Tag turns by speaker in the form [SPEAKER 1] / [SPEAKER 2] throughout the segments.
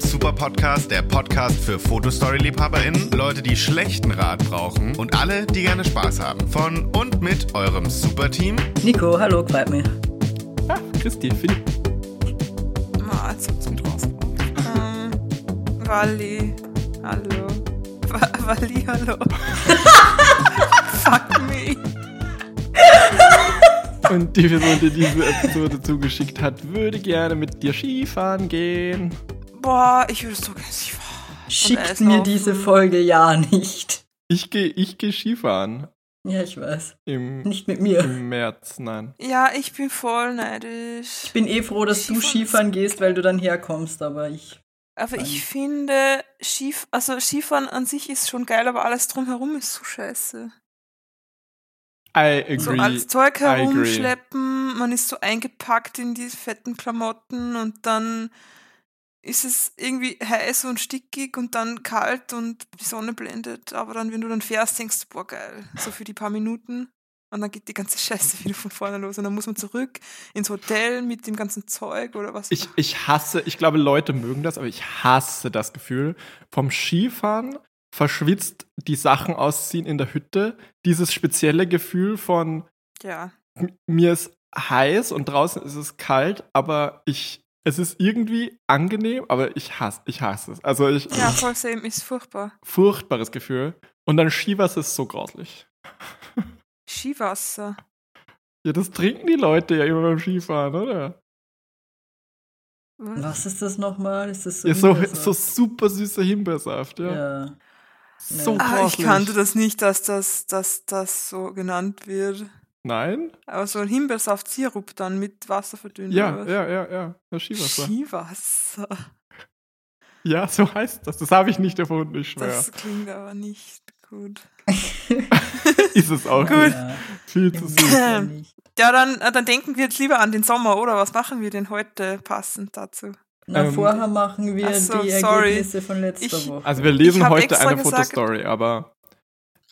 [SPEAKER 1] Podcast, der Podcast für Fotostory-LiebhaberInnen, Leute, die schlechten Rat brauchen und alle, die gerne Spaß haben. Von und mit eurem Superteam.
[SPEAKER 2] Nico, hallo, freut mich.
[SPEAKER 3] Ah, Christi, Philipp.
[SPEAKER 4] Ah, jetzt hab's mit raus. Ähm, Wally, hallo. Wa- Wally, hallo. Fuck me.
[SPEAKER 3] Und die Person, die diese Episode zugeschickt hat, würde gerne mit dir Skifahren gehen.
[SPEAKER 4] Boah, ich würde so gerne Skifahren. Also, er
[SPEAKER 2] Schickt
[SPEAKER 4] ist
[SPEAKER 2] mir
[SPEAKER 4] auf-
[SPEAKER 2] diese Folge ja nicht.
[SPEAKER 3] Ich gehe ich geh Skifahren
[SPEAKER 2] Ja, ich weiß.
[SPEAKER 3] im,
[SPEAKER 2] Nicht mit mir.
[SPEAKER 3] im März. Nein.
[SPEAKER 4] Ja, ich bin voll neidisch.
[SPEAKER 2] Ich bin eh froh, dass du
[SPEAKER 4] Skifahren ist-
[SPEAKER 2] Skifahren gehst, weil du dann herkommst, aber ich.
[SPEAKER 4] Aber ich
[SPEAKER 2] Nein.
[SPEAKER 4] finde, Skif also Skifahren an sich ist schon geil, aber alles drumherum ist so scheiße.
[SPEAKER 3] I
[SPEAKER 4] So
[SPEAKER 3] agree.
[SPEAKER 4] alles Zeug
[SPEAKER 3] I agree.
[SPEAKER 4] herumschleppen, man ist so eingepackt in die fetten Klamotten und dann ist es irgendwie heiß und stickig und dann kalt und die Sonne blendet. Aber dann, wenn du dann fährst, denkst du, boah, geil, so für die paar Minuten. Und dann geht die ganze Scheiße wieder von vorne los. Und dann muss man zurück ins Hotel mit dem ganzen Zeug oder was.
[SPEAKER 3] ich, ich hasse, ich glaube, Leute mögen das, aber ich hasse das Gefühl vom Skifahren, verschwitzt die Sachen ausziehen in der Hütte, dieses spezielle Gefühl von
[SPEAKER 4] ja.
[SPEAKER 3] m- mir ist heiß und draußen ist es kalt, aber ich es ist irgendwie angenehm, aber ich hasse, ich hasse es. Also ich
[SPEAKER 4] ja, voll same ist furchtbar.
[SPEAKER 3] furchtbares Gefühl und dann Skiwas ist so grauslich.
[SPEAKER 4] Skiwasser.
[SPEAKER 3] Ja, das trinken die Leute ja immer beim Skifahren, oder?
[SPEAKER 4] Was?
[SPEAKER 2] Was ist das nochmal? Ist das so?
[SPEAKER 3] Ja, so,
[SPEAKER 2] Himbeersaft?
[SPEAKER 3] so super süßer Himbeersaft, ja.
[SPEAKER 2] ja.
[SPEAKER 3] So
[SPEAKER 2] Nee.
[SPEAKER 4] Ah, ich
[SPEAKER 3] grauslich.
[SPEAKER 4] kannte das nicht, dass das, dass das so genannt wird.
[SPEAKER 3] Nein?
[SPEAKER 4] Aber so ein Himbeersaft-Sirup dann mit Wasser verdünnen.
[SPEAKER 3] Ja,
[SPEAKER 4] oder
[SPEAKER 3] ja, ja, ja. Das
[SPEAKER 4] was?
[SPEAKER 3] Skiwasser.
[SPEAKER 4] Skiwasser.
[SPEAKER 3] Ja, so heißt das. Das habe ich nicht erfunden, ich schwöre.
[SPEAKER 4] Das klingt aber nicht gut.
[SPEAKER 3] Ist es auch
[SPEAKER 4] Gut.
[SPEAKER 3] nicht. Viel zu
[SPEAKER 2] Ja,
[SPEAKER 3] süß.
[SPEAKER 2] ja
[SPEAKER 4] Ähm,
[SPEAKER 2] nicht.
[SPEAKER 4] Ja, dann, äh, dann denken wir jetzt lieber an den Sommer, oder? Was machen wir denn heute passend dazu?
[SPEAKER 2] Na,
[SPEAKER 3] Ähm,
[SPEAKER 2] vorher machen wir
[SPEAKER 4] Ach so,
[SPEAKER 2] die
[SPEAKER 4] sorry.
[SPEAKER 2] Ergebnisse von letzter
[SPEAKER 4] Ich-
[SPEAKER 2] Woche.
[SPEAKER 3] Also wir lesen
[SPEAKER 4] hab
[SPEAKER 3] heute
[SPEAKER 4] extra
[SPEAKER 3] eine
[SPEAKER 4] gesagt-
[SPEAKER 3] Fotostory, aber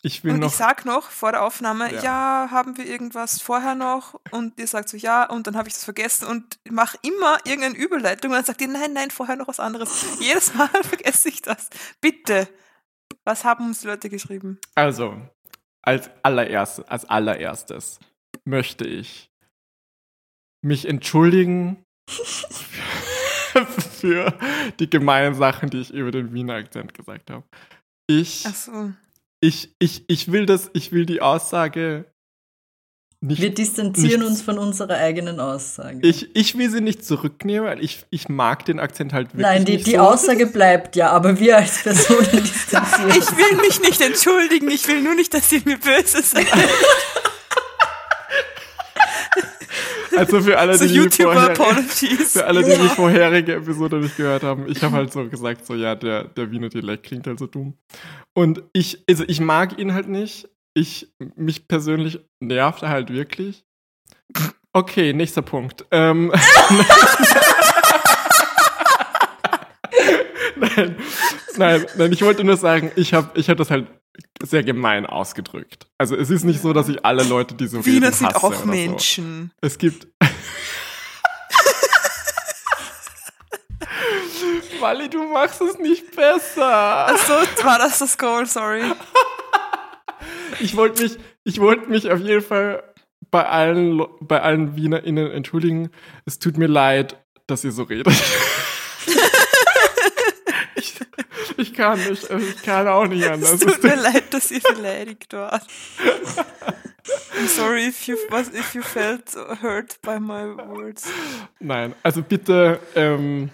[SPEAKER 3] ich will
[SPEAKER 4] Und
[SPEAKER 3] noch.
[SPEAKER 4] ich sag noch vor der Aufnahme,
[SPEAKER 3] Ja.
[SPEAKER 4] ja. haben wir irgendwas vorher noch? Und ihr sagt so, ja, und dann habe ich das vergessen und mache immer irgendeine Überleitung und dann sagt ihr, nein, nein, vorher noch was anderes. Jedes Mal vergesse ich das. Bitte. Was haben uns die Leute geschrieben?
[SPEAKER 3] Also, als allererstes, als allererstes möchte ich mich entschuldigen für die gemeinen Sachen, die ich über den Wiener Akzent gesagt habe. Ich,
[SPEAKER 4] Ach so.
[SPEAKER 3] ich, ich, ich will das, ich will die Aussage nicht
[SPEAKER 2] Wir distanzieren
[SPEAKER 3] nichts-
[SPEAKER 2] uns von unserer eigenen Aussage.
[SPEAKER 3] Ich, ich will sie nicht zurücknehmen, weil ich, ich mag den Akzent halt wirklich
[SPEAKER 2] Nein, die,
[SPEAKER 3] nicht
[SPEAKER 2] die
[SPEAKER 3] so.
[SPEAKER 2] Aussage bleibt ja, aber wir als Personen distanzieren uns.
[SPEAKER 4] Ich will mich nicht entschuldigen, ich will nur nicht, dass ihr mir böse seid.
[SPEAKER 3] Also für alle,
[SPEAKER 4] So
[SPEAKER 3] die, die, vorher,
[SPEAKER 4] YouTuber-Apologies.
[SPEAKER 3] für alle, die die vorherige Episode nicht gehört haben, ich habe halt so gesagt, so ja, der, der Wiener Dialekt klingt halt so dumm. Und ich, also ich mag ihn halt nicht. Ich, mich persönlich nervt er halt wirklich. Okay, nächster Punkt. Ähm, nein, nein, nein, ich wollte nur sagen, ich habe ich hab das halt sehr gemein ausgedrückt. Also es ist nicht so, dass ich alle Leute, die so
[SPEAKER 4] Wiener
[SPEAKER 3] reden,
[SPEAKER 4] sind
[SPEAKER 3] hasse oder
[SPEAKER 4] auch
[SPEAKER 3] so.
[SPEAKER 4] Menschen.
[SPEAKER 3] Es gibt. Wally, du machst es nicht besser.
[SPEAKER 4] So Also, war das das Goal, sorry.
[SPEAKER 3] Ich wollte mich, ich wollte mich auf jeden Fall bei allen, Lo- bei allen WienerInnen entschuldigen. Es tut mir leid, dass ihr so redet. ich, ich kann nicht, also ich kann auch nicht
[SPEAKER 4] Es
[SPEAKER 3] anders.
[SPEAKER 4] tut mir leid, dass ihr beleidigt wart. I'm sorry if you, was, if you felt hurt by my words.
[SPEAKER 3] Nein, also bitte, ähm,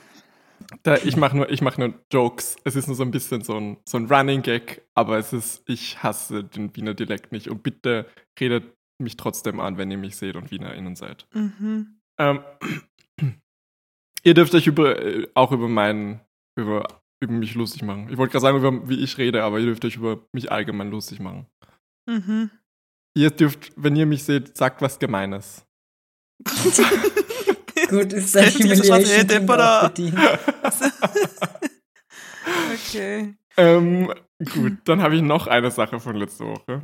[SPEAKER 3] da, ich mache nur, ich mach nur Jokes. Es ist nur so ein bisschen so ein, so ein Running Gag, aber es ist, ich hasse den Wiener Dialekt nicht und bitte redet mich trotzdem an, wenn ihr mich seht und WienerInnen seid.
[SPEAKER 4] Mhm.
[SPEAKER 3] Ähm, ihr dürft euch über, äh, auch über meinen, über, über mich lustig machen. Ich wollte gerade sagen, über, wie ich rede, aber ihr dürft euch über mich allgemein lustig machen.
[SPEAKER 4] Mhm.
[SPEAKER 3] Ihr dürft, wenn ihr mich seht, sagt was Gemeines.
[SPEAKER 2] Gut, ist der
[SPEAKER 4] Selbst dieser Satz, ey,
[SPEAKER 2] Humiliation Ding
[SPEAKER 4] Depper
[SPEAKER 2] auch bedient.
[SPEAKER 4] Okay. Hm.
[SPEAKER 3] Ähm, gut, dann habe ich noch eine Sache von letzter Woche.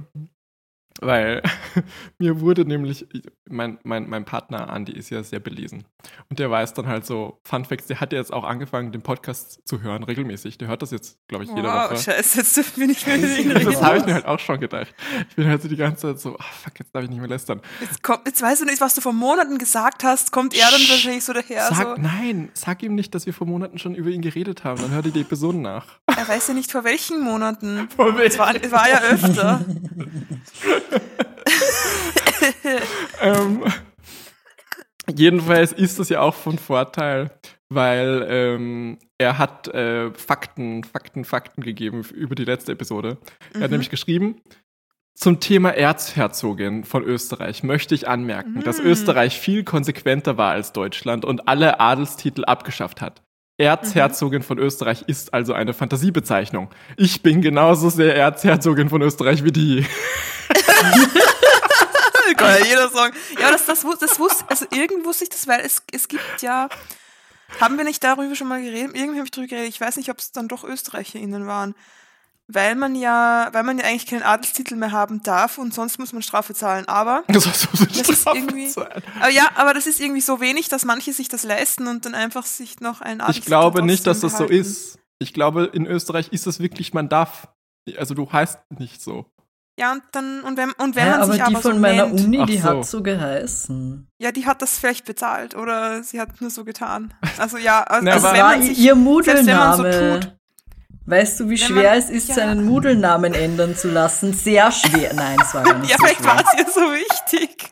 [SPEAKER 3] Weil mir wurde nämlich, ich- mein, mein, mein Partner Andi ist ja sehr belesen. Und der weiß dann halt so, Fun Facts, der hat jetzt auch angefangen, den Podcast zu hören, regelmäßig. Der hört das jetzt, glaube ich, jede
[SPEAKER 4] wow,
[SPEAKER 3] Woche.
[SPEAKER 4] scheiße, jetzt dürfen wir nicht mehr mit ihnen
[SPEAKER 3] Das
[SPEAKER 4] reden.
[SPEAKER 3] habe ich mir halt auch schon gedacht. Ich bin halt so die ganze Zeit so, ah, fuck, jetzt darf ich nicht mehr lästern.
[SPEAKER 4] Jetzt, kommt, jetzt weißt du nicht, was du vor Monaten gesagt hast, kommt er dann
[SPEAKER 3] Sch-
[SPEAKER 4] wahrscheinlich so daher.
[SPEAKER 3] sag,
[SPEAKER 4] So,
[SPEAKER 3] nein, sag ihm nicht, dass wir vor Monaten schon über ihn geredet haben. Dann hör dir die Episoden nach.
[SPEAKER 4] er weiß ja nicht vor welchen Monaten.
[SPEAKER 3] Vor wem?
[SPEAKER 4] Es war, es war ja öfter.
[SPEAKER 3] ähm, jedenfalls ist das ja auch von Vorteil, weil ähm, er hat äh, Fakten, Fakten, Fakten gegeben f- über die letzte Episode. Er
[SPEAKER 4] Mhm.
[SPEAKER 3] hat nämlich geschrieben, zum Thema Erzherzogin von Österreich möchte ich anmerken, dass
[SPEAKER 4] Mhm.
[SPEAKER 3] Österreich viel konsequenter war als Deutschland und alle Adelstitel abgeschafft hat. Erzherzogin von Österreich ist also eine Fantasiebezeichnung. Ich bin genauso sehr Erzherzogin von Österreich wie die.
[SPEAKER 4] Kann ja jeder sagen. Ja, das, das, wus- das wusste, also irgendwo wusste ich das, weil es, es gibt ja, haben wir nicht darüber schon mal geredet? Irgendwie habe ich darüber geredet. Ich weiß nicht, ob es dann doch ÖsterreicherInnen waren. Weil man ja, weil man ja eigentlich keinen Adelstitel mehr haben darf und sonst muss man Strafe zahlen. Aber,
[SPEAKER 3] Das, so
[SPEAKER 4] Das ist irgendwie- aber ja, aber das ist irgendwie so wenig, dass manche sich das leisten und dann einfach sich noch einen Adelstitel
[SPEAKER 3] Ich glaube nicht, dass das so
[SPEAKER 4] trotzdem behalten.
[SPEAKER 3] ist. Ich glaube, in Österreich ist es wirklich, man darf. Also du heißt nicht so.
[SPEAKER 4] Ja, und dann, und wenn, und wenn
[SPEAKER 2] Hä,
[SPEAKER 4] man
[SPEAKER 2] aber
[SPEAKER 4] sich
[SPEAKER 2] die
[SPEAKER 4] aber
[SPEAKER 2] von
[SPEAKER 4] so
[SPEAKER 2] meiner
[SPEAKER 4] nennt,
[SPEAKER 2] Uni, die
[SPEAKER 3] Ach so.
[SPEAKER 2] hat so geheißen.
[SPEAKER 4] ja, die hat das vielleicht bezahlt oder sie hat nur so getan. Also ja, also,
[SPEAKER 3] Na,
[SPEAKER 2] Das
[SPEAKER 4] also
[SPEAKER 3] aber-
[SPEAKER 4] wenn
[SPEAKER 2] war
[SPEAKER 4] man sich
[SPEAKER 2] ihr
[SPEAKER 4] selbst wenn man so
[SPEAKER 2] Moodle-Name.
[SPEAKER 4] tut.
[SPEAKER 2] weißt du, wie
[SPEAKER 4] Wenn
[SPEAKER 2] schwer
[SPEAKER 4] man-
[SPEAKER 2] es ist,
[SPEAKER 4] ja.
[SPEAKER 2] seinen Moodle-Namen ändern zu lassen? Sehr schwer. Nein, es war gar nicht
[SPEAKER 4] Ja,
[SPEAKER 2] so
[SPEAKER 4] vielleicht
[SPEAKER 2] schwer.
[SPEAKER 4] war es ihr so wichtig.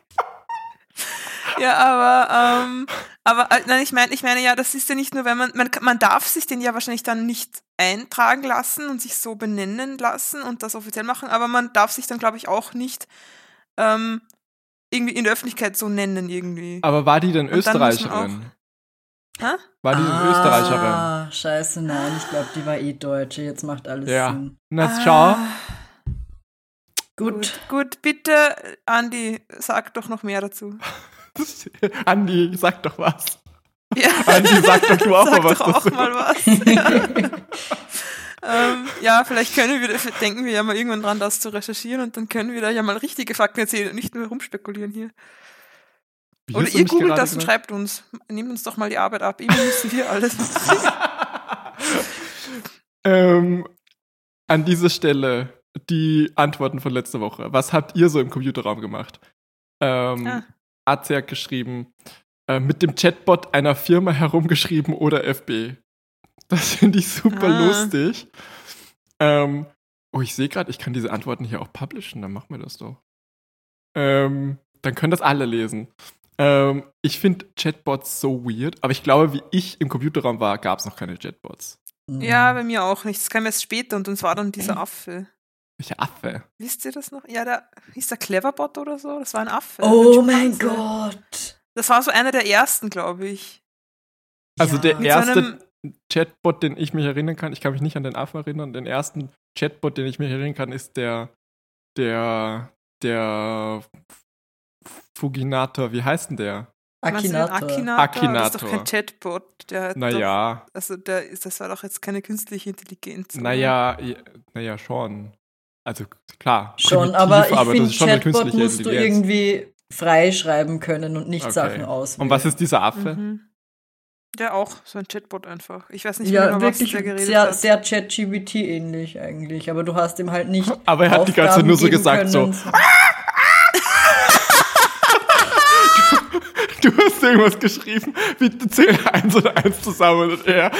[SPEAKER 4] Ja, aber, ähm, aber äh, nein, ich meine, ich meine ja, das ist ja nicht nur, wenn man, man, man darf sich den ja wahrscheinlich dann nicht eintragen lassen und sich so benennen lassen und das offiziell machen, aber man darf sich dann, glaube ich, auch nicht ähm, irgendwie in der Öffentlichkeit so nennen irgendwie.
[SPEAKER 2] Ah.
[SPEAKER 3] Aber war die denn
[SPEAKER 4] Und dann müssen
[SPEAKER 3] Österreicherin?
[SPEAKER 4] Hä?
[SPEAKER 3] War Ah, die denn Österreicherin?
[SPEAKER 2] Ah, scheiße, nein, ich glaube, die war eh Deutsche. Jetzt macht alles
[SPEAKER 3] Ja.
[SPEAKER 2] Sinn.
[SPEAKER 4] Ah.
[SPEAKER 3] Na, schau.
[SPEAKER 2] Gut.
[SPEAKER 4] Gut, gut, bitte, Andi, sag doch noch mehr dazu.
[SPEAKER 3] Andi, sag doch was.
[SPEAKER 4] Ja.
[SPEAKER 3] Andi, sag doch du auch
[SPEAKER 4] Sag
[SPEAKER 3] mal was.
[SPEAKER 4] doch auch
[SPEAKER 3] dazu.
[SPEAKER 4] mal was. ähm, ja, vielleicht können wir, denken wir ja mal irgendwann dran, das zu recherchieren und dann können wir da ja mal richtige Fakten erzählen und nicht nur rumspekulieren hier.
[SPEAKER 3] Wie
[SPEAKER 4] Oder
[SPEAKER 3] hast du
[SPEAKER 4] ihr
[SPEAKER 3] mich
[SPEAKER 4] googelt
[SPEAKER 3] gerade
[SPEAKER 4] das und
[SPEAKER 3] genannt?
[SPEAKER 4] schreibt uns. Nehmt uns doch mal die Arbeit ab. Irgendwie müssen wir alles machen.
[SPEAKER 3] Ähm, an dieser Stelle die Antworten von letzter Woche. Was habt ihr so im Computerraum gemacht? Ähm,
[SPEAKER 4] Ah.
[SPEAKER 3] AC hat geschrieben, äh, mit dem Chatbot einer Firma herumgeschrieben oder FB. Das finde ich super
[SPEAKER 4] Ah.
[SPEAKER 3] lustig. Ähm, oh, ich sehe gerade, ich kann diese Antworten hier auch publishen, dann machen wir das doch. Ähm, dann können das alle lesen. Ähm, ich finde Chatbots so weird, aber ich glaube, wie ich im Computerraum war, gab es noch keine Chatbots.
[SPEAKER 2] Hm.
[SPEAKER 4] ja, bei mir auch nicht. Das kam erst später und uns war dann dieser Affe.
[SPEAKER 3] Welcher Affe?
[SPEAKER 4] Wisst ihr das noch? Ja, der hieß der Cleverbot oder so. Das war ein Affe.
[SPEAKER 2] Oh
[SPEAKER 4] Ein
[SPEAKER 2] mein
[SPEAKER 4] Schimpanse.
[SPEAKER 2] Gott.
[SPEAKER 4] Das war so einer der ersten, glaube ich.
[SPEAKER 3] Also
[SPEAKER 2] Ja.
[SPEAKER 3] der
[SPEAKER 2] Mit
[SPEAKER 4] so
[SPEAKER 3] erste Chatbot, den ich mich erinnern kann, ich kann mich nicht an den Affen erinnern, den ersten Chatbot, den ich mich erinnern kann, ist der, der, der Fuginator, wie heißt denn der?
[SPEAKER 4] Meinst du den
[SPEAKER 2] Akinator.
[SPEAKER 4] Akinator. Akinator. Das ist doch
[SPEAKER 3] Akinator.
[SPEAKER 4] kein Chatbot. Der
[SPEAKER 2] Äh,
[SPEAKER 4] hat doch-
[SPEAKER 3] Naja,
[SPEAKER 4] Also da ist, das war doch jetzt keine künstliche Intelligenz. oder?
[SPEAKER 3] naja, ja, naja, schon. Also klar.
[SPEAKER 2] Schon,
[SPEAKER 3] primitiv,
[SPEAKER 2] aber ich
[SPEAKER 3] das
[SPEAKER 2] finde,
[SPEAKER 3] ist schon eine
[SPEAKER 2] Chatbot
[SPEAKER 3] künstliche
[SPEAKER 2] musst du
[SPEAKER 3] Intelligenz.
[SPEAKER 2] irgendwie freischreiben können und nicht
[SPEAKER 3] Okay.
[SPEAKER 2] Sachen auswählen.
[SPEAKER 3] Und was ist dieser Affe?
[SPEAKER 4] Mhm. Ja, auch, so ein Chatbot einfach. Ich weiß nicht
[SPEAKER 2] ja,
[SPEAKER 4] genau, was
[SPEAKER 2] wirklich
[SPEAKER 4] der geredet
[SPEAKER 2] sehr,
[SPEAKER 4] hat.
[SPEAKER 2] sehr ChatGPT ähnlich eigentlich, aber du hast ihm halt nicht.
[SPEAKER 3] Aber er hat die ganze Zeit
[SPEAKER 2] Aufgaben
[SPEAKER 3] nur so
[SPEAKER 2] geben
[SPEAKER 3] gesagt, so. "Ah!"
[SPEAKER 2] können.
[SPEAKER 3] Du hast irgendwas geschrieben, wie zähl eins und eins zusammen Ah! und er.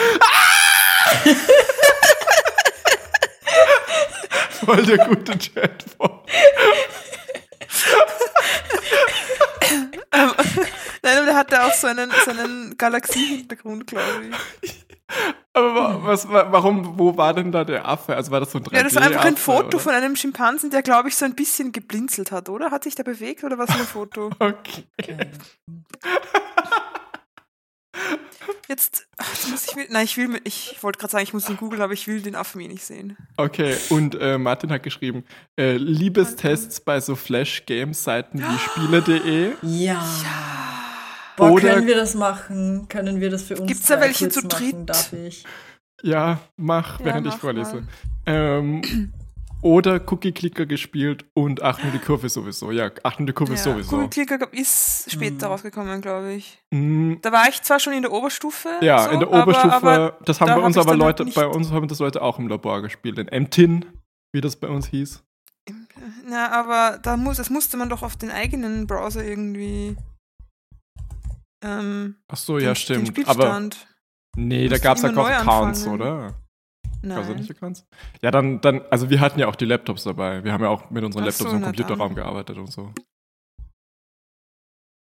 [SPEAKER 3] Voll der gute Chatbot.
[SPEAKER 4] Nein, aber der hatte auch so einen, so einen Galaxie-Hintergrund, glaube ich.
[SPEAKER 3] Aber wa- was, wa- warum, wo war denn da der Affe? Also war das so ein 3D
[SPEAKER 4] Ja, das war einfach ein
[SPEAKER 3] Affe,
[SPEAKER 4] Foto
[SPEAKER 3] oder?
[SPEAKER 4] von einem Schimpansen, der, glaube ich, so ein bisschen geblinzelt hat, oder? Hat sich der bewegt oder war es nur ein Foto?
[SPEAKER 3] Okay.
[SPEAKER 4] Jetzt, ach, jetzt muss ich mir. Nein, ich will mir. Ich wollte gerade sagen, ich muss ihn googeln, aber ich will den Affen eh nicht sehen.
[SPEAKER 3] okay, und äh, Martin hat geschrieben, äh, Liebestests bei so Flash-Game-Seiten wie Spiele.de.
[SPEAKER 2] Ja. Boah,
[SPEAKER 3] Oder-
[SPEAKER 2] können wir das machen? Können wir das für uns?
[SPEAKER 4] Gibt's da
[SPEAKER 2] drei
[SPEAKER 4] welche
[SPEAKER 2] kurz
[SPEAKER 4] zu
[SPEAKER 2] machen?
[SPEAKER 3] Hm.
[SPEAKER 4] dritt?
[SPEAKER 2] Darf ich?
[SPEAKER 3] Ja, mach,
[SPEAKER 4] Ja,
[SPEAKER 3] während
[SPEAKER 4] mach
[SPEAKER 3] ich vorlese.
[SPEAKER 4] mal.
[SPEAKER 3] Ähm, Oder Cookie-Clicker gespielt und Ach nur die Kurve sowieso. Ja, Ach nur die Kurve
[SPEAKER 4] Ja.
[SPEAKER 3] sowieso. Mhm.
[SPEAKER 4] Google Clicker Cup ist später rausgekommen, glaube ich.
[SPEAKER 3] Mm,
[SPEAKER 4] Da war ich zwar schon in der Oberstufe.
[SPEAKER 3] Ja,
[SPEAKER 4] so,
[SPEAKER 3] in der
[SPEAKER 4] aber-
[SPEAKER 3] Oberstufe,
[SPEAKER 4] Also, Aber,
[SPEAKER 3] das haben
[SPEAKER 4] da
[SPEAKER 3] bei uns
[SPEAKER 4] hab ich
[SPEAKER 3] aber
[SPEAKER 4] dann halt
[SPEAKER 3] Leute,
[SPEAKER 4] nicht-
[SPEAKER 3] bei uns haben das Leute auch im Labor gespielt, in MTIN, wie das bei uns hieß.
[SPEAKER 4] na, aber da muss, das musste man doch auf den eigenen Browser irgendwie. Ähm,
[SPEAKER 3] Ach so, ja,
[SPEAKER 4] den, Den
[SPEAKER 3] stimmt. aber
[SPEAKER 4] Spielstand.
[SPEAKER 3] nee, da
[SPEAKER 4] musst
[SPEAKER 3] gab es ja
[SPEAKER 4] immer
[SPEAKER 3] auch
[SPEAKER 4] neu
[SPEAKER 3] Accounts,
[SPEAKER 4] anfangen.
[SPEAKER 3] oder?
[SPEAKER 4] Nein.
[SPEAKER 3] Also nicht Accounts? Ja, dann, dann, also wir hatten ja auch die Laptops dabei. Wir haben ja auch mit unseren
[SPEAKER 4] Ach
[SPEAKER 3] Laptops
[SPEAKER 4] so,
[SPEAKER 3] im
[SPEAKER 4] na dann.
[SPEAKER 3] Computerraum gearbeitet und so.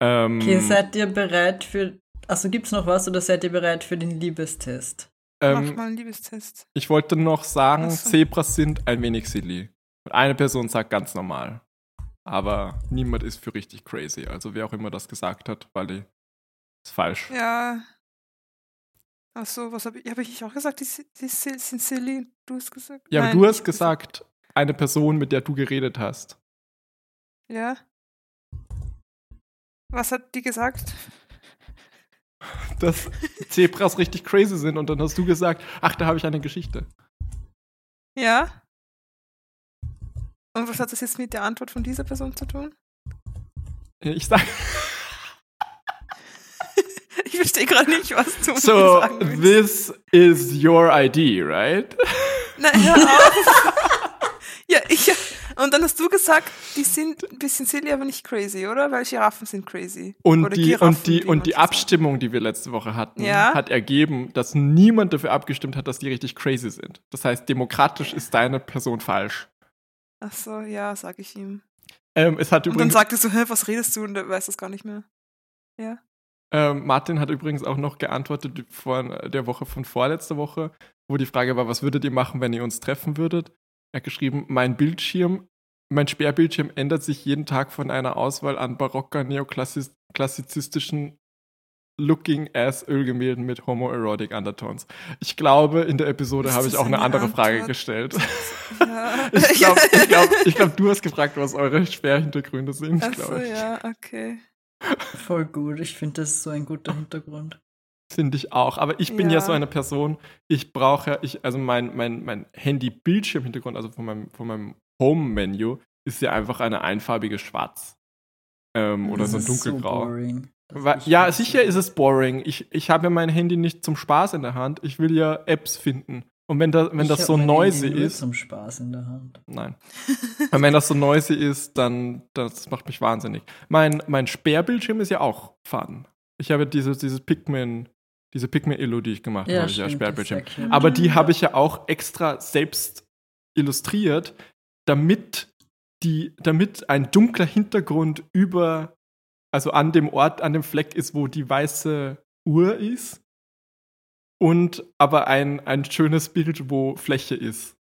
[SPEAKER 3] Ähm,
[SPEAKER 2] Okay, seid ihr bereit für. Achso, gibt's noch was oder seid ihr bereit für den Liebestest?
[SPEAKER 4] Mach
[SPEAKER 3] ähm,
[SPEAKER 4] mal einen Liebestest.
[SPEAKER 3] ich wollte noch sagen,
[SPEAKER 4] Ach so.
[SPEAKER 3] Zebras sind ein wenig silly. Und eine Person sagt ganz normal. Aber niemand ist für richtig crazy. Also wer auch immer das gesagt hat, weil die ist falsch.
[SPEAKER 4] Ja. Achso, was habe ich, hab ich auch gesagt? Die, si- die si- sind silly. Du hast gesagt.
[SPEAKER 3] Ja, aber
[SPEAKER 4] Nein,
[SPEAKER 3] du hast
[SPEAKER 4] ich-
[SPEAKER 3] gesagt, eine Person, mit der du geredet hast.
[SPEAKER 4] Ja. Was hat die gesagt?
[SPEAKER 3] Dass Zebras richtig crazy sind und dann hast du gesagt, ach, da habe ich eine Geschichte.
[SPEAKER 4] Ja. Und was hat das jetzt mit der Antwort von dieser Person zu tun?
[SPEAKER 3] Ich sage
[SPEAKER 4] Ich verstehe gerade nicht, was du mir
[SPEAKER 3] So,
[SPEAKER 4] sagen willst.
[SPEAKER 3] this is your ID, right?
[SPEAKER 4] Nein, hör auf. ja, ich. Und dann hast du gesagt, die sind ein bisschen silly, aber nicht crazy, oder? Weil Giraffen sind crazy.
[SPEAKER 3] Und
[SPEAKER 4] oder
[SPEAKER 3] die,
[SPEAKER 4] Giraffen,
[SPEAKER 3] und die,
[SPEAKER 4] wie man
[SPEAKER 3] und die
[SPEAKER 4] so sagt.
[SPEAKER 3] Abstimmung, die wir letzte Woche hatten,
[SPEAKER 4] Ja.
[SPEAKER 3] hat ergeben, dass niemand dafür abgestimmt hat, dass die richtig crazy sind. Das heißt, demokratisch ist deine Person falsch.
[SPEAKER 4] Ach so, ja, sag ich ihm.
[SPEAKER 3] Ähm, es hat
[SPEAKER 4] Und dann
[SPEAKER 3] übrigens,
[SPEAKER 4] sagte so, hä, was redest du? Und er weiß das gar nicht mehr.
[SPEAKER 3] ähm, Martin hat übrigens auch noch geantwortet die- von äh, der Woche von vorletzter Woche, wo die Frage war, was würdet ihr machen, wenn ihr uns treffen würdet? Er hat geschrieben, mein Bildschirm, mein Sperrbildschirm ändert sich jeden Tag von einer Auswahl an barocker, neoklassizistischen Looking ass Ölgemälden mit homoerotic Undertones. Ich glaube, in der Episode
[SPEAKER 4] Ist
[SPEAKER 3] habe ich
[SPEAKER 4] das
[SPEAKER 3] auch eine
[SPEAKER 4] eine
[SPEAKER 3] andere Frage
[SPEAKER 4] Antwort?
[SPEAKER 3] gestellt.
[SPEAKER 4] Ja.
[SPEAKER 3] Ich glaube, ich glaub, ich glaub, du hast gefragt, was eure Sperrhintergründe sind,
[SPEAKER 4] Ach so,
[SPEAKER 3] glaube ich.
[SPEAKER 4] ja, okay.
[SPEAKER 2] Voll gut, ich finde, das ist so ein guter Hintergrund.
[SPEAKER 3] Finde ich auch. Aber ich bin ja,
[SPEAKER 4] Ja.
[SPEAKER 3] so eine Person, ich brauche ja, ich, also mein, mein, mein Handy-Bildschirm-Hintergrund, also von meinem, von meinem Home-Menü, ist ja einfach eine einfarbige Schwarz. Ähm, oder
[SPEAKER 2] Das
[SPEAKER 3] so ein
[SPEAKER 2] ist
[SPEAKER 3] dunkelgrau.
[SPEAKER 2] boring. Das
[SPEAKER 3] Wa-
[SPEAKER 2] ist
[SPEAKER 3] ja,
[SPEAKER 2] echt
[SPEAKER 3] sicher ist es boring. Ich, ich habe ja mein Handy nicht zum Spaß in der Hand. Ich will ja Apps finden. Und wenn, da, wenn
[SPEAKER 2] Ich
[SPEAKER 3] das
[SPEAKER 2] hab
[SPEAKER 3] so
[SPEAKER 2] mein Handy
[SPEAKER 3] noisy
[SPEAKER 2] nur
[SPEAKER 3] ist.
[SPEAKER 2] zum Spaß in der Hand.
[SPEAKER 3] Nein. Und wenn das so noisy ist, dann das macht mich wahnsinnig. Mein, mein Sperrbildschirm ist ja auch fun. Ich habe dieses, dieses Pikmin, diese Pikmin-Illu, die ich gemacht habe, ich
[SPEAKER 2] stimmt,
[SPEAKER 3] ja
[SPEAKER 2] das
[SPEAKER 3] Sperrbildschirm.
[SPEAKER 2] erklärt.
[SPEAKER 3] Aber die habe ich ja auch extra selbst illustriert, damit, die, damit ein dunkler Hintergrund über, also an dem Ort, an dem Fleck ist, wo die weiße Uhr ist. Und aber ein, ein schönes Bild, wo Fläche ist.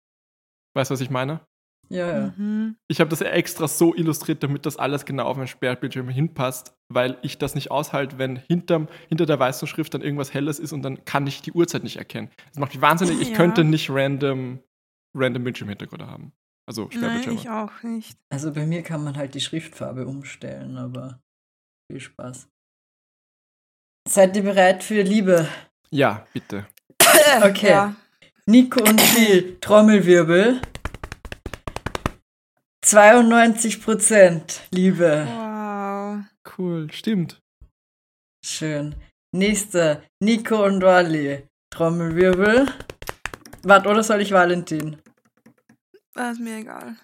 [SPEAKER 3] Weißt du, was ich meine?
[SPEAKER 2] Ja, ja.
[SPEAKER 4] Mhm.
[SPEAKER 3] Ich habe das ja extra so illustriert, damit das alles genau auf meinen Sperrbildschirm hinpasst, weil ich das nicht aushalte, wenn hinterm, hinter der weißen Schrift dann irgendwas Helles ist und dann kann ich die Uhrzeit nicht erkennen. Das macht mich wahnsinnig. Ich
[SPEAKER 4] Ja.
[SPEAKER 3] könnte nicht random, random Bildschirmhintergründe haben. Also
[SPEAKER 4] Nein, ich
[SPEAKER 3] Sperrbildschirme.
[SPEAKER 4] auch nicht.
[SPEAKER 2] Also bei mir kann man halt die Schriftfarbe umstellen, aber viel Spaß. Seid ihr bereit für Liebe?
[SPEAKER 3] Ja, bitte.
[SPEAKER 2] Okay.
[SPEAKER 4] Ja.
[SPEAKER 2] Nico und Phil, Trommelwirbel. 92% Liebe.
[SPEAKER 4] Wow.
[SPEAKER 3] Cool, stimmt.
[SPEAKER 2] Schön. Nächster, Nico und Wally. Trommelwirbel. Warte, oder soll ich Valentin?
[SPEAKER 4] Ah, ist mir egal.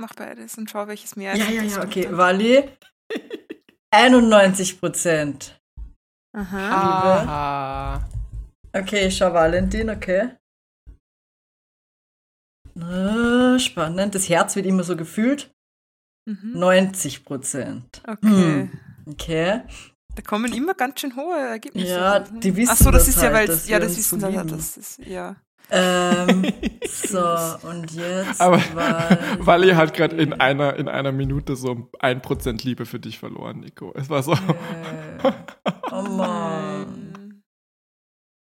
[SPEAKER 4] Mach beides und schau, welches mehr
[SPEAKER 2] Ja, ja,
[SPEAKER 4] ist.
[SPEAKER 2] ja, okay.
[SPEAKER 4] Dann-
[SPEAKER 2] Wally. 91%. Ah,
[SPEAKER 4] Aha.
[SPEAKER 3] Aha.
[SPEAKER 2] Okay, ich schau Valentin, okay. Na, Ah, spannend. Das Herz wird immer so gefühlt.
[SPEAKER 4] Mhm.
[SPEAKER 2] 90 Prozent.
[SPEAKER 4] Okay.
[SPEAKER 2] Hm. Okay.
[SPEAKER 4] Da kommen immer ganz schön hohe Ergebnisse.
[SPEAKER 2] Ja,
[SPEAKER 4] raus, ne?
[SPEAKER 2] die wissen
[SPEAKER 4] Ach so, das
[SPEAKER 2] das
[SPEAKER 4] ist ja,
[SPEAKER 2] halt,
[SPEAKER 4] weil
[SPEAKER 2] dass
[SPEAKER 4] ja,
[SPEAKER 2] wir
[SPEAKER 4] das
[SPEAKER 2] uns
[SPEAKER 4] wissen sie ja,
[SPEAKER 2] lieben.
[SPEAKER 4] das ist ja.
[SPEAKER 2] Ähm, so, und jetzt.
[SPEAKER 3] Aber
[SPEAKER 2] Wal-
[SPEAKER 3] Wally hat gerade in einer, in einer Minute so ein Prozent Liebe für dich verloren, Nico. Es war so.
[SPEAKER 2] Äh, Oh Mann.
[SPEAKER 4] Nein.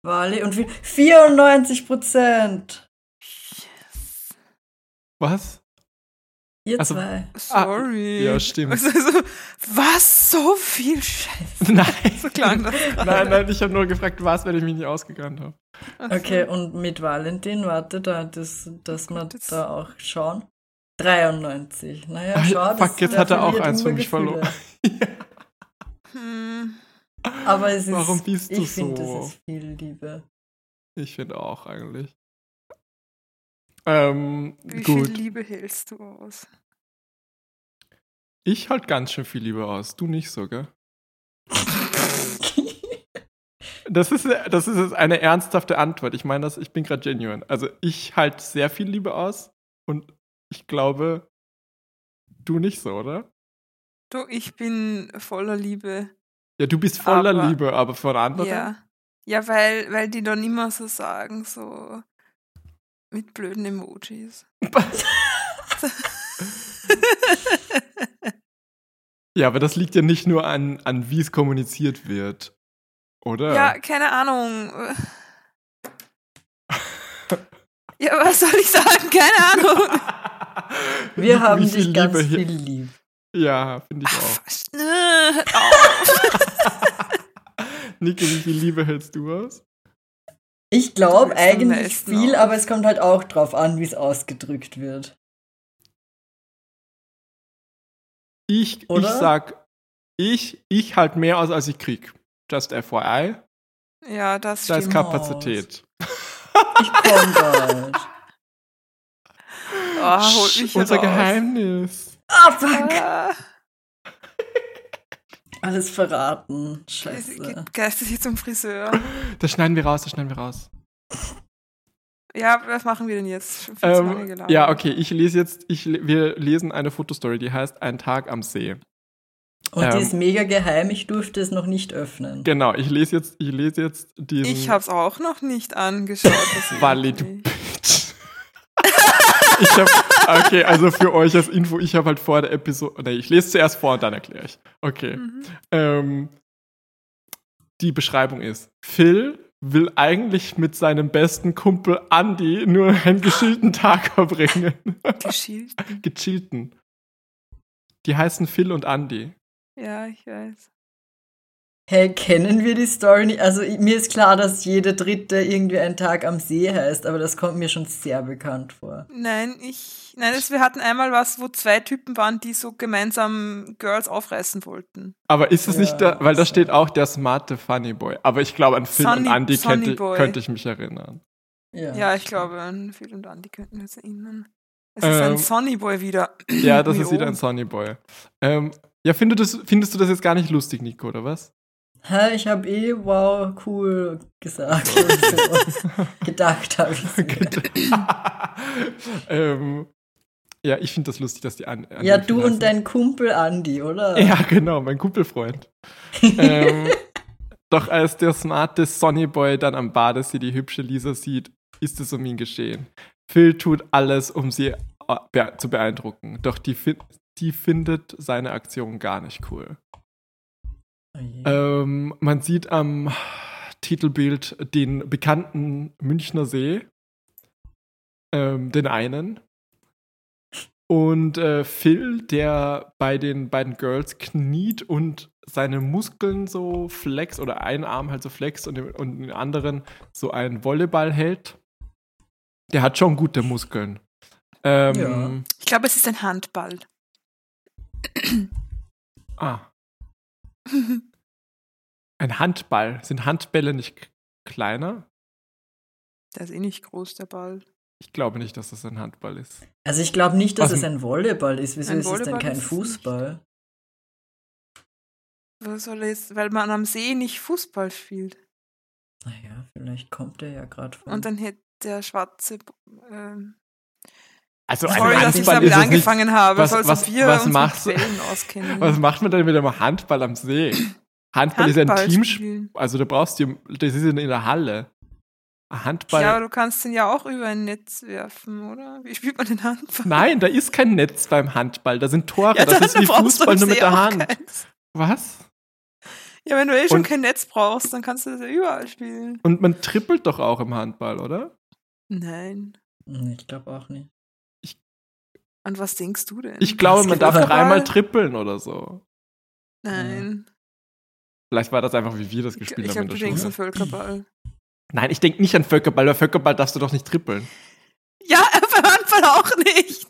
[SPEAKER 2] Wally und wie? 94 Prozent.
[SPEAKER 4] Yes.
[SPEAKER 3] Was?
[SPEAKER 2] Ihr
[SPEAKER 3] Also-
[SPEAKER 2] zwei.
[SPEAKER 4] Sorry.
[SPEAKER 3] ja, stimmt.
[SPEAKER 4] Also, also, was so viel Scheiße
[SPEAKER 3] Nein.
[SPEAKER 4] klang das
[SPEAKER 3] Nein, nein, ich habe nur gefragt, was, wenn ich mich nicht ausgekannt habe.
[SPEAKER 2] Okay, und mit Valentin, warte, da, das, dass wir
[SPEAKER 3] Oh
[SPEAKER 4] Gut, jetzt-
[SPEAKER 2] da auch schauen. 93. Naja,
[SPEAKER 3] Ah,
[SPEAKER 2] schau, das
[SPEAKER 3] fuck, jetzt
[SPEAKER 2] der
[SPEAKER 3] hat er auch
[SPEAKER 2] verliert
[SPEAKER 3] eins für
[SPEAKER 2] nur
[SPEAKER 3] mich
[SPEAKER 2] Gefühle.
[SPEAKER 3] verloren.
[SPEAKER 4] Hm.
[SPEAKER 2] Aber es ist,
[SPEAKER 3] Warum bist du
[SPEAKER 2] ich finde,
[SPEAKER 3] so?
[SPEAKER 2] das ist viel Liebe.
[SPEAKER 3] Ich finde auch eigentlich. Ähm,
[SPEAKER 4] Wie
[SPEAKER 3] gut.
[SPEAKER 4] viel Liebe hältst du aus?
[SPEAKER 3] Ich halt ganz schön viel lieber aus. Du nicht so, gell? Das ist, das ist jetzt eine ernsthafte Antwort. Ich meine das, ich bin gerade genuine. Also ich halt sehr viel Liebe aus und ich glaube, du nicht so, oder?
[SPEAKER 4] Du, ich bin voller Liebe.
[SPEAKER 3] Ja, du bist voller
[SPEAKER 4] Aber-
[SPEAKER 3] Liebe, aber von anderen.
[SPEAKER 4] Ja. Ja, weil, weil die dann immer so sagen, so mit blöden Emojis.
[SPEAKER 3] Ja, aber das liegt ja nicht nur an, an wie es kommuniziert wird, oder?
[SPEAKER 4] Ja, keine Ahnung. Ja, was soll ich sagen? Keine Ahnung.
[SPEAKER 2] Wir
[SPEAKER 3] Wie-
[SPEAKER 2] haben
[SPEAKER 3] wie viel
[SPEAKER 2] dich ganz
[SPEAKER 3] Liebe hier-
[SPEAKER 2] viel lieb.
[SPEAKER 3] Ja, finde ich auch.
[SPEAKER 4] Fast, ne, hört auf.
[SPEAKER 3] Nico, wie viel Liebe hältst du aus?
[SPEAKER 2] Ich glaube
[SPEAKER 4] Du willst am
[SPEAKER 2] eigentlich
[SPEAKER 4] meisten
[SPEAKER 2] viel,
[SPEAKER 4] aus.
[SPEAKER 2] aber es kommt halt auch drauf an, wie es ausgedrückt wird.
[SPEAKER 3] Ich, ich
[SPEAKER 2] Oder?
[SPEAKER 3] sag, ich, ich halt mehr aus, als ich krieg. Just FYI,
[SPEAKER 4] Ja, das
[SPEAKER 3] da ist
[SPEAKER 4] stimmt.
[SPEAKER 2] Ka-
[SPEAKER 3] Kapazität.
[SPEAKER 2] Ich komm bald.
[SPEAKER 4] Oh, holt mich
[SPEAKER 3] Sch, unser
[SPEAKER 4] heraus.
[SPEAKER 3] Geheimnis.
[SPEAKER 2] Ah, fuck.
[SPEAKER 4] Ah,
[SPEAKER 2] Alles verraten. Scheiße.
[SPEAKER 4] geht geistig zum Friseur.
[SPEAKER 3] Das schneiden wir raus, das schneiden wir raus.
[SPEAKER 4] Ja, was machen wir denn jetzt? Schon viel zu lange
[SPEAKER 3] Ähm,
[SPEAKER 4] gelabert.
[SPEAKER 3] ja, okay, ich lese jetzt, ich, le- wir lesen eine Fotostory, die heißt Ein Tag am See.
[SPEAKER 2] Und
[SPEAKER 3] ähm,
[SPEAKER 2] die ist mega geheim. Ich durfte es noch nicht öffnen.
[SPEAKER 3] Genau, ich lese jetzt, ich lese jetzt diesen.
[SPEAKER 4] Ich hab's auch noch nicht angeschaut. deswegen
[SPEAKER 3] Wally, du
[SPEAKER 4] nicht.
[SPEAKER 3] Bitch. ich hab, okay, also für euch als Info, ich habe halt vor der Episode, nee, ich lese zuerst vor und dann erkläre ich. Okay.
[SPEAKER 4] Mhm.
[SPEAKER 3] Ähm, die Beschreibung ist: Phil will eigentlich mit seinem besten Kumpel Andy nur einen geschillten Tag verbringen.
[SPEAKER 4] Geschielt.
[SPEAKER 3] Gechillten. Die heißen Phil und Andy.
[SPEAKER 4] Ja, ich weiß.
[SPEAKER 2] Hey, kennen wir die Story nicht? Also i- mir ist klar, dass jede dritte irgendwie ein Tag am See heißt, aber das kommt mir schon sehr bekannt vor.
[SPEAKER 4] Nein, ich. Nein, das, wir hatten einmal was, wo zwei Typen waren, die so gemeinsam Girls aufreißen wollten.
[SPEAKER 3] Aber ist es
[SPEAKER 2] Ja,
[SPEAKER 3] nicht, da, weil da
[SPEAKER 2] so.
[SPEAKER 3] steht auch der smarte Funny Boy. Aber ich glaube, an Phil und
[SPEAKER 4] Sunny-
[SPEAKER 3] Andy
[SPEAKER 4] Sunny
[SPEAKER 3] könnte,
[SPEAKER 4] Boy.
[SPEAKER 3] könnte ich mich erinnern.
[SPEAKER 2] Ja.
[SPEAKER 3] Ähm,
[SPEAKER 4] Ja, ich glaube, an Phil und Andy könnten uns erinnern. Es ist
[SPEAKER 3] Ähm,
[SPEAKER 4] ein Sonny Boy wieder.
[SPEAKER 3] Ja, das ist
[SPEAKER 4] Jo.
[SPEAKER 3] wieder ein Sunny Boy. Ähm, ja, findest du, das, findest du das jetzt gar nicht lustig, Nico, oder was?
[SPEAKER 2] Hä, ich habe eh wow, cool gesagt. und so. Gedacht habe ich. mir.
[SPEAKER 3] ähm, ja, ich finde das lustig, dass die an. an
[SPEAKER 2] Ja,
[SPEAKER 3] den
[SPEAKER 2] du
[SPEAKER 3] Phil
[SPEAKER 2] und dein Kumpel Andi, oder?
[SPEAKER 3] heißen. Ja, genau, mein Kumpelfreund. ähm, doch als der smarte Sonny Boy dann am Badesee die hübsche Lisa sieht, ist es um ihn geschehen. Phil tut alles, um sie äh, bee- zu beeindrucken. Doch die, fin die findet seine Aktion gar nicht cool.
[SPEAKER 2] Oh je.
[SPEAKER 3] Ähm, man sieht am Titelbild den bekannten Münchner See, ähm, den einen. Und äh, Phil, der bei den beiden Girls kniet und seine Muskeln so flex oder einen Arm halt so flex und, den- und den anderen so einen Volleyball hält, der hat schon gute Muskeln. Ähm,
[SPEAKER 2] Ja.
[SPEAKER 4] Ich glaube, es ist ein Handball.
[SPEAKER 3] Ah. Ein Handball. Sind Handbälle nicht k- kleiner?
[SPEAKER 4] Der ist eh nicht groß, der Ball.
[SPEAKER 3] Ich glaube nicht, dass das ein Handball ist.
[SPEAKER 2] Also ich glaube nicht, dass
[SPEAKER 3] Was
[SPEAKER 2] es ein Volleyball ist. Wieso
[SPEAKER 4] Ein
[SPEAKER 2] ist es denn
[SPEAKER 4] Volleyball
[SPEAKER 2] kein
[SPEAKER 4] ist es
[SPEAKER 2] Fußball?
[SPEAKER 4] Was soll es? Weil man am See nicht Fußball spielt.
[SPEAKER 2] Naja, vielleicht kommt der ja gerade von.
[SPEAKER 4] Und dann hätte der schwarze. Ähm,
[SPEAKER 3] Also
[SPEAKER 4] sorry, dass ich
[SPEAKER 2] Handball
[SPEAKER 4] damit
[SPEAKER 2] ist es
[SPEAKER 4] angefangen habe.
[SPEAKER 3] Was-
[SPEAKER 4] Soll
[SPEAKER 3] was-
[SPEAKER 4] so wir
[SPEAKER 3] was
[SPEAKER 4] uns mit
[SPEAKER 3] machst du-
[SPEAKER 4] Quellen auskennen.
[SPEAKER 3] Was macht man denn mit einem Handball am See? Handball, ist ein
[SPEAKER 4] Handball
[SPEAKER 3] Teamspiel.
[SPEAKER 4] spielen.
[SPEAKER 3] Also da brauchst du, das ist in in der Halle. Ein Handball.
[SPEAKER 4] Ja, aber du kannst den ja auch über ein Netz werfen, oder? Wie spielt man den Handball?
[SPEAKER 3] Nein, da ist kein Netz beim Handball. Da sind Tore.
[SPEAKER 4] ja,
[SPEAKER 3] das
[SPEAKER 4] dann
[SPEAKER 3] ist wie
[SPEAKER 4] brauchst du
[SPEAKER 3] Fußball
[SPEAKER 4] am
[SPEAKER 3] nur
[SPEAKER 4] See
[SPEAKER 3] mit der
[SPEAKER 4] auch
[SPEAKER 3] Hand.
[SPEAKER 4] keins.
[SPEAKER 3] Was?
[SPEAKER 4] Ja, wenn du eh schon
[SPEAKER 3] Und-
[SPEAKER 4] kein Netz brauchst, dann kannst du das ja überall spielen.
[SPEAKER 3] Und man trippelt doch auch im Handball, oder?
[SPEAKER 4] Nein.
[SPEAKER 2] Hm, Ich glaube auch nicht.
[SPEAKER 4] An was denkst du denn?
[SPEAKER 3] Ich glaube, man darf
[SPEAKER 4] Basketball?
[SPEAKER 3] dreimal trippeln oder so.
[SPEAKER 4] Nein.
[SPEAKER 3] Vielleicht war das einfach, wie wir das
[SPEAKER 4] Ich,
[SPEAKER 3] gespielt
[SPEAKER 4] ich
[SPEAKER 3] haben
[SPEAKER 4] glaube,
[SPEAKER 3] in
[SPEAKER 4] du
[SPEAKER 3] der
[SPEAKER 4] denkst
[SPEAKER 3] Schule.
[SPEAKER 4] an Völkerball.
[SPEAKER 3] Nein, ich denke nicht an Völkerball, weil Völkerball darfst du doch nicht trippeln.
[SPEAKER 4] Ja, beim Handball auch nicht.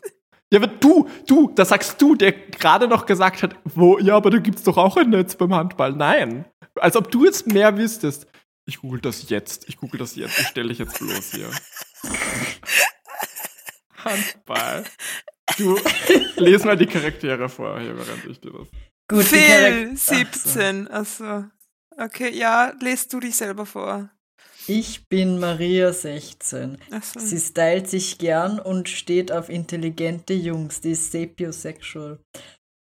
[SPEAKER 3] Ja, aber du, du, das sagst du, der gerade noch gesagt hat, wo, ja, aber da gibt's doch auch ein Netz beim Handball. Nein. Als ob du jetzt mehr wüsstest. Ich google das jetzt, ich google das jetzt, ich stelle dich jetzt bloß hier. Handball. Du, les mal die Charaktere vor, hier, während ich dir das.
[SPEAKER 2] Gut, die
[SPEAKER 4] Phil,
[SPEAKER 2] Charak-
[SPEAKER 4] 17. Achso. Okay, ja, lest du dich selber vor.
[SPEAKER 2] Ach so. Ich bin Maria 16.
[SPEAKER 4] Achso.
[SPEAKER 2] Sie stylt sich gern und steht auf intelligente Jungs, die ist sapiosexual.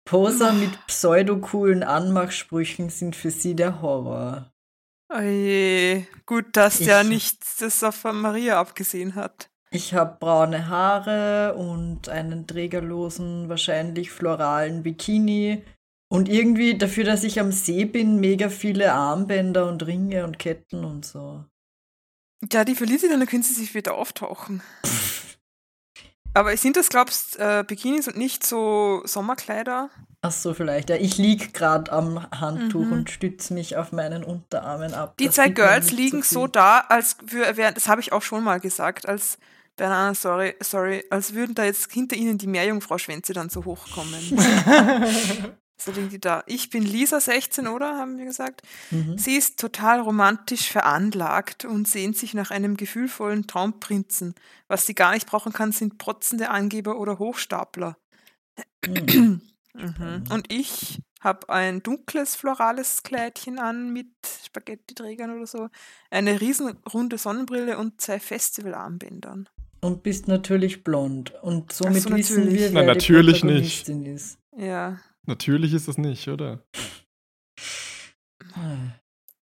[SPEAKER 2] Poser mit pseudocoolen Anmachsprüchen sind für sie der Horror.
[SPEAKER 4] Oje. Gut, dass der
[SPEAKER 2] Ich-
[SPEAKER 4] nicht das auf Maria abgesehen hat.
[SPEAKER 2] Ich habe braune Haare und einen trägerlosen, wahrscheinlich floralen Bikini. Und irgendwie dafür, dass ich am See bin, mega viele Armbänder und Ringe und Ketten und so.
[SPEAKER 4] Ja, die verliert sie dann, dann können sie sich wieder auftauchen. Aber sind das, glaubst äh, Bikinis und nicht so Sommerkleider?
[SPEAKER 2] Ach so, vielleicht. Ja, ich lieg gerade am Handtuch
[SPEAKER 4] Mhm.
[SPEAKER 2] und stütze mich auf meinen Unterarmen ab.
[SPEAKER 4] Die
[SPEAKER 2] Das
[SPEAKER 4] zwei
[SPEAKER 2] sieht man
[SPEAKER 4] Girls
[SPEAKER 2] nicht
[SPEAKER 4] liegen
[SPEAKER 2] viel.
[SPEAKER 4] so da, als wür- wären, das habe ich auch schon mal gesagt, als bei einer anderen Story, sorry, als würden da jetzt hinter ihnen die Meerjungfrau-Schwänze dann so hochkommen. so liegen die da. Ich bin Lisa 16, oder? Haben wir gesagt.
[SPEAKER 2] Mhm.
[SPEAKER 4] Sie ist total romantisch veranlagt und sehnt sich nach einem gefühlvollen Traumprinzen. Was sie gar nicht brauchen kann, sind protzende Angeber oder Hochstapler.
[SPEAKER 2] Mhm.
[SPEAKER 4] Mhm. Und ich habe ein dunkles florales Kleidchen an mit Spaghetti-Trägern oder so, eine riesenrunde Sonnenbrille und zwei Festivalarmbändern.
[SPEAKER 2] Und bist natürlich blond. Und somit
[SPEAKER 4] Ach so,
[SPEAKER 2] wissen wir,
[SPEAKER 4] natürlich.
[SPEAKER 2] wer
[SPEAKER 3] Na, natürlich
[SPEAKER 2] die Protagonistin ist.
[SPEAKER 4] Ja.
[SPEAKER 3] Natürlich ist das nicht, oder?
[SPEAKER 2] Ah.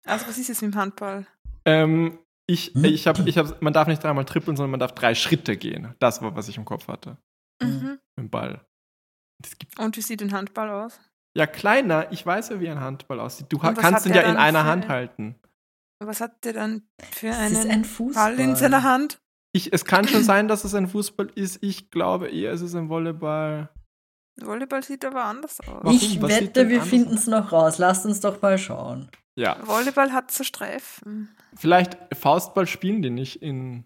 [SPEAKER 4] Also was ist jetzt mit dem Handball?
[SPEAKER 3] Ähm, ich,
[SPEAKER 2] Hm?
[SPEAKER 3] ich habe, ich hab, man darf nicht dreimal trippeln, sondern man darf drei Schritte gehen. Das war, was ich im Kopf hatte.
[SPEAKER 2] Mhm.
[SPEAKER 3] Mit dem Ball. Das gibt,
[SPEAKER 4] Und wie sieht ein Handball aus?
[SPEAKER 3] ja, kleiner, ich weiß ja, wie ein Handball aussieht. Du ha-
[SPEAKER 4] Und was
[SPEAKER 3] kannst
[SPEAKER 4] hat
[SPEAKER 3] ihn
[SPEAKER 4] der
[SPEAKER 3] ja in
[SPEAKER 4] dann
[SPEAKER 3] einer
[SPEAKER 4] für-
[SPEAKER 3] Hand halten.
[SPEAKER 4] Was hat der dann für
[SPEAKER 2] Es ist
[SPEAKER 4] einen
[SPEAKER 2] ein Fußball.
[SPEAKER 4] Ball in seiner Hand?
[SPEAKER 3] Ich, es kann schon sein, dass es ein Fußball ist. Ich glaube eher, es ist ein Volleyball.
[SPEAKER 4] Volleyball sieht aber anders aus.
[SPEAKER 3] Warum?
[SPEAKER 2] Ich
[SPEAKER 3] Was sieht
[SPEAKER 2] wette,
[SPEAKER 3] denn
[SPEAKER 2] wir
[SPEAKER 3] anders
[SPEAKER 2] finden es noch raus. Lasst uns doch mal schauen.
[SPEAKER 3] Ja.
[SPEAKER 4] Volleyball hat so Streifen.
[SPEAKER 3] Vielleicht Faustball spielen die nicht in,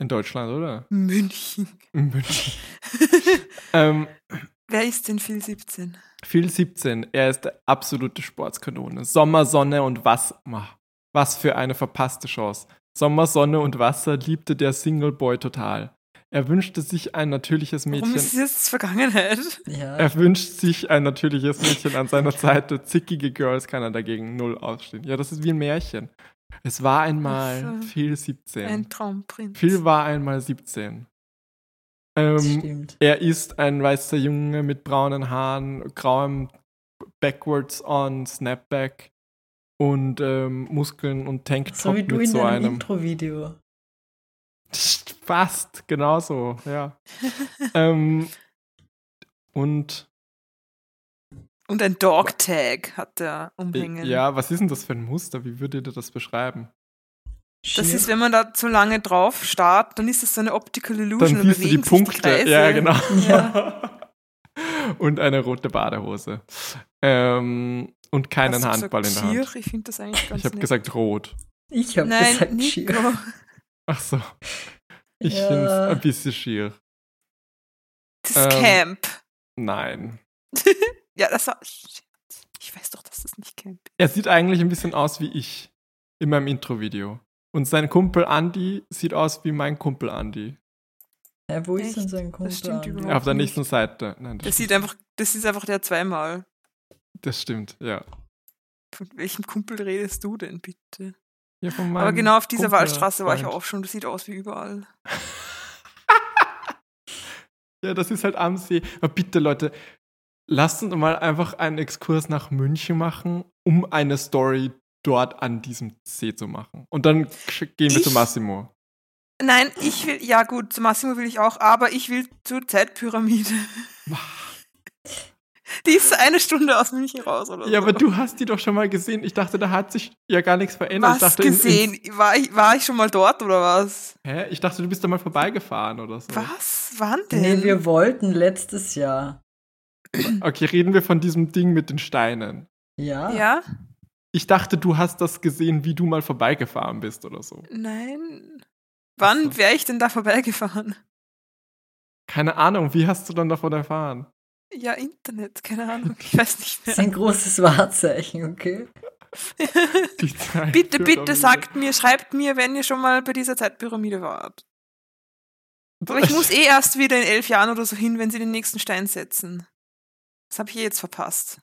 [SPEAKER 3] in Deutschland, oder?
[SPEAKER 4] München.
[SPEAKER 3] In München. ähm,
[SPEAKER 4] Wer ist denn Phil 17?
[SPEAKER 3] Phil 17, er ist der absolute Sportskanone. Sommer, Sonne und was. Mach. Was für eine verpasste Chance. Sommer, Sonne und Wasser liebte der Single Boy total. Er wünschte sich ein natürliches
[SPEAKER 4] Warum ist
[SPEAKER 3] Mädchen.
[SPEAKER 4] es jetzt Vergangenheit?
[SPEAKER 2] Ja.
[SPEAKER 3] Er wünscht sich ein natürliches Mädchen an seiner Seite. Zickige Girls kann er dagegen null aufstehen. Ja, das ist wie ein Märchen. Es war einmal
[SPEAKER 4] Ach so.
[SPEAKER 3] Phil 17.
[SPEAKER 4] Ein Traumprinz.
[SPEAKER 3] Phil war einmal 17.
[SPEAKER 2] das
[SPEAKER 3] Ähm,
[SPEAKER 2] stimmt.
[SPEAKER 3] er ist ein weißer Junge mit braunen Haaren, grauem Backwards on Snapback und ähm, Muskeln und Tanktop
[SPEAKER 2] So wie du
[SPEAKER 3] mit
[SPEAKER 2] in
[SPEAKER 3] so
[SPEAKER 2] deinem
[SPEAKER 3] einem.
[SPEAKER 2] Intro-Video.
[SPEAKER 3] Fast, genauso, ja. ähm, und
[SPEAKER 4] Und ein Dog-Tag hat der Umhängen.
[SPEAKER 3] Äh, ja, was ist denn das für ein Muster? Wie würdet ihr das beschreiben?
[SPEAKER 4] Das
[SPEAKER 2] Schier.
[SPEAKER 4] ist, wenn man da zu lange drauf starrt, dann ist das so eine Optical Illusion.
[SPEAKER 3] Dann siehst du die
[SPEAKER 4] bewegen sich
[SPEAKER 3] Punkte.
[SPEAKER 4] Kreise.
[SPEAKER 3] ja, genau.
[SPEAKER 2] Ja.
[SPEAKER 3] und eine rote Badehose. Ähm, und
[SPEAKER 4] Hast
[SPEAKER 3] keinen
[SPEAKER 4] du gesagt
[SPEAKER 3] Handball in der Hand.
[SPEAKER 4] Schier? Ich finde das eigentlich ganz
[SPEAKER 3] Ich habe
[SPEAKER 4] nett.
[SPEAKER 3] gesagt rot.
[SPEAKER 2] ich habe
[SPEAKER 4] Nein,
[SPEAKER 2] gesagt,
[SPEAKER 4] Nico.
[SPEAKER 2] Schier.
[SPEAKER 3] Ach so. Ich
[SPEAKER 2] Ja.
[SPEAKER 3] finde es ein bisschen schier.
[SPEAKER 4] Das
[SPEAKER 3] Ähm.
[SPEAKER 4] Camp.
[SPEAKER 3] Nein.
[SPEAKER 4] Ja, das war. Ich weiß doch, dass das nicht Camp ist.
[SPEAKER 3] Er sieht eigentlich ein bisschen aus wie ich in meinem Intro-Video. Und sein Kumpel Andy sieht aus wie mein Kumpel Andy.
[SPEAKER 2] Ja, wo ist denn
[SPEAKER 4] Echt?
[SPEAKER 2] sein Kumpel?
[SPEAKER 4] stimmt
[SPEAKER 2] Andi?
[SPEAKER 4] überhaupt.
[SPEAKER 3] Auf der
[SPEAKER 4] nicht.
[SPEAKER 3] nächsten Seite. Nein, das, stimmt.
[SPEAKER 4] Das sieht einfach, das ist einfach der zweimal.
[SPEAKER 3] das stimmt, ja.
[SPEAKER 4] Von welchem Kumpel redest du denn bitte?
[SPEAKER 3] ja von
[SPEAKER 4] Aber
[SPEAKER 3] meinem
[SPEAKER 4] genau auf dieser
[SPEAKER 3] Kumpel,
[SPEAKER 4] Waldstraße war ich
[SPEAKER 3] Freund.
[SPEAKER 4] auch schon. Das sieht aus wie überall.
[SPEAKER 3] Ja, das ist halt am See. Aber bitte, Leute, lasst uns mal einfach einen Exkurs nach München machen, um eine Story dort an diesem See zu machen. Und dann sch- gehen wir
[SPEAKER 4] Ich-
[SPEAKER 3] zu Massimo.
[SPEAKER 4] Nein, ich will. Ja, gut, zu Massimo will ich auch, aber ich will zur Zeitpyramide. Die ist eine Stunde aus München raus, oder?
[SPEAKER 3] Ja,
[SPEAKER 4] so.
[SPEAKER 3] aber du hast die doch schon mal gesehen. Ich dachte, da hat sich ja gar nichts verändert.
[SPEAKER 4] Was
[SPEAKER 3] ich dachte, in-
[SPEAKER 4] gesehen? War, ich, war ich schon mal dort oder was?
[SPEAKER 3] In, hä? Ich dachte, du bist da mal vorbeigefahren oder so.
[SPEAKER 4] Was? Wann denn?
[SPEAKER 2] Nee, wir wollten letztes Jahr.
[SPEAKER 3] Okay, reden wir von diesem Ding mit den Steinen.
[SPEAKER 2] Ja.
[SPEAKER 4] ja?
[SPEAKER 3] Ich dachte, du hast das gesehen, wie du mal vorbeigefahren bist oder so.
[SPEAKER 4] Nein. Wann
[SPEAKER 3] so.
[SPEAKER 4] wäre ich denn da vorbeigefahren?
[SPEAKER 3] Keine Ahnung, wie hast du dann davon erfahren?
[SPEAKER 4] Ja, Internet, keine Ahnung, ich weiß nicht
[SPEAKER 2] Das
[SPEAKER 4] mehr.
[SPEAKER 2] ist ein großes Wahrzeichen, okay?
[SPEAKER 3] Die Zeit
[SPEAKER 4] bitte,
[SPEAKER 3] führt
[SPEAKER 4] bitte
[SPEAKER 3] am
[SPEAKER 4] sagt mir, schreibt mir, wenn ihr schon mal bei dieser Zeitpyramide wart.
[SPEAKER 3] Ende.
[SPEAKER 4] Aber ich muss eh erst wieder in elf Jahren oder so hin, wenn sie den nächsten Stein setzen. Das habe ich eh jetzt verpasst.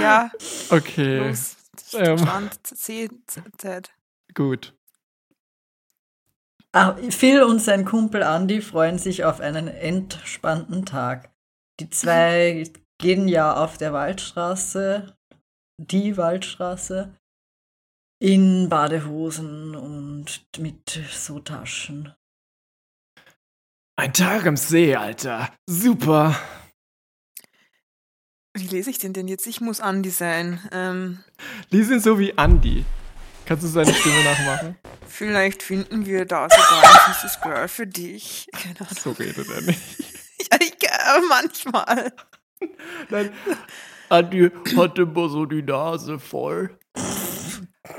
[SPEAKER 4] ja,
[SPEAKER 3] Okay,
[SPEAKER 4] los.
[SPEAKER 3] Ähm.
[SPEAKER 4] Strand, See, Z- Zeit.
[SPEAKER 3] gut.
[SPEAKER 2] Ah, Phil und sein Kumpel Andy freuen sich auf einen entspannten Tag. Die zwei gehen ja auf der Waldstraße, die Waldstraße, in Badehosen und mit so Taschen.
[SPEAKER 3] Ein Tag am See, Alter. Super.
[SPEAKER 4] Wie lese ich den denn jetzt? Ich muss Andi sein. Ähm,
[SPEAKER 3] Die sind so wie Andy. Kannst du seine Stimme nachmachen?
[SPEAKER 4] vielleicht finden wir da sogar ein süßes Girl für dich. Keine Ahnung.
[SPEAKER 3] So redet er nicht.
[SPEAKER 4] Ja, ich, äh, manchmal.
[SPEAKER 3] Nein. Andy hat immer so die Nase voll.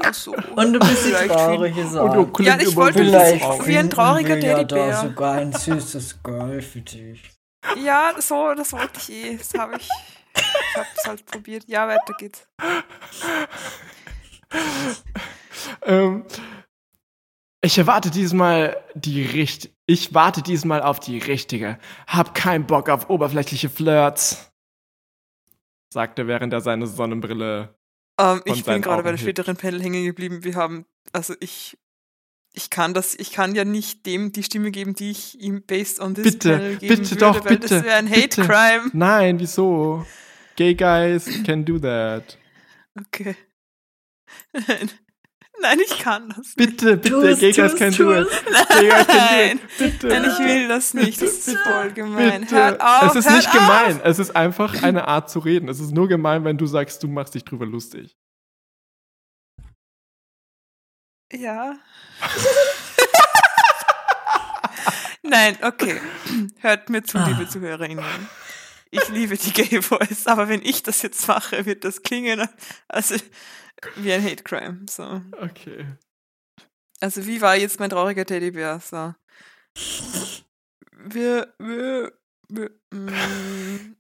[SPEAKER 4] Ach so.
[SPEAKER 2] Und ein bisschen
[SPEAKER 4] Vielleicht
[SPEAKER 2] traurige Sorgen.
[SPEAKER 4] Ja, ich wollte
[SPEAKER 2] Vielleicht
[SPEAKER 4] das
[SPEAKER 2] finden
[SPEAKER 4] wie ein trauriger
[SPEAKER 2] wir ja
[SPEAKER 4] Teddybär.
[SPEAKER 2] da sogar ein süßes Girl für dich.
[SPEAKER 4] Ja, so, das wollte ich eh. Das habe ich. Ich habe es halt probiert. Ja, weiter geht's.
[SPEAKER 3] Ähm, ich erwarte diesmal die richt ich warte diesmal auf die richtige. Hab keinen Bock auf oberflächliche Flirts. Sagte, während er seine Sonnenbrille.
[SPEAKER 4] Ähm,
[SPEAKER 3] Von
[SPEAKER 4] ich
[SPEAKER 3] seinen
[SPEAKER 4] bin gerade bei
[SPEAKER 3] Augen
[SPEAKER 4] der späteren Panel hängen geblieben. Wir haben, also ich, ich kann das, ich kann ja nicht dem die Stimme geben, die ich ihm based on this
[SPEAKER 3] Bitte,
[SPEAKER 4] Panel geben
[SPEAKER 3] bitte,
[SPEAKER 4] würde,
[SPEAKER 3] doch,
[SPEAKER 4] weil
[SPEAKER 3] bitte,
[SPEAKER 4] das wäre ein
[SPEAKER 3] bitte.
[SPEAKER 4] Hate Crime.
[SPEAKER 3] Nein, wieso? Gay guys can do that.
[SPEAKER 4] Okay. Nein, ich kann das.
[SPEAKER 3] Bitte, bitte,
[SPEAKER 2] es,
[SPEAKER 3] Gay
[SPEAKER 2] tu
[SPEAKER 3] guys
[SPEAKER 2] es,
[SPEAKER 3] can
[SPEAKER 2] tu
[SPEAKER 3] do it. Gay guys can do it. Bitte.
[SPEAKER 4] Nein, ich will das nicht. Das ist
[SPEAKER 3] Bitte,
[SPEAKER 4] voll gemein.
[SPEAKER 3] Bitte.
[SPEAKER 4] Hört auf,
[SPEAKER 3] es ist
[SPEAKER 4] hört
[SPEAKER 3] nicht
[SPEAKER 4] auf.
[SPEAKER 3] gemein. Es ist einfach eine Art zu reden. Es ist nur gemein, wenn du sagst, du machst dich drüber lustig.
[SPEAKER 4] Ja. Nein, okay. Hört mir zu,
[SPEAKER 3] Ah.
[SPEAKER 4] liebe Zuhörerinnen. Ich liebe die Gay Boys, aber wenn ich das jetzt mache, wird das klingen also, wie ein Hate Crime. So.
[SPEAKER 3] Okay.
[SPEAKER 4] Also wie war jetzt mein trauriger Teddybär? So. Wir, wir, wir mm.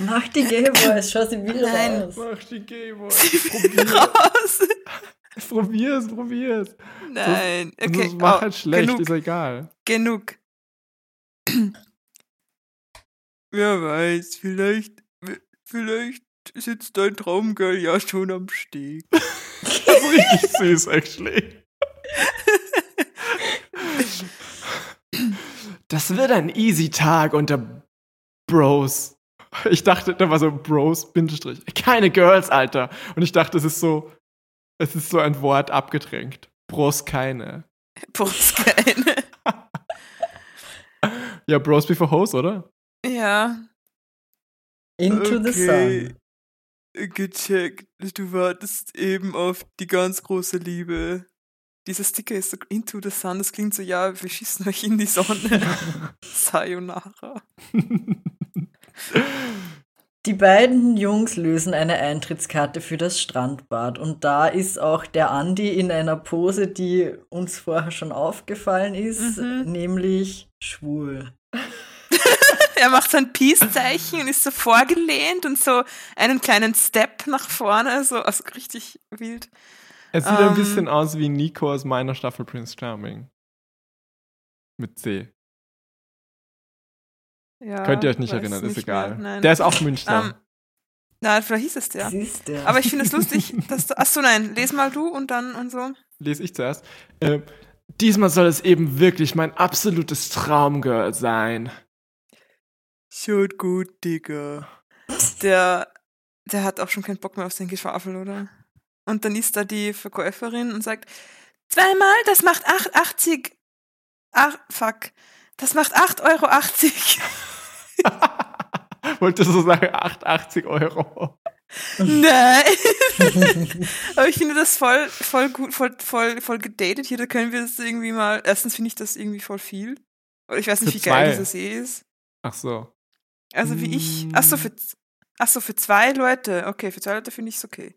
[SPEAKER 2] Mach die Gameboys, schau sie wieder
[SPEAKER 4] Nein.
[SPEAKER 2] aus.
[SPEAKER 3] Mach die Gameboy.
[SPEAKER 4] raus.
[SPEAKER 3] probier's, probier's.
[SPEAKER 4] Nein,
[SPEAKER 3] Okay.
[SPEAKER 4] okay.
[SPEAKER 3] Das war
[SPEAKER 4] oh,
[SPEAKER 3] halt schlecht,
[SPEAKER 4] genug.
[SPEAKER 3] ist egal.
[SPEAKER 4] Genug. Wer weiß, vielleicht, vielleicht sitzt dein Traumgirl ja schon am Steg.
[SPEAKER 3] Das ist richtig süß, actually. Das wird ein easy Tag unter Bros. Ich dachte, da war so Bros, Bindestrich. Keine Girls, Alter. Und ich dachte, es ist so, es ist so ein Wort abgedrängt. Bros keine.
[SPEAKER 4] Brust keine.
[SPEAKER 3] Ja, Bros before Hoes, oder?
[SPEAKER 4] Ja.
[SPEAKER 2] Into the Sun.
[SPEAKER 4] Gecheckt. Du wartest eben auf die ganz große Liebe. Dieser Sticker ist so into the sun, das klingt so, ja, wir schießen euch in die Sonne. Sayonara.
[SPEAKER 2] Die beiden Jungs lösen eine Eintrittskarte für das Strandbad und da ist auch der Andi in einer Pose, die uns vorher schon aufgefallen ist,
[SPEAKER 4] Mhm.
[SPEAKER 2] nämlich schwul.
[SPEAKER 4] Er macht so ein Peace-Zeichen und ist so vorgelehnt und so einen kleinen Step nach vorne, so also richtig wild.
[SPEAKER 3] Es sieht ein
[SPEAKER 4] Ähm.
[SPEAKER 3] bisschen aus wie Nico aus meiner Staffel Prince Charming. Mit C.
[SPEAKER 4] Ja,
[SPEAKER 3] Könnt ihr euch nicht
[SPEAKER 4] Ah, weiß
[SPEAKER 3] erinnern, ist
[SPEAKER 4] nicht
[SPEAKER 3] egal.
[SPEAKER 4] mehr, nein.
[SPEAKER 3] Der ist auch Münchner.
[SPEAKER 4] Ähm, Na, vielleicht hieß es der.
[SPEAKER 2] Siehst du?
[SPEAKER 4] Aber ich finde es lustig, dass du. Achso, nein, les mal du und dann und so.
[SPEAKER 3] Lese ich zuerst. Ähm, diesmal soll es eben wirklich mein absolutes Traumgirl sein.
[SPEAKER 4] Schaut gut, Digga. Der, der hat auch schon keinen Bock mehr auf sein Geschwafel, oder? Und dann ist da die Verkäuferin und sagt: Zweimal, das macht 8,80. Ach, fuck. Das macht 8,80 Euro.
[SPEAKER 3] Wolltest du sagen 880 Euro?
[SPEAKER 4] Nein. Aber ich finde das voll, voll gut, voll, voll, voll gedatet hier. Da können wir das irgendwie mal. Erstens finde ich das irgendwie voll viel. Oder ich weiß nicht,
[SPEAKER 3] Für
[SPEAKER 4] wie geil
[SPEAKER 3] zwei.
[SPEAKER 4] dieser See ist.
[SPEAKER 3] Ach so.
[SPEAKER 4] Also wie ich.
[SPEAKER 3] Mm.
[SPEAKER 4] Achso, für, z- ach so, für zwei Leute. Okay, für zwei Leute finde ich es okay.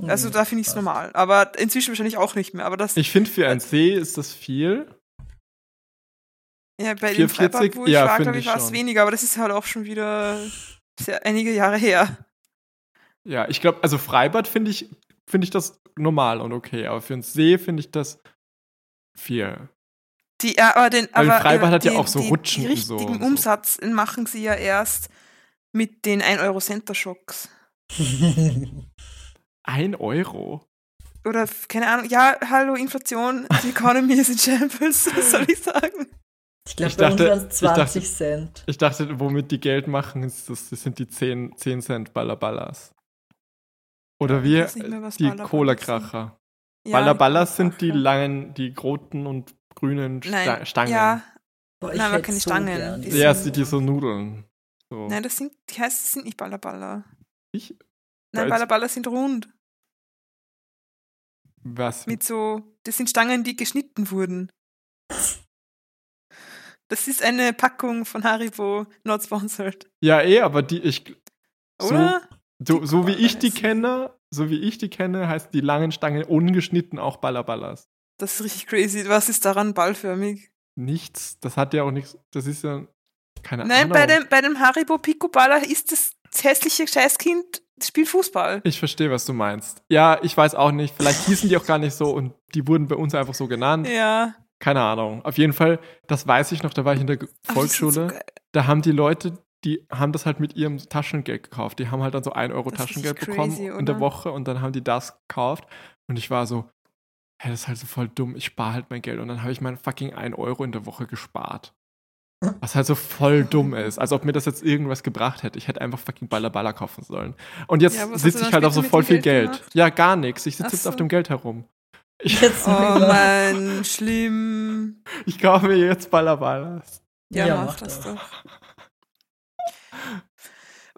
[SPEAKER 3] Mm,
[SPEAKER 2] Hm.
[SPEAKER 4] Also da finde ich es
[SPEAKER 2] passt.
[SPEAKER 4] normal. Aber inzwischen wahrscheinlich auch nicht mehr. Aber das.
[SPEAKER 3] Ich finde, für ein C ist das viel.
[SPEAKER 4] Ja, bei dem
[SPEAKER 3] 440?
[SPEAKER 4] Freiburg, wo ich
[SPEAKER 3] Ja,
[SPEAKER 4] war,
[SPEAKER 3] find
[SPEAKER 4] glaube
[SPEAKER 3] ich
[SPEAKER 4] ich, war es
[SPEAKER 3] schon.
[SPEAKER 4] weniger, aber das ist halt auch schon wieder sehr, einige Jahre her.
[SPEAKER 3] Ja, ich glaube, also Freibad finde ich, finde ich das normal und okay, aber für einen See finde ich das viel.
[SPEAKER 4] Die, ja, aber den,
[SPEAKER 3] Weil
[SPEAKER 4] aber
[SPEAKER 3] Freibad
[SPEAKER 4] äh,
[SPEAKER 3] hat ja
[SPEAKER 4] die,
[SPEAKER 3] auch so
[SPEAKER 4] die,
[SPEAKER 3] Rutschen
[SPEAKER 4] Die
[SPEAKER 3] und so
[SPEAKER 4] richtigen
[SPEAKER 3] und so.
[SPEAKER 4] Umsatz machen sie ja erst mit den 1 Euro Center Shocks.
[SPEAKER 3] Ein Euro.
[SPEAKER 4] Oder f- keine Ahnung, ja, hallo, Inflation, die Economy is in shambles, was soll ich sagen?
[SPEAKER 2] Ich glaube,
[SPEAKER 3] Ich
[SPEAKER 2] bei uns
[SPEAKER 3] dachte-
[SPEAKER 2] waren es
[SPEAKER 3] ich dachte-
[SPEAKER 2] 20 Cent.
[SPEAKER 3] Ich dachte, womit die Geld machen, ist das, das sind die 10, 10 Cent Ballaballas. Oder wir,
[SPEAKER 4] weiß nicht mehr, was
[SPEAKER 3] die
[SPEAKER 4] Ballaballas
[SPEAKER 3] Cola-Kracher.
[SPEAKER 4] Ja,
[SPEAKER 3] Ballaballas sind die
[SPEAKER 4] Kracher.
[SPEAKER 3] langen, die roten und grünen Sta
[SPEAKER 4] Nein,
[SPEAKER 3] Stangen.
[SPEAKER 4] Ja,
[SPEAKER 2] Boah,
[SPEAKER 4] Nein, aber
[SPEAKER 2] hätt's
[SPEAKER 4] keine Stangen.
[SPEAKER 2] gern.
[SPEAKER 4] Die
[SPEAKER 3] ja, es
[SPEAKER 4] sind-
[SPEAKER 3] sind die so Nudeln. So.
[SPEAKER 4] nein, das sind, die heißt, das sind nicht Ballerballer.
[SPEAKER 3] Ich,
[SPEAKER 4] Nein,
[SPEAKER 3] Weiß-
[SPEAKER 4] Ballerballer sind rund.
[SPEAKER 3] was?
[SPEAKER 4] Mit so, das sind Stangen, die geschnitten wurden. Das ist eine Packung von Haribo, not sponsored.
[SPEAKER 3] Ja, eh, aber die, ich, So-
[SPEAKER 4] Oder?
[SPEAKER 3] so,
[SPEAKER 4] Die
[SPEAKER 3] so wie ich die
[SPEAKER 4] Ballaballas.
[SPEAKER 3] kenne, so wie ich die kenne, heißt die langen Stangen ungeschnitten auch Ballaballas.
[SPEAKER 4] Das ist richtig crazy. Was ist daran ballförmig?
[SPEAKER 3] Nichts, das hat ja auch nichts, das ist ja, keine Ahnung.
[SPEAKER 4] Nein, bei dem, bei dem Haribo Picoballer ist das hässliche Scheißkind, das spielt Fußball.
[SPEAKER 3] Ich verstehe, was du meinst. Ja, ich weiß auch nicht. Vielleicht hießen die auch gar nicht so und die wurden bei uns einfach so genannt.
[SPEAKER 4] Ja.
[SPEAKER 3] Keine Ahnung. Auf jeden Fall, das weiß ich noch, da war ich in der Ge-
[SPEAKER 4] Aber die sind
[SPEAKER 3] Volksschule.
[SPEAKER 4] So geil.
[SPEAKER 3] da haben die Leute, die haben das halt mit ihrem Taschengeld gekauft. Die haben halt dann so 1 Euro
[SPEAKER 4] Das ist
[SPEAKER 3] Taschengeld
[SPEAKER 4] crazy,
[SPEAKER 3] bekommen in der
[SPEAKER 4] oder?
[SPEAKER 3] Woche und dann haben die das gekauft. Und ich war so, hey, das ist halt so voll dumm, ich spare halt mein Geld. Und dann habe ich meinen fucking 1 Euro in der Woche gespart. Was halt so voll dumm ist. Als ob mir das jetzt irgendwas gebracht hätte. Ich hätte einfach fucking Ballaballa kaufen sollen. Und jetzt
[SPEAKER 4] Ja, was hast du
[SPEAKER 3] sitze
[SPEAKER 4] dann
[SPEAKER 3] ich halt auf so
[SPEAKER 4] später mit
[SPEAKER 3] voll
[SPEAKER 4] dem
[SPEAKER 3] viel Geld.
[SPEAKER 4] Geld gemacht?
[SPEAKER 3] Ja, gar nichts. Ich sitze
[SPEAKER 4] Ach
[SPEAKER 3] jetzt
[SPEAKER 4] so.
[SPEAKER 3] auf dem Geld herum. Ich,
[SPEAKER 2] Jetzt
[SPEAKER 4] Oh
[SPEAKER 2] wieder.
[SPEAKER 4] Mann, schlimm.
[SPEAKER 3] ich kaufe mir jetzt Ballaballas.
[SPEAKER 4] Ja,
[SPEAKER 2] Ja,
[SPEAKER 4] mach
[SPEAKER 2] mach
[SPEAKER 4] das
[SPEAKER 2] doch.
[SPEAKER 4] doch.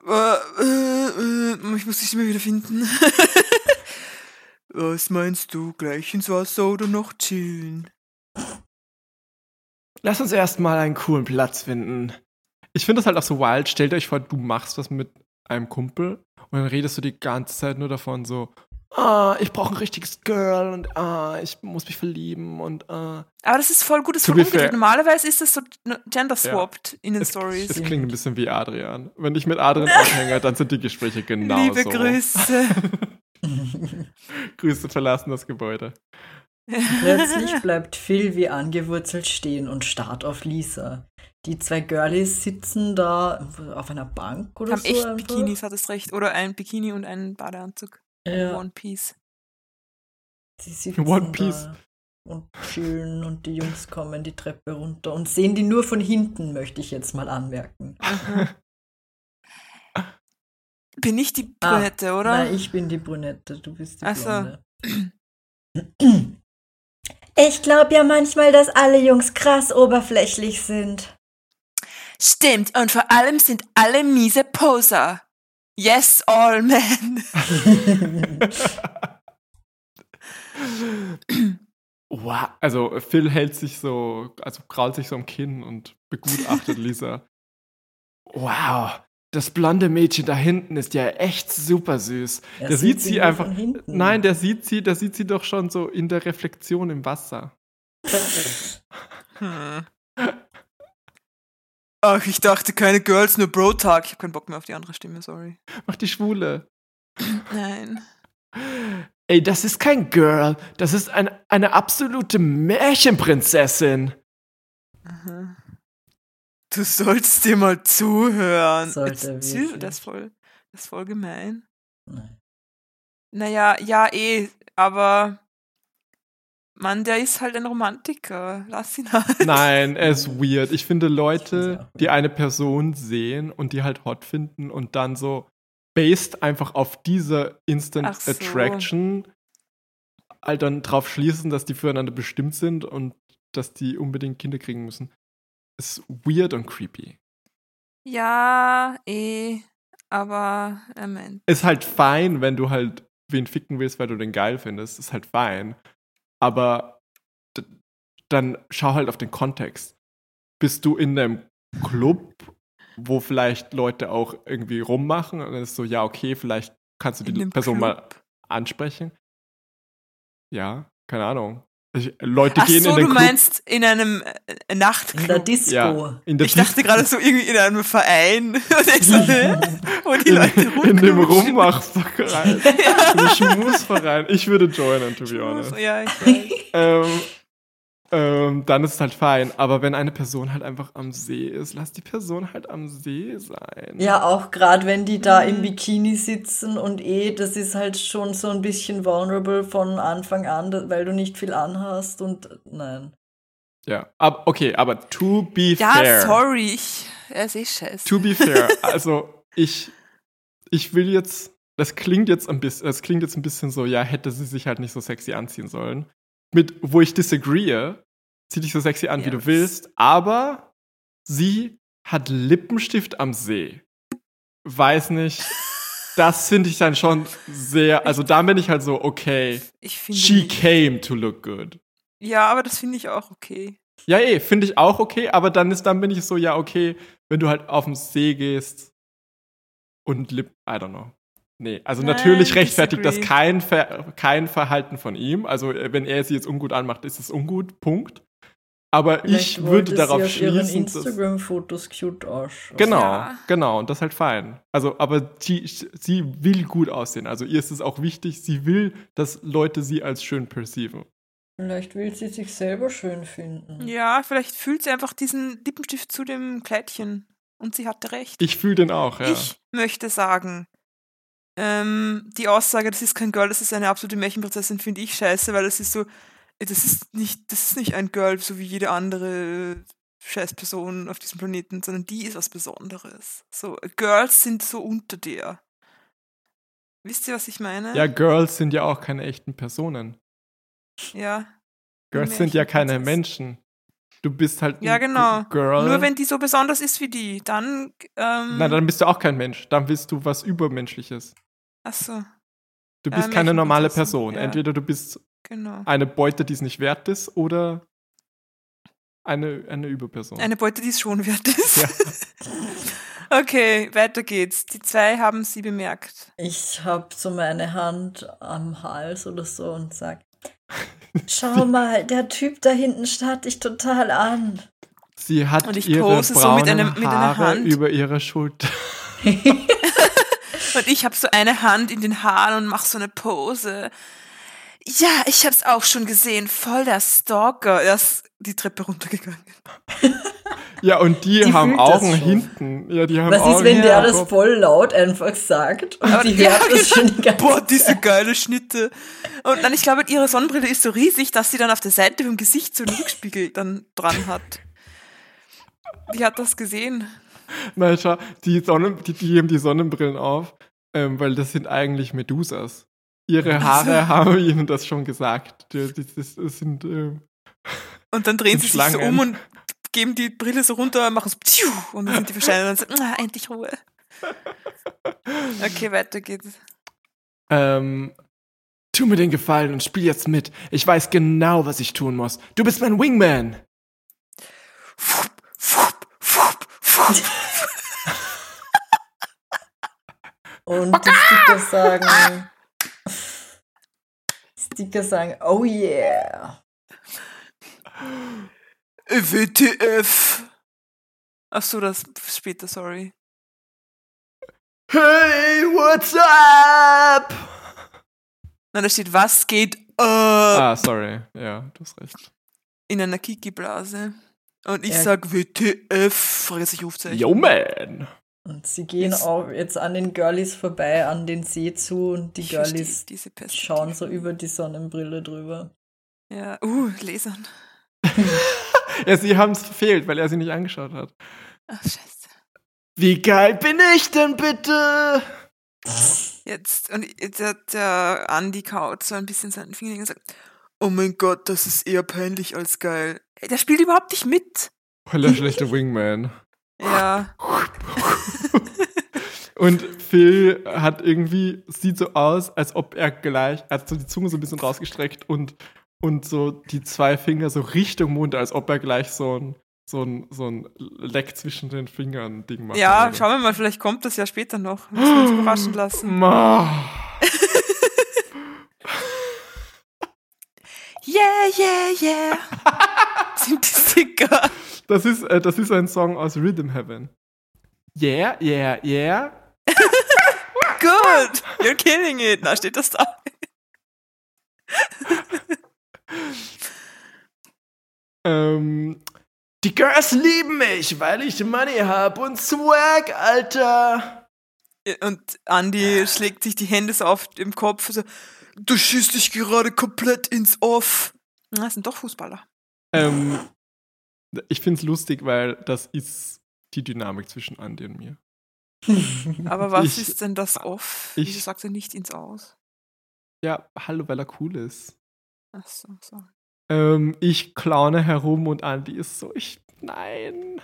[SPEAKER 4] Äh, äh, äh, ich muss die Stimme wieder finden. Was meinst du, gleich ins Wasser oder noch chillen?
[SPEAKER 3] Lass uns erstmal einen coolen Platz finden. Ich finde das halt auch so wild. Stellt euch vor, du machst was mit einem Kumpel und dann redest du die ganze Zeit nur davon so, ah, ich brauche ein richtiges Girl und ah, ich muss mich verlieben und ah.
[SPEAKER 4] Aber das ist voll gut, das ist
[SPEAKER 3] To
[SPEAKER 4] voll
[SPEAKER 3] be fair.
[SPEAKER 4] umgedreht. Normalerweise ist das so gender-swapped in den
[SPEAKER 3] Es, es
[SPEAKER 4] Stories.
[SPEAKER 3] klingt ein bisschen wie Adrian. Wenn ich mit Adrian anhänge, dann sind die Gespräche genau
[SPEAKER 4] Liebe
[SPEAKER 3] so.
[SPEAKER 4] Grüße.
[SPEAKER 3] Grüße verlassen das Gebäude.
[SPEAKER 2] Plötzlich bleibt Phil wie angewurzelt stehen und starrt auf Lisa. Die zwei Girlies sitzen da auf einer Bank oder
[SPEAKER 4] Haben
[SPEAKER 2] so.
[SPEAKER 4] echt
[SPEAKER 2] einfach.
[SPEAKER 4] Bikinis, hattest recht. Oder ein Bikini und einen Badeanzug.
[SPEAKER 2] Ja,
[SPEAKER 4] One Piece.
[SPEAKER 2] die sitzen
[SPEAKER 3] One
[SPEAKER 2] da
[SPEAKER 3] Piece.
[SPEAKER 2] Und chillen und die Jungs kommen die Treppe runter und sehen die nur von hinten, möchte ich jetzt mal anmerken.
[SPEAKER 4] Bin ich die
[SPEAKER 2] Ah,
[SPEAKER 4] Brünette, oder?
[SPEAKER 2] Nein, ich bin die Brünette, du bist die
[SPEAKER 4] Ach so.
[SPEAKER 2] Blonde.
[SPEAKER 5] Ich glaube ja manchmal, dass alle Jungs krass oberflächlich sind.
[SPEAKER 4] Stimmt, und vor allem sind alle miese Poser. Yes, all men.
[SPEAKER 3] Wow. Also Phil hält sich so, also krault sich so am Kinn und begutachtet Lisa. wow, das blonde Mädchen da hinten ist ja echt super süß.
[SPEAKER 2] Er
[SPEAKER 3] der sieht sie
[SPEAKER 2] nur
[SPEAKER 3] einfach.
[SPEAKER 2] von hinten.
[SPEAKER 3] Nein, der sieht sie, der sieht sie doch schon so in der Reflexion im Wasser.
[SPEAKER 4] Hm. Ach, ich dachte, keine Girls, nur Bro-Tag. Ich habe keinen Bock mehr auf die andere Stimme, sorry.
[SPEAKER 3] Mach die Schwule.
[SPEAKER 4] Nein.
[SPEAKER 3] Ey, das ist kein Girl, das ist ein, eine absolute Märchenprinzessin.
[SPEAKER 4] Aha. Du sollst dir mal zuhören.
[SPEAKER 2] Sollte
[SPEAKER 4] Jetzt-
[SPEAKER 2] wirklich.
[SPEAKER 4] das, ist voll, das ist voll gemein.
[SPEAKER 2] Nein.
[SPEAKER 4] Naja, ja, eh, aber Mann, der ist halt ein Romantiker. Lass ihn halt.
[SPEAKER 3] Nein, er ist weird. Ich finde
[SPEAKER 2] find's ja
[SPEAKER 3] Leute,
[SPEAKER 2] auch weird.
[SPEAKER 3] die eine Person sehen und die halt hot finden und dann so based einfach auf diese Instant
[SPEAKER 4] Ach so.
[SPEAKER 3] Attraction halt dann drauf schließen, dass die füreinander bestimmt sind und dass die unbedingt Kinder kriegen müssen. Ist weird und creepy.
[SPEAKER 4] Ja, eh, aber äh, er meint.
[SPEAKER 3] Ist halt fein, wenn du halt wen ficken willst, weil du den geil findest. Ist halt fein. Aber d- dann schau halt auf den Kontext. Bist du in einem Club, wo vielleicht Leute auch irgendwie rummachen und dann ist so, ja, okay, vielleicht kannst du
[SPEAKER 4] In
[SPEAKER 3] die
[SPEAKER 4] dem
[SPEAKER 3] Person mal
[SPEAKER 4] Club.
[SPEAKER 3] ansprechen. Ja, keine Ahnung. Ich, Leute
[SPEAKER 4] Ach
[SPEAKER 3] gehen
[SPEAKER 4] so,
[SPEAKER 3] in den
[SPEAKER 4] du
[SPEAKER 3] Club.
[SPEAKER 4] meinst in einem äh,
[SPEAKER 2] In der
[SPEAKER 4] Nachtclub.
[SPEAKER 2] Disco.
[SPEAKER 3] ja, in der
[SPEAKER 4] Ich dachte gerade so irgendwie in einem Verein, Und ich so, hä? wo die
[SPEAKER 3] in,
[SPEAKER 4] Leute
[SPEAKER 3] in dem
[SPEAKER 4] rumknutschen.
[SPEAKER 3] Rumwachverein. Im Schmusverein. Ich würde joinen, to be honest.
[SPEAKER 4] Ja, ich weiß.
[SPEAKER 3] Ähm, ähm, dann ist es halt fein. Aber wenn eine Person halt einfach am See ist, lass die Person halt am See sein.
[SPEAKER 2] Ja, auch gerade wenn die da im Bikini sitzen und eh, das ist halt schon so ein bisschen vulnerable von Anfang an, da- weil du nicht viel anhast und nein.
[SPEAKER 3] Ja. Ab, okay, aber to be
[SPEAKER 4] Ja,
[SPEAKER 3] fair.
[SPEAKER 4] sorry, ich, er ist eh scheiße.
[SPEAKER 3] To be fair, also ich, ich will jetzt, das klingt jetzt ein bisschen, das klingt jetzt ein bisschen so, ja, hätte sie sich halt nicht so sexy anziehen sollen. Mit, wo ich disagree, zieh dich so sexy an, wie
[SPEAKER 2] Ja,
[SPEAKER 3] du
[SPEAKER 2] das-
[SPEAKER 3] willst, aber sie hat Lippenstift am See. Weiß nicht. Das finde ich dann schon sehr, also da bin ich halt so, okay,
[SPEAKER 4] ich finde
[SPEAKER 3] she
[SPEAKER 4] nicht.
[SPEAKER 3] came to look good.
[SPEAKER 4] Ja, aber das finde ich auch okay.
[SPEAKER 3] Ja, eh, finde ich auch okay, aber dann ist, dann bin ich so, ja, okay, wenn du halt auf den See gehst und lip, I don't know. Nee, also
[SPEAKER 4] Nein,
[SPEAKER 3] natürlich rechtfertigt das
[SPEAKER 4] disagree.
[SPEAKER 3] kein, Ver kein Verhalten von ihm. Also, äh, wenn er sie jetzt ungut anmacht, ist es ungut, Punkt. Aber
[SPEAKER 2] Vielleicht
[SPEAKER 3] ich
[SPEAKER 2] wollte
[SPEAKER 3] würde
[SPEAKER 2] sie
[SPEAKER 3] darauf
[SPEAKER 2] auf ihren
[SPEAKER 3] schließen, dass,
[SPEAKER 2] Instagram-Fotos cute ausschauen.
[SPEAKER 3] Genau,
[SPEAKER 4] Ja.
[SPEAKER 3] genau, und das ist halt fein. Also, aber sie, sie will gut aussehen. Also, ihr ist es auch wichtig, sie will, dass Leute sie als schön perceiven.
[SPEAKER 2] Vielleicht will sie sich selber schön finden.
[SPEAKER 4] Ja, vielleicht fühlt sie einfach diesen Lippenstift zu dem Kleidchen. Und sie hatte recht.
[SPEAKER 3] Ich fühle den auch, ja.
[SPEAKER 4] Ich möchte sagen, ähm, die Aussage, das ist kein Girl, das ist eine absolute Märchenprinzessin, finde ich scheiße, weil das ist so, äh, das ist nicht, das ist nicht ein Girl, so wie jede andere äh, Scheißperson auf diesem Planeten, sondern die ist was Besonderes. So, äh, Girls sind so unter dir. Wisst ihr, was ich meine?
[SPEAKER 3] Ja, Girls sind ja auch keine echten Personen.
[SPEAKER 4] ja.
[SPEAKER 3] Girls sind ja keine
[SPEAKER 4] Märchenprinzessin.
[SPEAKER 3] Menschen. Du bist halt
[SPEAKER 4] Ja,
[SPEAKER 3] ein G-
[SPEAKER 4] genau.
[SPEAKER 3] Girl.
[SPEAKER 4] Nur wenn die so besonders ist wie die, dann. Ähm,
[SPEAKER 3] Nein, dann bist du auch kein Mensch. Dann bist du was Übermenschliches.
[SPEAKER 4] Achso,
[SPEAKER 3] Du
[SPEAKER 4] Ja,
[SPEAKER 3] bist keine normale
[SPEAKER 4] Märchenprinzessin,
[SPEAKER 3] Person.
[SPEAKER 4] ja.
[SPEAKER 3] Entweder du bist
[SPEAKER 4] genau.
[SPEAKER 3] eine Beute, die es nicht wert ist, oder eine, eine Überperson.
[SPEAKER 4] Eine Beute, die es schon wert ist.
[SPEAKER 3] Ja.
[SPEAKER 4] Okay, weiter geht's. Die zwei haben sie bemerkt.
[SPEAKER 2] Ich hab so meine Hand am Hals oder so und sag, schau mal, der Typ da hinten starrt dich total an.
[SPEAKER 3] Sie hat
[SPEAKER 4] Und ich
[SPEAKER 3] ihre
[SPEAKER 4] pose
[SPEAKER 3] braunen
[SPEAKER 4] so mit einem- mit einer
[SPEAKER 3] Haare
[SPEAKER 4] Hand.
[SPEAKER 3] über ihre Schulter.
[SPEAKER 4] Und ich habe so eine Hand in den Haaren und mache so eine Pose. Ja, ich hab's auch schon gesehen. Voll der Stalker. Er ist die Treppe runtergegangen.
[SPEAKER 3] Ja, und die,
[SPEAKER 2] Die
[SPEAKER 3] haben
[SPEAKER 2] fühlt das
[SPEAKER 3] Augen
[SPEAKER 2] schon.
[SPEAKER 3] hinten. Ja, die haben
[SPEAKER 2] Was
[SPEAKER 3] Augen
[SPEAKER 2] ist, wenn der
[SPEAKER 3] hinten.
[SPEAKER 2] das voll laut einfach sagt und
[SPEAKER 4] Aber-
[SPEAKER 2] sie
[SPEAKER 4] Ja, genau.
[SPEAKER 2] hört das schon die ganze
[SPEAKER 4] Boah, diese geile Schnitte. Und dann, ich glaube, ihre Sonnenbrille ist so riesig, dass sie dann auf der Seite vom Gesicht so einen Rückspiegel dann dran hat. Die hat das gesehen.
[SPEAKER 3] Nein, schau, die, Sonnen, die, die haben die Sonnenbrillen auf, ähm, weil das sind eigentlich Medusas. Ihre Haare haben ihnen das schon gesagt. Die, die, das, das sind, ähm,
[SPEAKER 4] Und dann drehen
[SPEAKER 3] Und
[SPEAKER 4] sie sich so
[SPEAKER 3] Schlangen.
[SPEAKER 4] um und geben die Brille so runter, machen so pschiu, und dann sind die verschwunden und dann so, "Ah, endlich Ruhe. Okay, weiter geht's.
[SPEAKER 3] ähm, tu mir den Gefallen und spiel jetzt mit. Ich weiß genau, was ich tun muss. Du bist mein Wingman.
[SPEAKER 4] Fupp, fupp, fupp, fupp.
[SPEAKER 2] Und die Sticker
[SPEAKER 4] Ah.
[SPEAKER 2] sagen. Sticker sagen, oh yeah.
[SPEAKER 4] WTF. Achso, das später, sorry.
[SPEAKER 3] Hey, what's up?
[SPEAKER 4] Nein, da steht, was geht äh,
[SPEAKER 3] Ah, sorry. Ja, du hast recht.
[SPEAKER 4] in einer Kiki-Blase. Und ich
[SPEAKER 2] Ja.
[SPEAKER 4] sag WTF, Fragezeichen, Rufzeichen.
[SPEAKER 3] Yo, man.
[SPEAKER 2] Und sie gehen
[SPEAKER 4] Ist-
[SPEAKER 2] auch jetzt an den Girlies vorbei, an den See zu und die
[SPEAKER 4] Ich verstehe
[SPEAKER 2] Girlies
[SPEAKER 4] diese Perspektive.
[SPEAKER 2] schauen so über die Sonnenbrille drüber.
[SPEAKER 4] Ja, uh, Lesern.
[SPEAKER 3] Ja, sie haben es verfehlt, weil er sie nicht angeschaut hat.
[SPEAKER 4] Ach, scheiße.
[SPEAKER 3] Wie geil bin ich denn bitte?
[SPEAKER 4] Jetzt, und jetzt hat der Andy kaut so ein bisschen seinen Finger und sagt, oh mein Gott, das ist eher peinlich als geil. Ey, der spielt überhaupt nicht mit.
[SPEAKER 3] Voll der schlechte Wingman.
[SPEAKER 4] Ja,
[SPEAKER 3] Und Phil hat irgendwie, sieht so aus, als ob er gleich, er hat so die Zunge so ein bisschen rausgestreckt und, und so die zwei Finger so Richtung Mund, als ob er gleich so ein, so ein, so ein Leck zwischen den Fingern Ding macht.
[SPEAKER 4] ja, schauen wir mal, vielleicht kommt das ja später noch. Müssen wir uns überraschen lassen.
[SPEAKER 3] Ma.
[SPEAKER 4] Yeah, yeah, yeah. Sind die Sticker.
[SPEAKER 3] Das ist, äh, das ist ein Song aus Rhythm Heaven. Yeah, yeah, yeah.
[SPEAKER 4] Good. You're killing it. Na, steht das da?
[SPEAKER 3] Ähm, die Girls lieben mich, weil ich Money hab und Swag, Alter.
[SPEAKER 4] Und Andy schlägt sich die Hände so auf im Kopf. So, du schießt dich gerade komplett ins Off. Na, das sind doch Fußballer.
[SPEAKER 3] Ähm, ich find's lustig, weil das ist die Dynamik zwischen Andy und mir.
[SPEAKER 4] Aber was
[SPEAKER 3] Ich-
[SPEAKER 4] ist denn das Off?
[SPEAKER 3] ich-
[SPEAKER 4] Wieso sagt er nicht ins Aus?
[SPEAKER 3] Ja, hallo, weil er cool ist.
[SPEAKER 4] Ach so, so.
[SPEAKER 3] Ähm, ich clowne herum und Andy ist so, ich, nein.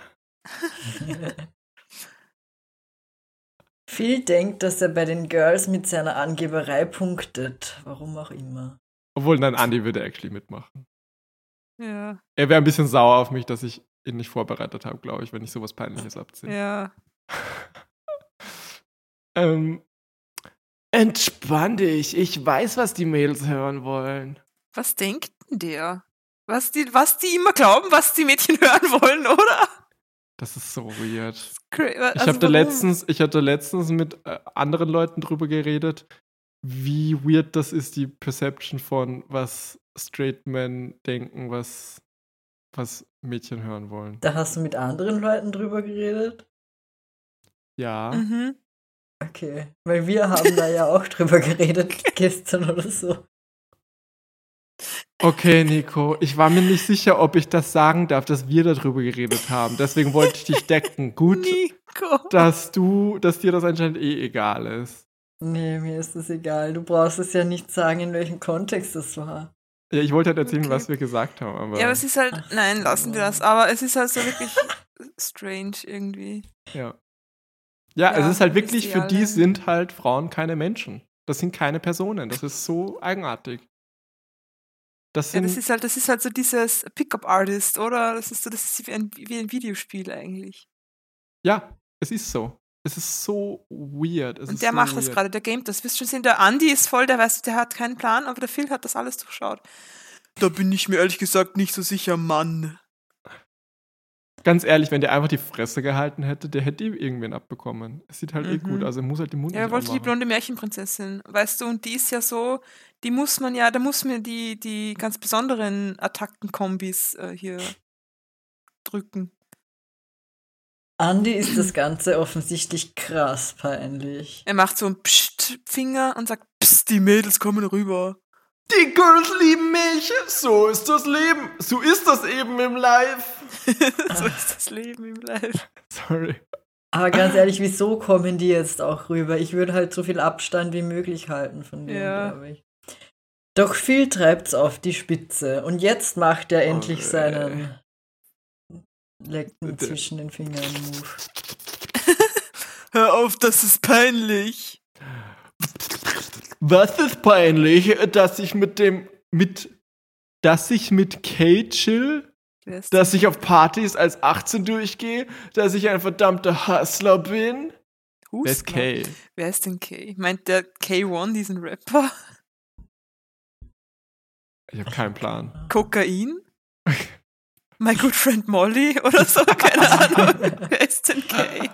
[SPEAKER 2] Phil denkt, dass er bei den Girls mit seiner Angeberei punktet. Warum auch immer.
[SPEAKER 3] Obwohl, nein, Andy würde actually mitmachen.
[SPEAKER 4] Ja,
[SPEAKER 3] Er wäre ein bisschen sauer auf mich, dass ich ihn nicht vorbereitet habe, glaube ich, wenn ich sowas Peinliches abziehe.
[SPEAKER 4] ja.
[SPEAKER 3] Ähm, entspann dich, ich weiß, was die Mädels hören wollen.
[SPEAKER 4] Was denkt denn der? Was die, was die immer glauben, was die Mädchen hören wollen, oder?
[SPEAKER 3] Das ist so weird.
[SPEAKER 4] Cra-
[SPEAKER 3] Ich
[SPEAKER 4] also
[SPEAKER 3] habe da
[SPEAKER 4] warum?
[SPEAKER 3] letztens, ich hatte letztens mit äh, anderen Leuten drüber geredet, wie weird das ist, die Perception von, was Straight Men denken, was, was Mädchen hören wollen.
[SPEAKER 2] Da hast du mit anderen Leuten drüber geredet?
[SPEAKER 3] Ja.
[SPEAKER 4] Mhm.
[SPEAKER 2] Okay. Weil wir haben da ja auch drüber geredet gestern oder so.
[SPEAKER 3] Okay, Nico, ich war mir nicht sicher, ob ich das sagen darf, dass wir darüber geredet haben. Deswegen wollte ich dich decken. Gut,
[SPEAKER 4] Nico.
[SPEAKER 3] dass du, dass dir das anscheinend eh egal ist.
[SPEAKER 2] Nee, mir ist das egal. Du brauchst es ja nicht sagen, in welchem Kontext das war.
[SPEAKER 3] Ja, ich wollte halt erzählen,
[SPEAKER 4] Okay.
[SPEAKER 3] was wir gesagt haben, aber
[SPEAKER 4] Ja, aber es ist halt,
[SPEAKER 2] Ach
[SPEAKER 4] nein,
[SPEAKER 2] so.
[SPEAKER 4] lassen wir das. Aber es ist halt so wirklich strange irgendwie.
[SPEAKER 3] ja. Ja, es
[SPEAKER 4] Ja,
[SPEAKER 3] ist halt
[SPEAKER 4] wisst
[SPEAKER 3] wirklich,
[SPEAKER 4] ihr
[SPEAKER 3] für die
[SPEAKER 4] alle.
[SPEAKER 3] sind halt Frauen keine Menschen. Das sind keine Personen. Das ist so eigenartig. Das
[SPEAKER 4] Ja,
[SPEAKER 3] sind,
[SPEAKER 4] das ist halt, das ist halt so dieses Pickup-Artist, oder? Das ist so, das ist wie ein, wie ein Videospiel eigentlich.
[SPEAKER 3] ja, es ist so. Es ist so weird. Es
[SPEAKER 4] Und
[SPEAKER 3] ist
[SPEAKER 4] der
[SPEAKER 3] so
[SPEAKER 4] macht
[SPEAKER 3] weird.
[SPEAKER 4] das gerade, der gamet das. Wirst schon sehen, der Andi ist voll, der weiß, der hat keinen Plan, aber der Phil hat das alles durchschaut. Da bin ich mir ehrlich gesagt nicht so sicher, Mann.
[SPEAKER 3] Ganz ehrlich, wenn der einfach die Fresse gehalten hätte, der hätte ihm irgendwen abbekommen. Es sieht halt eh
[SPEAKER 4] Mhm.
[SPEAKER 3] gut aus. Er muss halt den Mund
[SPEAKER 4] Ja, er
[SPEAKER 3] nicht
[SPEAKER 4] wollte die
[SPEAKER 3] aufmachen.
[SPEAKER 4] blonde Märchenprinzessin, weißt du, und die ist ja so, die muss man ja, da muss man die, die ganz besonderen Attackenkombis äh, hier drücken.
[SPEAKER 2] Andy ist das Ganze offensichtlich krass peinlich.
[SPEAKER 4] Er macht so einen Psst-Finger und sagt, Psst, die Mädels kommen rüber.
[SPEAKER 3] Die Girls lieben mich. So ist das Leben. So ist das eben im Live.
[SPEAKER 4] so ist das Leben im Live.
[SPEAKER 3] Sorry.
[SPEAKER 2] Aber ganz ehrlich, wieso kommen die jetzt auch rüber? Ich würde halt so viel Abstand wie möglich halten von denen,
[SPEAKER 4] Ja.
[SPEAKER 2] glaube ich. Doch Phil treibt's auf die Spitze. Und jetzt macht er endlich
[SPEAKER 4] äh.
[SPEAKER 3] Oh,
[SPEAKER 2] seinen Lecken
[SPEAKER 3] Der-
[SPEAKER 2] zwischen den Fingern Move.
[SPEAKER 4] Hör auf, das ist peinlich.
[SPEAKER 3] Was ist peinlich, dass ich mit dem mit dass ich mit Kate chill,
[SPEAKER 4] Wer ist
[SPEAKER 3] dass ich auf Partys als 18 durchgehe, dass ich ein verdammter Hustler bin?
[SPEAKER 4] Hustler?
[SPEAKER 3] Wer ist Kate?
[SPEAKER 4] Wer ist denn Kay? Meint der K1 diesen Rapper?
[SPEAKER 3] Ich habe keinen Plan.
[SPEAKER 4] Kokain? My good friend Molly oder so? Keine Ahnung. Wer ist denn Kay?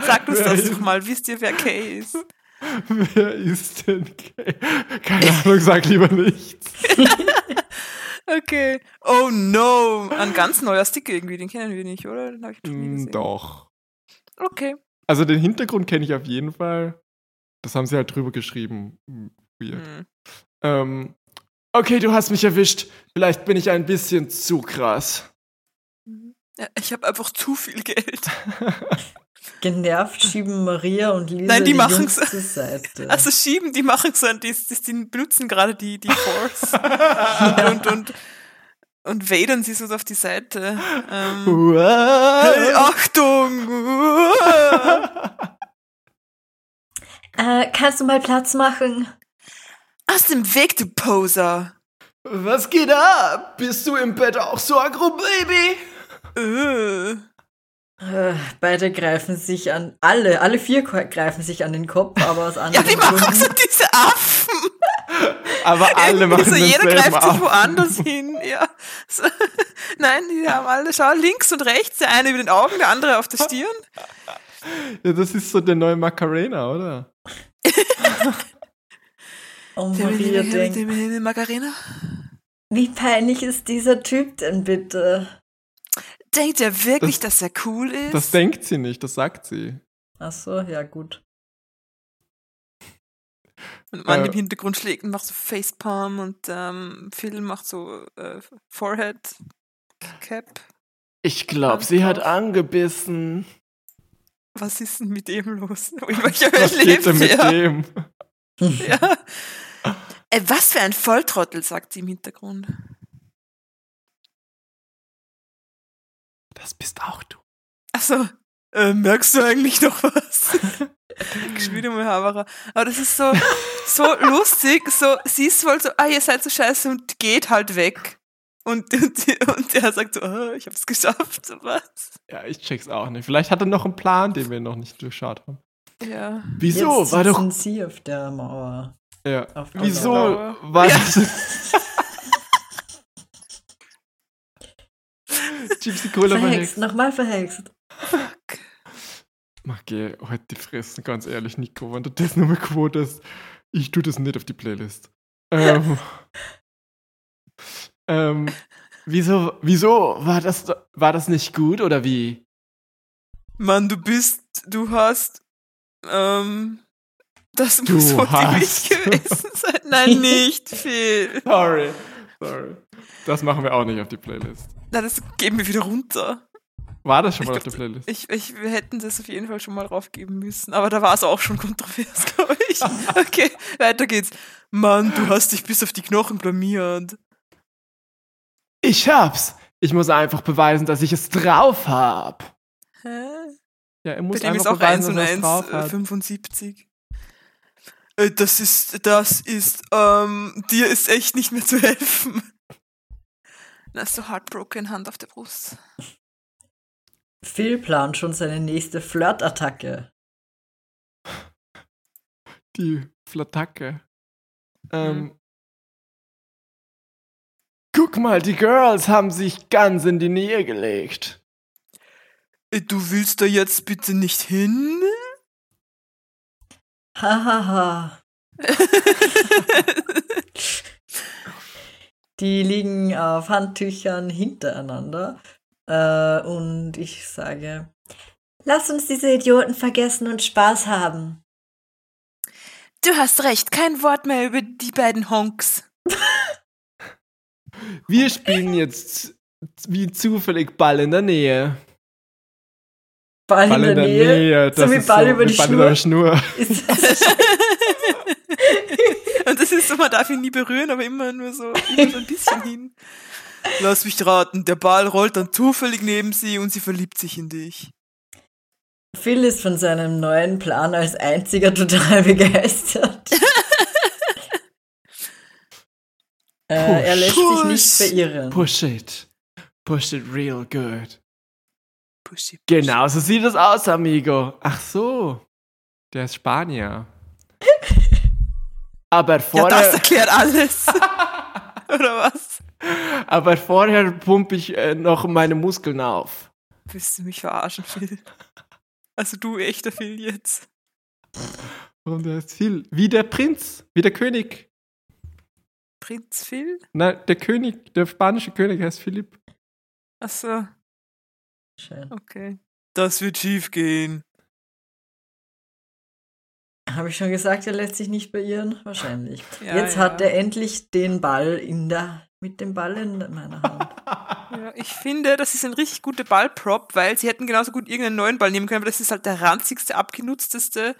[SPEAKER 4] Sagt uns
[SPEAKER 3] Wer
[SPEAKER 4] das
[SPEAKER 3] ist-
[SPEAKER 4] doch mal. Wisst ihr, wer Kay ist?
[SPEAKER 3] Wer ist denn Kate? Keine Ahnung, sag lieber nichts.
[SPEAKER 4] Okay. Oh no. Ein ganz neuer Sticker irgendwie. Den kennen wir nicht, oder? Den habe ich noch nie
[SPEAKER 3] Mm,
[SPEAKER 4] gesehen.
[SPEAKER 3] Doch.
[SPEAKER 4] Okay.
[SPEAKER 3] Also den Hintergrund kenne ich auf jeden Fall. Das haben sie halt drüber geschrieben. Weird.
[SPEAKER 4] Hm.
[SPEAKER 3] Ähm, okay, du hast mich erwischt. Vielleicht bin ich ein bisschen zu krass.
[SPEAKER 4] Ja, ich habe einfach zu viel Geld.
[SPEAKER 2] Genervt schieben Maria und Lisa
[SPEAKER 4] Nein, die
[SPEAKER 2] Jungs
[SPEAKER 4] machen's.
[SPEAKER 2] zur Seite.
[SPEAKER 4] Also schieben, die machen so, die, die, die benutzen gerade die, die Force und, und, und wedern sie so auf die Seite. Ähm, hey, Achtung!
[SPEAKER 5] Äh, kannst du mal Platz machen?
[SPEAKER 4] Aus dem Weg, du Poser!
[SPEAKER 3] Was geht ab? Bist du im Bett auch so aggro, Baby?
[SPEAKER 4] Äh.
[SPEAKER 2] Äh, Beide greifen sich an, alle, alle vier ko- greifen sich an den Kopf, aber aus
[SPEAKER 4] Ja,
[SPEAKER 2] anderen
[SPEAKER 4] die machen so diese Affen!
[SPEAKER 3] Aber alle machen
[SPEAKER 4] so, jeder
[SPEAKER 3] denselben
[SPEAKER 4] greift sich
[SPEAKER 3] Abend.
[SPEAKER 4] woanders hin, ja. So, nein, die haben alle, schau, links und rechts, der eine über den Augen, der andere auf der Stirn.
[SPEAKER 3] Ja, das ist so der neue Macarena, oder?
[SPEAKER 2] Oh, Maria denkt.
[SPEAKER 4] Macarena.
[SPEAKER 5] Wie peinlich ist dieser Typ denn bitte?
[SPEAKER 4] Denkt er wirklich, dass er cool ist?
[SPEAKER 3] Das denkt sie nicht, das sagt sie.
[SPEAKER 2] Ach so, ja gut.
[SPEAKER 4] Und Mann
[SPEAKER 3] Äh.
[SPEAKER 4] im Hintergrund schlägt und macht so Facepalm und ähm, Phil macht so äh, Forehead Cap.
[SPEAKER 3] Ich glaube,
[SPEAKER 4] sie hat
[SPEAKER 3] angebissen.
[SPEAKER 4] Was ist denn mit dem los? In welcher
[SPEAKER 3] Was
[SPEAKER 4] Welt
[SPEAKER 3] geht
[SPEAKER 4] lebt
[SPEAKER 3] denn mit
[SPEAKER 4] er?
[SPEAKER 3] dem?
[SPEAKER 4] Ja. Ey, Äh, was für ein Volltrottel, sagt sie im Hintergrund.
[SPEAKER 3] Das bist auch du.
[SPEAKER 4] Achso, äh, merkst du eigentlich noch was? Geschwind mal Haberer. Aber das ist so, so lustig. So, sie ist wohl so, ah, ihr seid so scheiße und geht halt weg. Und, und, und er sagt so, ah, ich hab's geschafft. so Was?
[SPEAKER 3] Ja, ich check's auch nicht. Vielleicht hat er noch einen Plan, den wir noch nicht durchschaut haben.
[SPEAKER 4] Ja.
[SPEAKER 3] Wieso?
[SPEAKER 2] Jetzt
[SPEAKER 3] war doch.
[SPEAKER 2] sitzen sie auf der Mauer.
[SPEAKER 3] Ja.
[SPEAKER 2] Auf der
[SPEAKER 3] Wieso?
[SPEAKER 4] Mauer.
[SPEAKER 3] War Gypsy Cola war
[SPEAKER 2] Verhext,
[SPEAKER 3] nix.
[SPEAKER 2] nochmal verhext.
[SPEAKER 3] Mach geh heute die Fressen, ganz ehrlich, Nico, wenn du das nur mal quotest, ich tu das nicht auf die Playlist. Ähm, ähm, wieso, wieso war das, war das nicht gut oder wie?
[SPEAKER 4] Mann, du bist, du hast, ähm, das
[SPEAKER 3] Du
[SPEAKER 4] muss wohl die
[SPEAKER 3] hast.
[SPEAKER 4] nicht gewesen sein. Nein, nicht viel.
[SPEAKER 3] Sorry, sorry. Das machen wir auch nicht auf die Playlist.
[SPEAKER 4] Na, das geben wir wieder runter.
[SPEAKER 3] War das schon
[SPEAKER 4] Ich
[SPEAKER 3] mal auf der
[SPEAKER 4] glaub,
[SPEAKER 3] Playlist?
[SPEAKER 4] Ich, ich, wir hätten das auf jeden Fall schon mal draufgeben müssen, aber da war es auch schon kontrovers, glaube ich. Okay, weiter geht's. Mann, du hast dich bis auf die Knochen blamiert.
[SPEAKER 3] Ich hab's! Ich muss einfach beweisen, dass ich es drauf hab.
[SPEAKER 4] Hä?
[SPEAKER 3] Ja, er
[SPEAKER 4] Bei
[SPEAKER 3] muss
[SPEAKER 4] dem ist
[SPEAKER 3] einfach
[SPEAKER 4] auch 1
[SPEAKER 3] beweisen,
[SPEAKER 4] und
[SPEAKER 3] dass er es
[SPEAKER 4] 1
[SPEAKER 3] drauf
[SPEAKER 4] äh,
[SPEAKER 3] hat.
[SPEAKER 4] 75. Äh, Das ist, das ist, ähm, dir ist echt nicht mehr zu helfen. Na, ist so heartbroken, Hand auf der Brust.
[SPEAKER 2] Phil plant schon seine nächste Flirtattacke.
[SPEAKER 3] Die Flattacke. Ähm.
[SPEAKER 4] Mhm.
[SPEAKER 3] Guck mal, die Girls haben sich ganz in die Nähe gelegt.
[SPEAKER 4] Äh, Du willst da jetzt bitte nicht hin?
[SPEAKER 2] Hahaha. Die liegen auf Handtüchern hintereinander. Äh, und ich sage,
[SPEAKER 5] Lass uns diese Idioten vergessen und Spaß haben.
[SPEAKER 4] Du hast recht, kein Wort mehr über die beiden Honks.
[SPEAKER 3] Wir spielen jetzt wie zufällig Ball in der Nähe.
[SPEAKER 2] Ball, Äh, in der, Nähe. so wie Ball über
[SPEAKER 3] wie
[SPEAKER 2] die
[SPEAKER 3] Ball
[SPEAKER 2] Schnur.
[SPEAKER 3] über Schnur.
[SPEAKER 2] Ist das
[SPEAKER 4] Und das ist so, man darf ihn nie berühren, aber immer nur so, immer so ein bisschen hin. Lass mich raten, der Ball rollt dann zufällig neben sie und sie verliebt sich in dich.
[SPEAKER 2] Phil ist von seinem neuen Plan als einziger total begeistert. äh, er lässt sich nicht
[SPEAKER 4] Push.
[SPEAKER 2] beirren.
[SPEAKER 3] Push it. Push it real good.
[SPEAKER 4] Push it, push it.
[SPEAKER 3] Genau so sieht es aus, amigo. Ach so. Der ist Spanier. Aber
[SPEAKER 4] Ja,
[SPEAKER 3] vorher.
[SPEAKER 4] das erklärt alles. Oder was?
[SPEAKER 3] Aber vorher pumpe ich äh, noch meine Muskeln auf.
[SPEAKER 4] Willst du mich verarschen, Phil? Also du echter Phil jetzt.
[SPEAKER 3] Warum der heißt Phil? Wie der Prinz, wie der König.
[SPEAKER 4] Prinz Phil?
[SPEAKER 3] Nein, der König, der spanische König heißt Philipp.
[SPEAKER 4] Achso,
[SPEAKER 2] Schön.
[SPEAKER 4] okay. Das wird schief gehen.
[SPEAKER 2] Habe ich schon gesagt, er lässt sich nicht beirren? Wahrscheinlich.
[SPEAKER 4] Ja,
[SPEAKER 2] Jetzt
[SPEAKER 4] ja.
[SPEAKER 2] hat er endlich den Ball in der, mit dem Ball in meiner Hand.
[SPEAKER 4] Ja, ich finde, das ist ein richtig guter Ballprop, weil sie hätten genauso gut irgendeinen neuen Ball nehmen können, aber das ist halt der ranzigste, abgenutzteste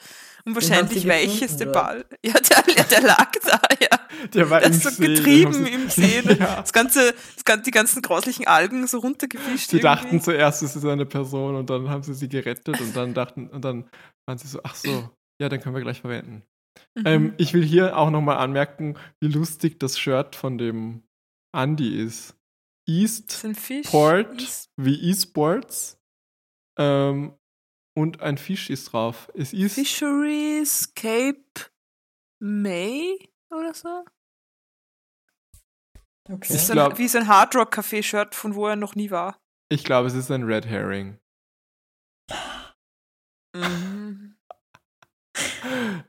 [SPEAKER 4] und wahrscheinlich
[SPEAKER 2] sie gefunden,
[SPEAKER 4] weicheste
[SPEAKER 2] oder?
[SPEAKER 4] Ball. Ja, der, der lag da, ja.
[SPEAKER 3] Der war
[SPEAKER 4] Der ist so getrieben im See. Das ganze, das, gan- die ganzen grauslichen Algen so runtergefischt.
[SPEAKER 3] Sie dachten
[SPEAKER 4] irgendwie.
[SPEAKER 3] zuerst, es ist eine Person und dann haben sie sie gerettet und dann dachten und dann waren sie so, ach so, ja, dann können wir gleich verwenden.
[SPEAKER 4] Mhm.
[SPEAKER 3] Ähm, ich will hier auch nochmal anmerken, wie lustig das Shirt von dem Andy ist. East
[SPEAKER 4] Das ist ein Fisch.
[SPEAKER 3] Port
[SPEAKER 4] Ist-
[SPEAKER 3] wie E-Sports. Ähm, und ein Fisch ist drauf. Es ist
[SPEAKER 4] Fisheries Cape May oder so? Das
[SPEAKER 2] Okay.
[SPEAKER 4] ist
[SPEAKER 3] Ich glaub-
[SPEAKER 4] ein, wie so ein Hardrock-Café-Shirt, von wo er noch nie war.
[SPEAKER 3] Ich glaube, es ist ein Red Herring.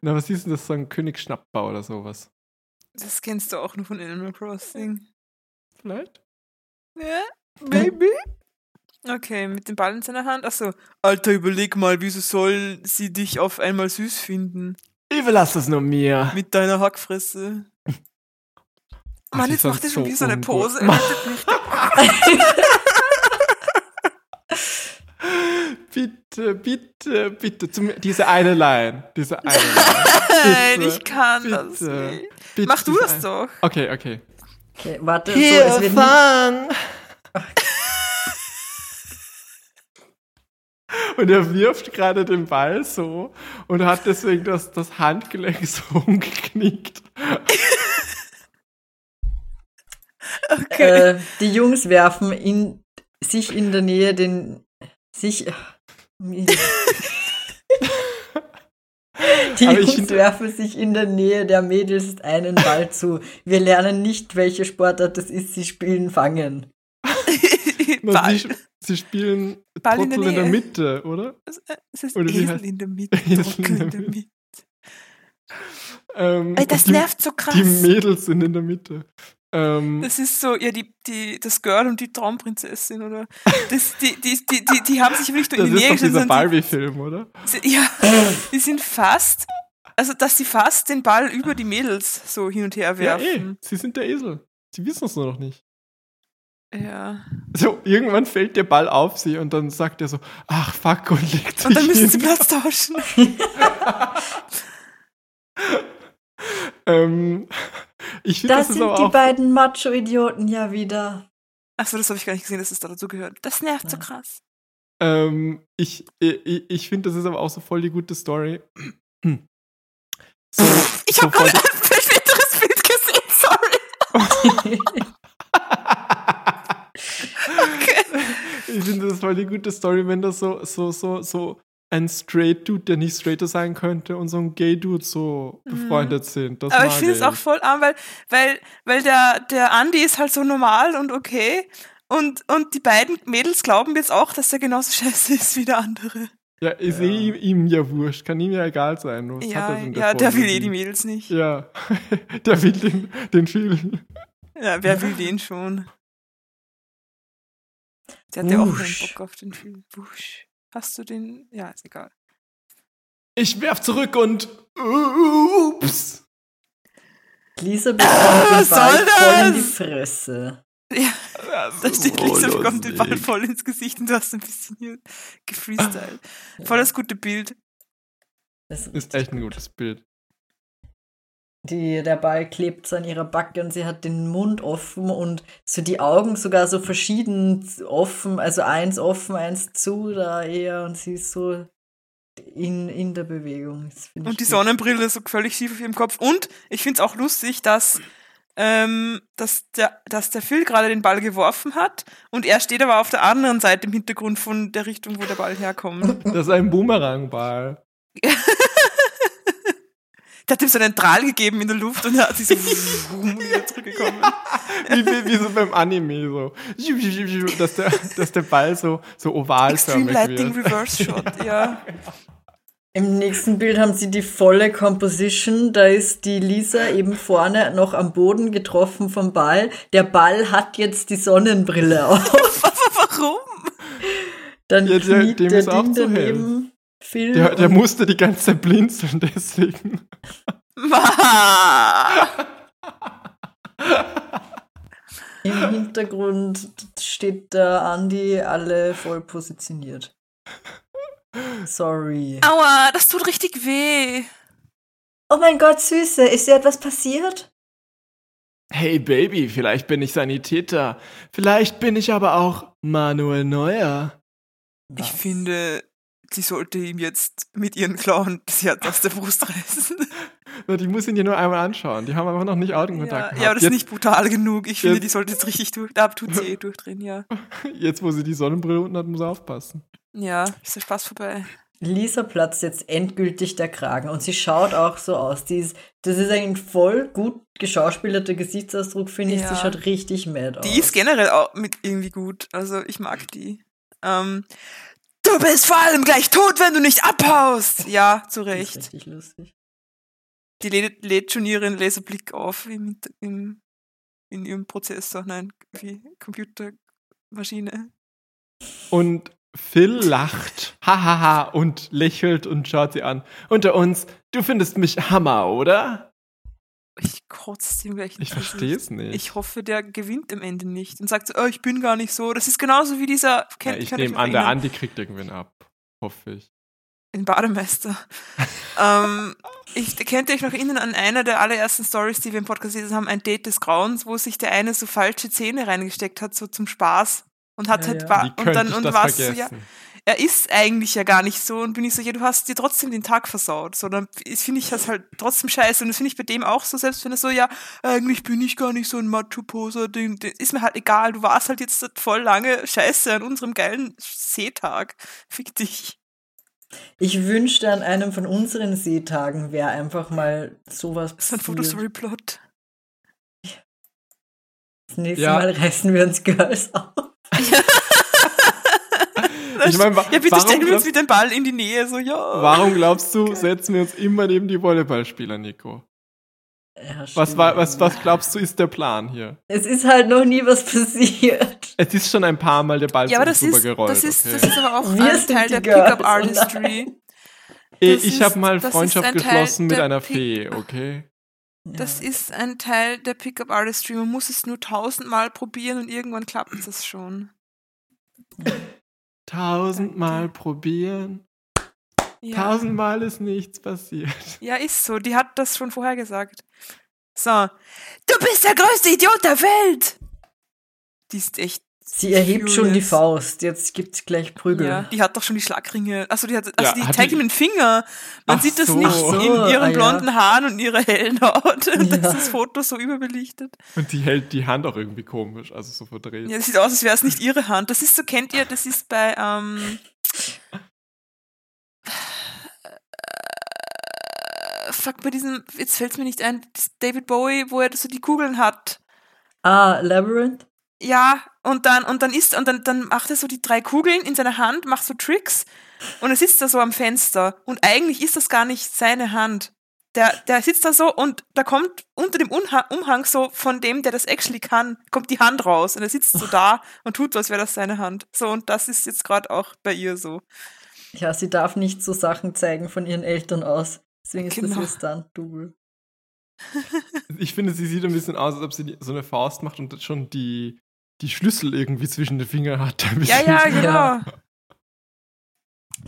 [SPEAKER 3] Na, was hieß denn das? So ein König Schnappbau oder sowas?
[SPEAKER 4] Das kennst du auch nur von Animal Crossing.
[SPEAKER 3] Vielleicht?
[SPEAKER 4] Ja, Baby. Okay, mit dem Ball in seiner Hand. Achso. Alter, überleg mal, wieso soll sie dich auf einmal süß finden?
[SPEAKER 3] Ich überlasse es nur mir.
[SPEAKER 4] Mit deiner Hackfresse.
[SPEAKER 3] Ach,
[SPEAKER 4] Mann,
[SPEAKER 3] sie
[SPEAKER 4] jetzt
[SPEAKER 3] sind
[SPEAKER 4] macht er
[SPEAKER 3] so
[SPEAKER 4] schon wieder so eine
[SPEAKER 3] ungut.
[SPEAKER 4] Pose. Er
[SPEAKER 3] Ma-
[SPEAKER 4] rettet mich.
[SPEAKER 3] Bitte, bitte, bitte. Zum, diese eine Line. Diese eine Line.
[SPEAKER 4] Nein,
[SPEAKER 3] Bitte,
[SPEAKER 4] ich kann
[SPEAKER 3] bitte,
[SPEAKER 4] das nicht.
[SPEAKER 3] bitte,
[SPEAKER 4] Mach du
[SPEAKER 3] diese
[SPEAKER 4] das
[SPEAKER 3] eine-
[SPEAKER 4] doch.
[SPEAKER 3] Okay, okay.
[SPEAKER 2] okay. Warte, so, es wird nie,
[SPEAKER 3] Und er wirft gerade den Ball so und hat deswegen das, das Handgelenk so umgeknickt.
[SPEAKER 2] äh, die Jungs werfen in, sich in der Nähe den sich äh, die
[SPEAKER 3] Aber ich
[SPEAKER 2] Jungs
[SPEAKER 3] find-
[SPEAKER 2] werfen sich in der Nähe der Mädels einen Ball zu. Wir lernen nicht, welche Sportart das ist. Sie spielen Fangen.
[SPEAKER 3] Na, Sie,
[SPEAKER 4] Ball.
[SPEAKER 3] sp- sie spielen
[SPEAKER 4] Ball in
[SPEAKER 3] Trottel
[SPEAKER 4] der
[SPEAKER 3] in der,
[SPEAKER 4] Nähe.
[SPEAKER 3] Mitte, oder?
[SPEAKER 4] Es äh, ist
[SPEAKER 3] Oder wie
[SPEAKER 4] Esel
[SPEAKER 3] heißt-
[SPEAKER 4] in der Mitte.
[SPEAKER 3] Esel in
[SPEAKER 4] Trottel
[SPEAKER 3] der
[SPEAKER 4] in der Mitte.
[SPEAKER 3] Ähm,
[SPEAKER 4] Ey, das
[SPEAKER 3] die,
[SPEAKER 4] nervt so krass.
[SPEAKER 3] Die Mädels sind in der Mitte. Ähm,
[SPEAKER 4] Das ist so, ja, die, die, das Girl und die Traumprinzessin, oder? Das, die, die, die, die, die haben sich aber nicht nur
[SPEAKER 3] das
[SPEAKER 4] in die
[SPEAKER 3] ist
[SPEAKER 4] Nähe
[SPEAKER 3] doch
[SPEAKER 4] gestellt,
[SPEAKER 3] dieser
[SPEAKER 4] sondern
[SPEAKER 3] Barbie-Film, oder?
[SPEAKER 4] die, sie- ja, die sind fast, also dass sie fast den Ball über die Mädels so hin und her
[SPEAKER 3] Ja, eh.
[SPEAKER 4] werfen.
[SPEAKER 3] Sie sind der Esel. Sie wissen es nur noch nicht.
[SPEAKER 4] Ja.
[SPEAKER 3] So, irgendwann fällt der Ball auf sie und dann sagt er so, ach fuck, und legt sich
[SPEAKER 4] Und dann müssen sie
[SPEAKER 3] hin.
[SPEAKER 4] Platz tauschen.
[SPEAKER 3] Ähm, ich finde,
[SPEAKER 5] Das
[SPEAKER 3] das, ist
[SPEAKER 5] sind
[SPEAKER 3] aber
[SPEAKER 5] die
[SPEAKER 3] auch
[SPEAKER 5] beiden Macho-Idioten ja wieder.
[SPEAKER 4] Achso, das habe ich gar nicht gesehen, dass es da dazugehört. Das nervt so
[SPEAKER 2] Ja.
[SPEAKER 4] krass.
[SPEAKER 3] Ähm, ich ich, ich finde, das ist aber auch so voll die gute Story. So,
[SPEAKER 4] Ich habe
[SPEAKER 3] so voll
[SPEAKER 4] gerade ein späteres Bild gesehen, sorry.
[SPEAKER 3] die, ich finde, das ist voll die gute Story, wenn das so, so, so, so ein straight Dude, der nicht straighter sein könnte, und so ein gay Dude so befreundet sind. Das
[SPEAKER 4] Mhm. Aber ich
[SPEAKER 3] mag
[SPEAKER 4] finde es auch voll arm, weil, weil, weil der, der Andi ist halt so normal und okay. Und, und die beiden Mädels glauben jetzt auch, dass er genauso scheiße ist wie der andere.
[SPEAKER 3] Ja, ich sehe ihm, ihm ja wurscht, kann ihm ja egal sein. Was hat
[SPEAKER 4] ja,
[SPEAKER 3] er denn
[SPEAKER 4] ja
[SPEAKER 3] davon?
[SPEAKER 4] der will eh die Mädels nicht. Ja.
[SPEAKER 3] Ja, der will den, den Film.
[SPEAKER 4] wer will den schon? Der hat ja auch keinen
[SPEAKER 2] Wusch.
[SPEAKER 4] Bock auf den Film. Wusch. Hast du den? Ja, ist egal.
[SPEAKER 3] Ich werf zurück und. Ups!
[SPEAKER 2] Lisa
[SPEAKER 3] Ah,
[SPEAKER 2] bekommt den
[SPEAKER 4] Was
[SPEAKER 2] Ball
[SPEAKER 4] soll
[SPEAKER 2] voll in die
[SPEAKER 4] das?
[SPEAKER 2] Fresse.
[SPEAKER 4] Ja,
[SPEAKER 2] Äh,
[SPEAKER 4] da steht Lisa, bekommt den Ball voll ins Gesicht und du hast ein bisschen hier gefreestylt.
[SPEAKER 2] Ah,
[SPEAKER 4] Voll das gute Bild.
[SPEAKER 2] Das
[SPEAKER 3] Ist echt ein gutes Bild.
[SPEAKER 2] Die, der Ball klebt so an ihrer Backe und sie hat den Mund offen und so die Augen sogar so verschieden offen, also eins offen, eins zu da eher und sie ist so in, in der Bewegung. Das find ich
[SPEAKER 4] Und die
[SPEAKER 2] gut.
[SPEAKER 4] Sonnenbrille so völlig schief auf ihrem Kopf. Und ich find's auch lustig, dass, ähm, dass, der, dass der Phil gerade den Ball geworfen hat und er steht aber auf der anderen Seite im Hintergrund von der Richtung, wo der Ball herkommt.
[SPEAKER 3] Das ist ein Boomerang-Ball.
[SPEAKER 4] Der hat ihm so einen Drahl gegeben in der Luft und er hat sich so wumm wieder zurückgekommen.
[SPEAKER 3] Wie, wie, wie so beim Anime so. Dass der, dass der Ball so, so ovalförmig
[SPEAKER 4] Extreme Lightning
[SPEAKER 3] wird.
[SPEAKER 4] Reverse Shot, ja.
[SPEAKER 2] Im nächsten Bild haben sie die volle Composition. Da ist die Lisa eben vorne noch am Boden getroffen vom Ball. Der Ball hat jetzt die Sonnenbrille auf.
[SPEAKER 4] Warum?
[SPEAKER 2] Dann
[SPEAKER 3] Ja, der-
[SPEAKER 2] kniet
[SPEAKER 3] dem
[SPEAKER 2] der
[SPEAKER 3] ist auch
[SPEAKER 2] Ding
[SPEAKER 3] zu hell.
[SPEAKER 2] daneben. Phil
[SPEAKER 3] Der, der
[SPEAKER 2] und-
[SPEAKER 3] musste die ganze Zeit blinzeln, deswegen.
[SPEAKER 4] Ma.
[SPEAKER 2] Im Hintergrund steht der Andi alle voll positioniert. Sorry.
[SPEAKER 4] Aua, das tut richtig weh.
[SPEAKER 5] Oh mein Gott, Süße, ist dir etwas passiert?
[SPEAKER 3] Hey Baby, vielleicht bin ich Sanitäter. Vielleicht bin ich aber auch Manuel Neuer.
[SPEAKER 2] Was?
[SPEAKER 4] Ich finde, sie sollte ihm jetzt mit ihren Klauen das Herz aus der Brust reißen.
[SPEAKER 3] Na, die muss ihn ja nur einmal anschauen. Die haben einfach noch nicht Augenkontakt
[SPEAKER 4] Ja,
[SPEAKER 3] gehabt.
[SPEAKER 4] ja, aber das ist
[SPEAKER 3] jetzt,
[SPEAKER 4] nicht brutal genug. Ich finde,
[SPEAKER 3] jetzt-
[SPEAKER 4] die sollte jetzt richtig durch. Da tut sie eh durchdrehen, ja.
[SPEAKER 3] jetzt, wo sie die Sonnenbrille unten hat, muss er aufpassen.
[SPEAKER 4] Ja, ist der Spaß vorbei.
[SPEAKER 2] Lisa platzt jetzt endgültig der Kragen und sie schaut auch so aus. Die ist, das ist ein voll gut geschauspielerter Gesichtsausdruck, finde ich.
[SPEAKER 4] Ja.
[SPEAKER 2] Sie schaut richtig mad aus.
[SPEAKER 4] Die ist generell auch mit irgendwie gut. Also ich mag die. Ähm, du bist vor allem gleich tot, wenn du nicht abhaust. Ja, zu
[SPEAKER 2] Die ist
[SPEAKER 4] Recht.
[SPEAKER 2] Richtig lustig.
[SPEAKER 4] Die lädt, lädt schon ihren Laserblick auf im, im, in ihrem Prozessor. Nein, wie Computermaschine.
[SPEAKER 3] Und Phil lacht, hahaha, und lächelt und schaut sie an. Unter uns, du findest mich Hammer, oder?
[SPEAKER 4] Ich kotze dem gleich
[SPEAKER 3] Ich
[SPEAKER 4] ins
[SPEAKER 3] verstehe es nicht.
[SPEAKER 4] Ich hoffe, der gewinnt am Ende nicht und sagt so, oh, ich bin gar nicht so. Das ist genauso wie dieser
[SPEAKER 3] ja,
[SPEAKER 4] kennt
[SPEAKER 3] ich
[SPEAKER 4] kann euch
[SPEAKER 3] nehme
[SPEAKER 4] noch
[SPEAKER 3] an, der
[SPEAKER 4] erinnern,
[SPEAKER 3] Andi kriegt irgendwen ab. Hoffe ich.
[SPEAKER 4] den Bademeister. ähm, ich kennt ihr euch noch erinnern an einer der allerersten Stories, die wir im Podcast gelesen haben, ein Date des Grauens, wo sich der eine so falsche Zähne reingesteckt hat, so zum Spaß. Und hat
[SPEAKER 2] Ja,
[SPEAKER 4] halt
[SPEAKER 2] ja.
[SPEAKER 4] wa-
[SPEAKER 3] Wie könnte
[SPEAKER 4] und dann
[SPEAKER 3] ich
[SPEAKER 4] und
[SPEAKER 3] das
[SPEAKER 4] war so,
[SPEAKER 3] vergessen?
[SPEAKER 4] ja, er ist eigentlich ja gar nicht so und bin ich so, ja, du hast dir trotzdem den Tag versaut. So, dann ist- finde ich das halt trotzdem scheiße und das finde ich bei dem auch so, selbst wenn er so, ja, eigentlich bin ich gar nicht so ein Macho-Poser, den, den ist mir halt egal, du warst halt jetzt voll lange scheiße an unserem geilen Seetag. Fick dich.
[SPEAKER 2] Ich wünschte, an einem von unseren Seetagen wäre einfach mal sowas
[SPEAKER 4] Das ist ein
[SPEAKER 2] passiert.
[SPEAKER 4] Fotostory-Plot.
[SPEAKER 2] Das nächste
[SPEAKER 3] Ja.
[SPEAKER 2] Mal reißen wir uns Girls auf.
[SPEAKER 3] Ich mein, wa-
[SPEAKER 4] ja, bitte
[SPEAKER 3] warum
[SPEAKER 4] stellen wir uns
[SPEAKER 3] glaubst-
[SPEAKER 4] mit dem Ball in die Nähe, so, ja.
[SPEAKER 3] Warum glaubst du, setzen wir uns immer neben die Volleyballspieler, Nico?
[SPEAKER 2] Ja,
[SPEAKER 3] Was,
[SPEAKER 2] stimmt.
[SPEAKER 3] war, was, was glaubst du, ist der Plan hier?
[SPEAKER 2] Es ist halt noch nie was passiert.
[SPEAKER 3] Es ist schon ein paar Mal der
[SPEAKER 2] halt
[SPEAKER 3] Ball
[SPEAKER 4] Ja,
[SPEAKER 3] zu
[SPEAKER 4] aber
[SPEAKER 3] uns
[SPEAKER 4] das ist,
[SPEAKER 3] rübergerollt,
[SPEAKER 4] das, ist,
[SPEAKER 3] okay?
[SPEAKER 4] das ist aber auch
[SPEAKER 2] Wir
[SPEAKER 4] ein
[SPEAKER 2] sind
[SPEAKER 4] Teil
[SPEAKER 2] die
[SPEAKER 4] der
[SPEAKER 2] Girls, oh
[SPEAKER 4] Pickup-Artistry.
[SPEAKER 3] Ey,
[SPEAKER 4] das
[SPEAKER 3] Eh, ich
[SPEAKER 4] ist-
[SPEAKER 3] habe mal
[SPEAKER 4] das ist
[SPEAKER 3] Freundschaft
[SPEAKER 4] ein Teil
[SPEAKER 3] geschlossen mit
[SPEAKER 4] der
[SPEAKER 3] einer
[SPEAKER 4] Pick-
[SPEAKER 3] Fee, okay?
[SPEAKER 4] Das
[SPEAKER 2] ja.
[SPEAKER 4] ist ein Teil der Pickup Artistry. Man muss es nur tausendmal probieren und irgendwann klappt es schon.
[SPEAKER 3] Tausendmal probieren,
[SPEAKER 4] Ja.
[SPEAKER 3] tausendmal ist nichts passiert.
[SPEAKER 4] ja, ist so. Die hat das schon vorher gesagt. So. Du bist der größte Idiot der Welt! Die ist echt.
[SPEAKER 2] Sie erhebt schon die
[SPEAKER 4] furious.
[SPEAKER 2] Faust. Jetzt gibt's gleich Prügel.
[SPEAKER 4] Ja, die hat doch schon die Schlagringe. Also die hat, also
[SPEAKER 3] Ja,
[SPEAKER 4] die
[SPEAKER 3] hat
[SPEAKER 4] zeigt
[SPEAKER 3] die-
[SPEAKER 4] ihm den Finger. Man
[SPEAKER 3] Ach
[SPEAKER 4] sieht das
[SPEAKER 3] so. Oh,
[SPEAKER 4] nicht
[SPEAKER 3] Ach
[SPEAKER 2] so,
[SPEAKER 4] in
[SPEAKER 2] ah, ja.
[SPEAKER 4] ihren blonden Haaren und ihrer hellen Haut. Und
[SPEAKER 2] Ja.
[SPEAKER 4] Das ist das Foto so überbelichtet.
[SPEAKER 3] Und die hält die Hand auch irgendwie komisch, also so verdreht.
[SPEAKER 4] Ja, das sieht aus, als wäre es nicht ihre Hand. Das ist so, kennt ihr, das ist bei, ähm, äh, fuck, bei diesem, jetzt fällt es mir nicht ein, das David Bowie, wo er so die Kugeln hat.
[SPEAKER 2] Ah, Labyrinth?
[SPEAKER 4] Ja, und dann, und dann ist, und dann, dann macht er so die drei Kugeln in seiner Hand, macht so Tricks und er sitzt da so am Fenster. Und eigentlich ist das gar nicht seine Hand. Der, der sitzt da so und da kommt unter dem Unha Umhang so von dem, der das actually kann, kommt die Hand raus und er sitzt so da und tut so, als wäre das seine Hand. So, und das ist jetzt gerade auch bei ihr so.
[SPEAKER 2] Ja, sie darf nicht so Sachen zeigen von ihren Eltern aus. Deswegen ist das
[SPEAKER 4] Genau.
[SPEAKER 2] ihr Stunt-Double.
[SPEAKER 3] Ich finde, sie sieht ein bisschen aus, als ob sie die- so eine Faust macht und schon die, die Schlüssel irgendwie zwischen den Fingern hat. ein
[SPEAKER 4] Ja,
[SPEAKER 3] bisschen.
[SPEAKER 4] ja, genau.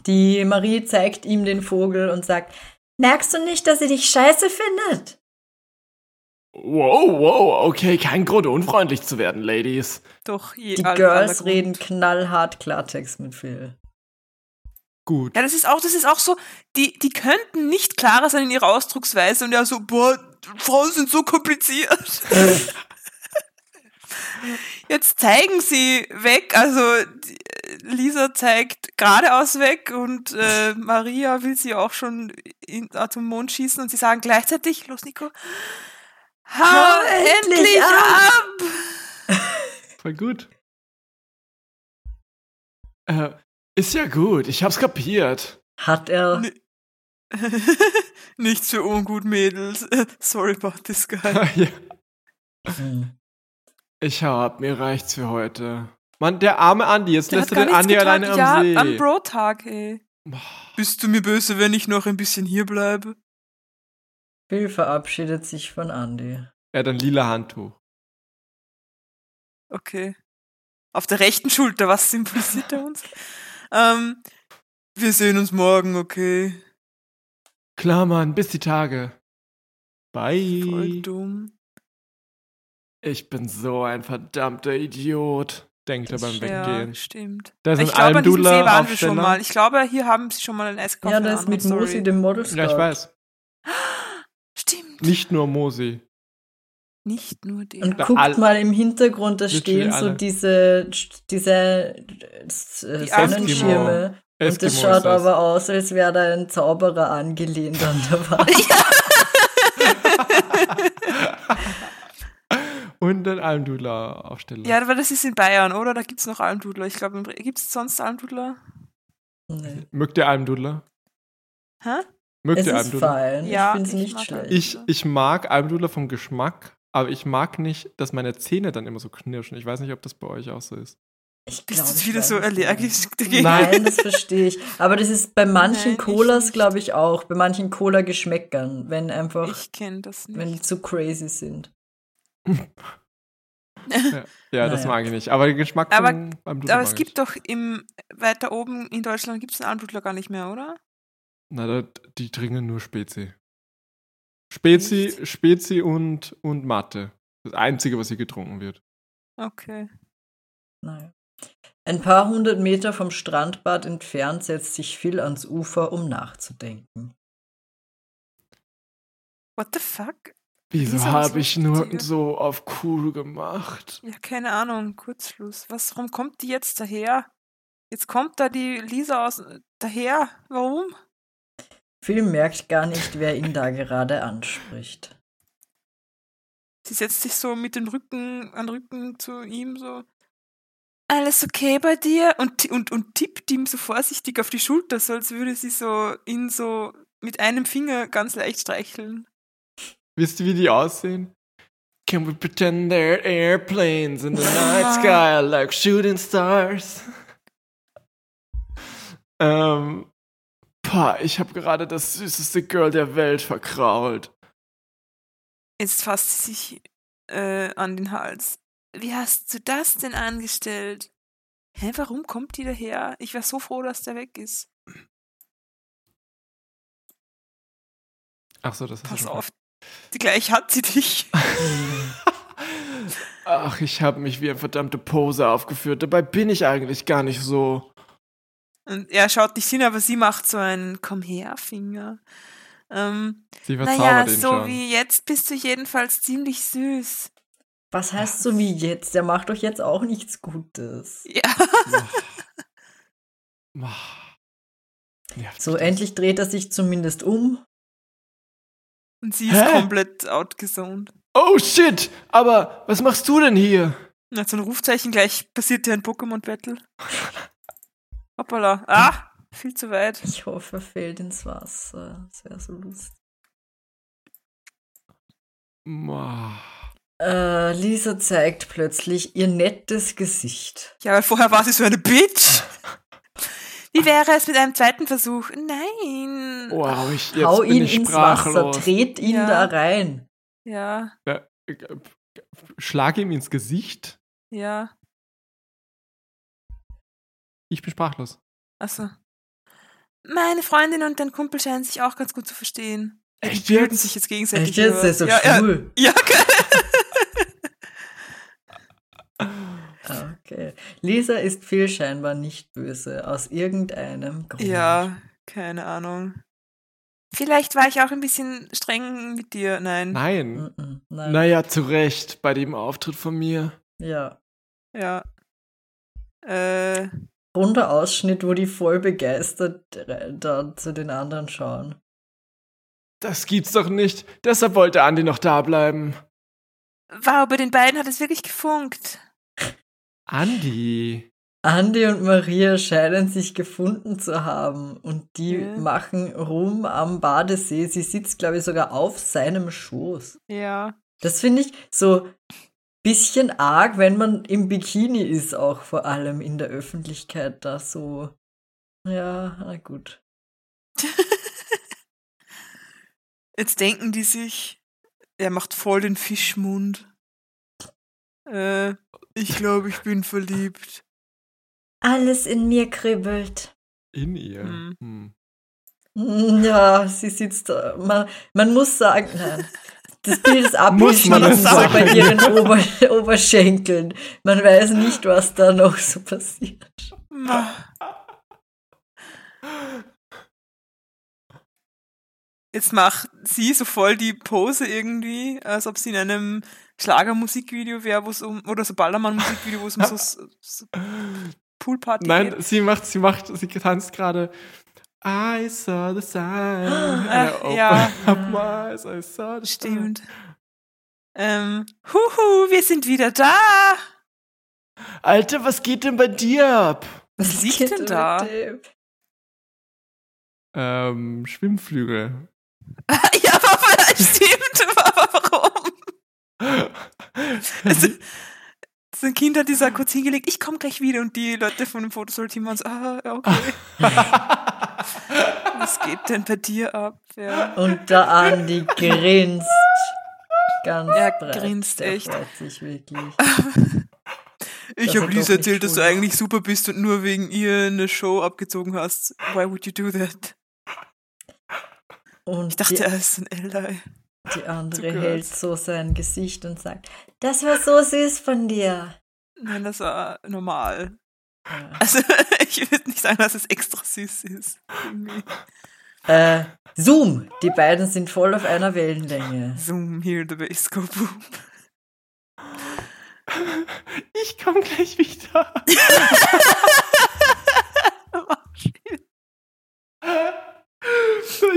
[SPEAKER 2] Die Marie zeigt ihm den Vogel und sagt,
[SPEAKER 5] Merkst du nicht, dass sie dich scheiße findet?
[SPEAKER 3] Wow, wow, okay, kein Grund, unfreundlich zu werden, Ladies.
[SPEAKER 4] Doch, je,
[SPEAKER 2] die
[SPEAKER 4] aller-
[SPEAKER 2] Girls
[SPEAKER 4] aller Grund.
[SPEAKER 2] reden knallhart Klartext mit Phil.
[SPEAKER 3] Gut.
[SPEAKER 4] Ja, das ist auch, das ist auch so, die, die könnten nicht klarer sein in ihrer Ausdrucksweise und ja so, boah, Frauen sind so kompliziert. Jetzt zeigen sie weg, also die- Lisa zeigt geradeaus weg und äh, Maria will sie auch schon in, äh, zum Mond schießen und sie sagen gleichzeitig, los Nico, hau endlich,
[SPEAKER 5] endlich
[SPEAKER 4] ab!
[SPEAKER 3] Voll gut. Äh, ist ja gut, ich hab's kapiert.
[SPEAKER 2] Hat er.
[SPEAKER 4] Nee. Nichts für ungut, Mädels. Sorry about this guy.
[SPEAKER 3] ja.
[SPEAKER 2] Hm.
[SPEAKER 3] Ich hab, mir reicht's für heute. Mann, der arme Andi, jetzt
[SPEAKER 4] Der
[SPEAKER 3] lässt
[SPEAKER 4] hat
[SPEAKER 3] er
[SPEAKER 4] gar
[SPEAKER 3] den
[SPEAKER 4] nichts
[SPEAKER 3] Andi
[SPEAKER 4] getan.
[SPEAKER 3] alleine am
[SPEAKER 4] ja,
[SPEAKER 3] See.
[SPEAKER 4] am Bro-Tag, ey.
[SPEAKER 3] Boah.
[SPEAKER 4] Bist du mir böse, wenn ich noch ein bisschen hier bleibe?
[SPEAKER 2] Phil verabschiedet sich von Andy.
[SPEAKER 3] Er hat ein lila Handtuch.
[SPEAKER 4] Okay. Auf der rechten Schulter, was symbolisiert er uns? Ähm, wir sehen uns morgen, okay.
[SPEAKER 3] Klar, Mann, bis die Tage.
[SPEAKER 4] Voll
[SPEAKER 3] Bye.
[SPEAKER 4] dumm.
[SPEAKER 3] Ich bin so ein verdammter Idiot, denkt er beim
[SPEAKER 4] ja,
[SPEAKER 3] Weggehen.
[SPEAKER 4] stimmt.
[SPEAKER 3] Da ist Also ein
[SPEAKER 4] ich glaube, an diesem See
[SPEAKER 3] Almdudler
[SPEAKER 4] waren wir schon
[SPEAKER 3] Aufsteller.
[SPEAKER 4] mal. Ich glaube, hier haben sie schon mal ein Eis gekauft.
[SPEAKER 2] Ja,
[SPEAKER 4] in einer
[SPEAKER 2] das ist mit
[SPEAKER 4] anderen Story.
[SPEAKER 2] Musi, dem Model
[SPEAKER 3] Ja, ich
[SPEAKER 2] Scout.
[SPEAKER 3] weiß.
[SPEAKER 4] Stimmt.
[SPEAKER 3] Nicht nur Mosi.
[SPEAKER 4] Nicht nur der.
[SPEAKER 2] Und
[SPEAKER 3] Ja,
[SPEAKER 2] guckt
[SPEAKER 3] all-
[SPEAKER 2] mal im Hintergrund, da
[SPEAKER 3] Literally
[SPEAKER 2] stehen so
[SPEAKER 3] alle.
[SPEAKER 2] diese, diese äh,
[SPEAKER 4] Die
[SPEAKER 2] Sonnenschirme. Und das schaut aber aus, als wäre da ein Zauberer angelehnt an der Wand.
[SPEAKER 3] Und ein Almdudler-Aufsteller.
[SPEAKER 4] Ja, aber das ist in Bayern, oder? Da gibt es noch Almdudler. Ich glaube, gibt es sonst Almdudler?
[SPEAKER 2] Nee.
[SPEAKER 3] Mögt ihr Almdudler?
[SPEAKER 4] Hä?
[SPEAKER 3] Mögt
[SPEAKER 2] Es
[SPEAKER 3] ihr
[SPEAKER 2] ist
[SPEAKER 3] Almdudler?
[SPEAKER 2] fein.
[SPEAKER 4] Ja,
[SPEAKER 2] ich finde es
[SPEAKER 4] ich
[SPEAKER 2] nicht
[SPEAKER 4] mag
[SPEAKER 2] schlecht.
[SPEAKER 3] Ich, ich mag Almdudler vom Geschmack, aber ich mag nicht, dass meine Zähne dann immer so knirschen. Ich weiß nicht, ob das bei euch auch so ist.
[SPEAKER 2] Ich
[SPEAKER 4] Bist
[SPEAKER 2] glaub,
[SPEAKER 4] du
[SPEAKER 2] ich
[SPEAKER 4] wieder
[SPEAKER 2] weiß
[SPEAKER 4] so
[SPEAKER 2] nicht.
[SPEAKER 4] allergisch dagegen?
[SPEAKER 2] Nein, das verstehe ich. Aber das ist bei manchen
[SPEAKER 4] Nein, ich
[SPEAKER 2] Colas,
[SPEAKER 4] nicht.
[SPEAKER 2] glaube ich, auch. Bei manchen Cola-Geschmäckern, wenn einfach,
[SPEAKER 4] Ich kenne das
[SPEAKER 2] wenn die
[SPEAKER 4] nicht.
[SPEAKER 2] zu crazy sind.
[SPEAKER 3] Ja, das
[SPEAKER 2] Naja.
[SPEAKER 3] mag ich nicht. Aber den Geschmack
[SPEAKER 4] Aber-
[SPEAKER 3] von Almdudler
[SPEAKER 4] Aber
[SPEAKER 3] mag
[SPEAKER 4] es
[SPEAKER 3] ich.
[SPEAKER 4] gibt doch im weiter oben in Deutschland gibt es den Almdudler gar nicht mehr, oder?
[SPEAKER 3] Na, da, die trinken nur Spezi. Spezi,
[SPEAKER 4] Echt?
[SPEAKER 3] Spezi und, und Mathe. Das Einzige, was hier getrunken wird.
[SPEAKER 4] Okay.
[SPEAKER 2] Naja. Ein paar hundert Meter vom Strandbad entfernt setzt sich Phil ans Ufer, um nachzudenken.
[SPEAKER 4] What the fuck?
[SPEAKER 3] Wieso
[SPEAKER 4] Wieso
[SPEAKER 3] habe
[SPEAKER 4] hast du
[SPEAKER 3] ich nur
[SPEAKER 4] die-
[SPEAKER 3] so auf cool gemacht?
[SPEAKER 4] Ja, keine Ahnung. Kurzschluss. Was, warum kommt die jetzt daher? Jetzt kommt da die Lisa aus äh, daher. Warum?
[SPEAKER 2] Phil merkt gar nicht, wer ihn da gerade anspricht.
[SPEAKER 4] Sie setzt sich so mit dem Rücken an den Rücken zu ihm so. Alles okay bei dir? Und, ti- und, und tippt ihm so vorsichtig auf die Schulter, so als würde sie so ihn so mit einem Finger ganz leicht streicheln.
[SPEAKER 3] Wisst ihr, wie die aussehen? Can we pretend they're airplanes in the night sky like shooting stars? ähm, pa, ich habe gerade das süßeste Girl der Welt verkrault.
[SPEAKER 4] Jetzt fasst sie sich äh, an den Hals. Wie hast du das denn angestellt? Hä, warum kommt die daher? Ich wäre so froh, dass der weg ist.
[SPEAKER 3] Ach so, das hast du
[SPEAKER 4] Pass
[SPEAKER 3] schon
[SPEAKER 4] auf, die gleich hat sie dich.
[SPEAKER 3] Ach, ich habe mich wie ein verdammter Poser aufgeführt. Dabei bin ich eigentlich gar nicht so.
[SPEAKER 4] Und er schaut nicht hin, aber sie macht so einen Komm her, Finger. Ähm,
[SPEAKER 3] Sie
[SPEAKER 4] Naja, so wie jetzt bist du jedenfalls ziemlich süß.
[SPEAKER 2] Was heißt so wie jetzt? Der macht doch jetzt auch nichts Gutes.
[SPEAKER 4] Ja.
[SPEAKER 2] So, endlich dreht er sich zumindest um.
[SPEAKER 4] Und sie ist
[SPEAKER 3] Hä?
[SPEAKER 4] komplett outgesoned.
[SPEAKER 3] Oh shit! Aber was machst du denn hier?
[SPEAKER 4] Na, so ein Rufzeichen gleich passiert dir ein Pokémon-Battle. Hoppala. Ah, viel zu weit.
[SPEAKER 2] Ich hoffe, er fällt ins Wasser. Das wäre so lustig.
[SPEAKER 3] Ma.
[SPEAKER 2] Äh, Lisa zeigt plötzlich ihr nettes Gesicht.
[SPEAKER 4] Ja, weil vorher war sie so eine Bitch. Wie wäre es mit einem zweiten Versuch? Nein.
[SPEAKER 3] Wow, oh, ich jetzt
[SPEAKER 2] Hau
[SPEAKER 3] bin
[SPEAKER 2] ihn
[SPEAKER 3] ich
[SPEAKER 2] ins Wasser,
[SPEAKER 3] sprachlos. Äh,
[SPEAKER 2] tret ihn
[SPEAKER 4] Ja.
[SPEAKER 2] da rein.
[SPEAKER 4] Ja,
[SPEAKER 3] Schlag ihm ins Gesicht.
[SPEAKER 4] ja.
[SPEAKER 3] Ich bin sprachlos.
[SPEAKER 4] Achso. Meine Freundin und dein Kumpel scheinen sich auch ganz gut zu verstehen.
[SPEAKER 3] Echt
[SPEAKER 4] Die sich jetzt gegenseitig.
[SPEAKER 2] Echt jetzt? Der ist so
[SPEAKER 4] über- ja, ja,
[SPEAKER 2] schwul.
[SPEAKER 4] ja, okay.
[SPEAKER 2] Ah, Okay. Lisa ist viel scheinbar nicht böse, aus irgendeinem Grund.
[SPEAKER 4] Ja, keine Ahnung. Vielleicht war ich auch ein bisschen streng mit dir. Nein. Äh,
[SPEAKER 3] Nein.
[SPEAKER 2] Mm-mm, nein.
[SPEAKER 3] Naja, zu Recht, bei dem Auftritt von mir.
[SPEAKER 2] Ja.
[SPEAKER 4] Ja. Äh,
[SPEAKER 2] Runder Ausschnitt, wo die voll begeistert re- da zu den anderen schauen.
[SPEAKER 3] Das gibt's doch nicht. Deshalb wollte Andi noch da bleiben.
[SPEAKER 4] wow, bei den beiden hat es wirklich gefunkt.
[SPEAKER 3] Andi.
[SPEAKER 2] Andi und Maria scheinen sich gefunden zu haben und die
[SPEAKER 4] Ja.
[SPEAKER 2] machen rum am Badesee. Sie sitzt, glaube ich, sogar auf seinem Schoß.
[SPEAKER 4] Ja.
[SPEAKER 2] Das finde ich so bisschen arg, wenn man im Bikini ist, auch vor allem in der Öffentlichkeit da so. Ja, na gut.
[SPEAKER 4] Jetzt denken die sich, er macht voll den Fischmund. Äh, ich glaube, ich bin verliebt.
[SPEAKER 5] Alles in mir kribbelt.
[SPEAKER 3] In ihr.
[SPEAKER 4] Hm.
[SPEAKER 3] Hm.
[SPEAKER 2] Hm, Ja, sie sitzt da. Man, man muss sagen, nein. Das Bild ist
[SPEAKER 3] Muss
[SPEAKER 2] abgeschnitten
[SPEAKER 3] man das
[SPEAKER 2] so
[SPEAKER 3] sagen?
[SPEAKER 2] bei ihren Ober Oberschenkeln. Man weiß nicht, was da noch so passiert.
[SPEAKER 4] Ma. Jetzt macht sie so voll die Pose irgendwie, als ob sie in einem Schlagermusikvideo wäre, wo es um, oder so Ballermann-Musikvideo, wo es um so, so Poolparty
[SPEAKER 3] Nein,
[SPEAKER 4] geht.
[SPEAKER 3] sie macht, sie macht, sie tanzt gerade. I saw the sign.
[SPEAKER 4] Ach,
[SPEAKER 3] I
[SPEAKER 4] ja.
[SPEAKER 3] opened my eyes, I saw the sign.
[SPEAKER 4] Stimmt. Ähm, huhu, wir sind wieder da.
[SPEAKER 3] Alter, was geht denn bei dir ab?
[SPEAKER 4] Was liegt denn da?
[SPEAKER 3] Ähm, Schwimmflügel.
[SPEAKER 4] ja, aber stimmt, aber warum? Es es sind Kinder, die sagen kurz hingelegt, ich komme gleich wieder und die Leute von dem Fotosoll-Team waren so, ah, ja, okay, was geht denn bei dir ab? Ja.
[SPEAKER 2] Und der Andi grinst. Ganz
[SPEAKER 4] Er
[SPEAKER 2] breit.
[SPEAKER 4] grinst
[SPEAKER 2] der
[SPEAKER 4] echt. Ah,
[SPEAKER 2] Freut sich wirklich.
[SPEAKER 4] Ich
[SPEAKER 2] Das
[SPEAKER 4] habe
[SPEAKER 2] hat doch
[SPEAKER 4] Lisa
[SPEAKER 2] nicht
[SPEAKER 4] erzählt, dass du
[SPEAKER 2] schuld.
[SPEAKER 4] eigentlich super bist und nur wegen ihr eine Show abgezogen hast. Why would you do that?
[SPEAKER 2] Und
[SPEAKER 4] Ich dachte,
[SPEAKER 2] die,
[SPEAKER 4] er ist ein Elder.
[SPEAKER 2] die andere
[SPEAKER 3] zugehört.
[SPEAKER 2] hält so sein Gesicht und sagt,
[SPEAKER 5] Das war so süß von dir.
[SPEAKER 4] Nein, das war normal.
[SPEAKER 2] Ja.
[SPEAKER 4] Also, ich würde nicht sagen, dass es extra süß ist. Irgendwie.
[SPEAKER 2] äh, Zoom, die beiden sind voll auf einer Wellenlänge.
[SPEAKER 4] Zoom, here the bass go boom.
[SPEAKER 3] ich komme gleich wieder.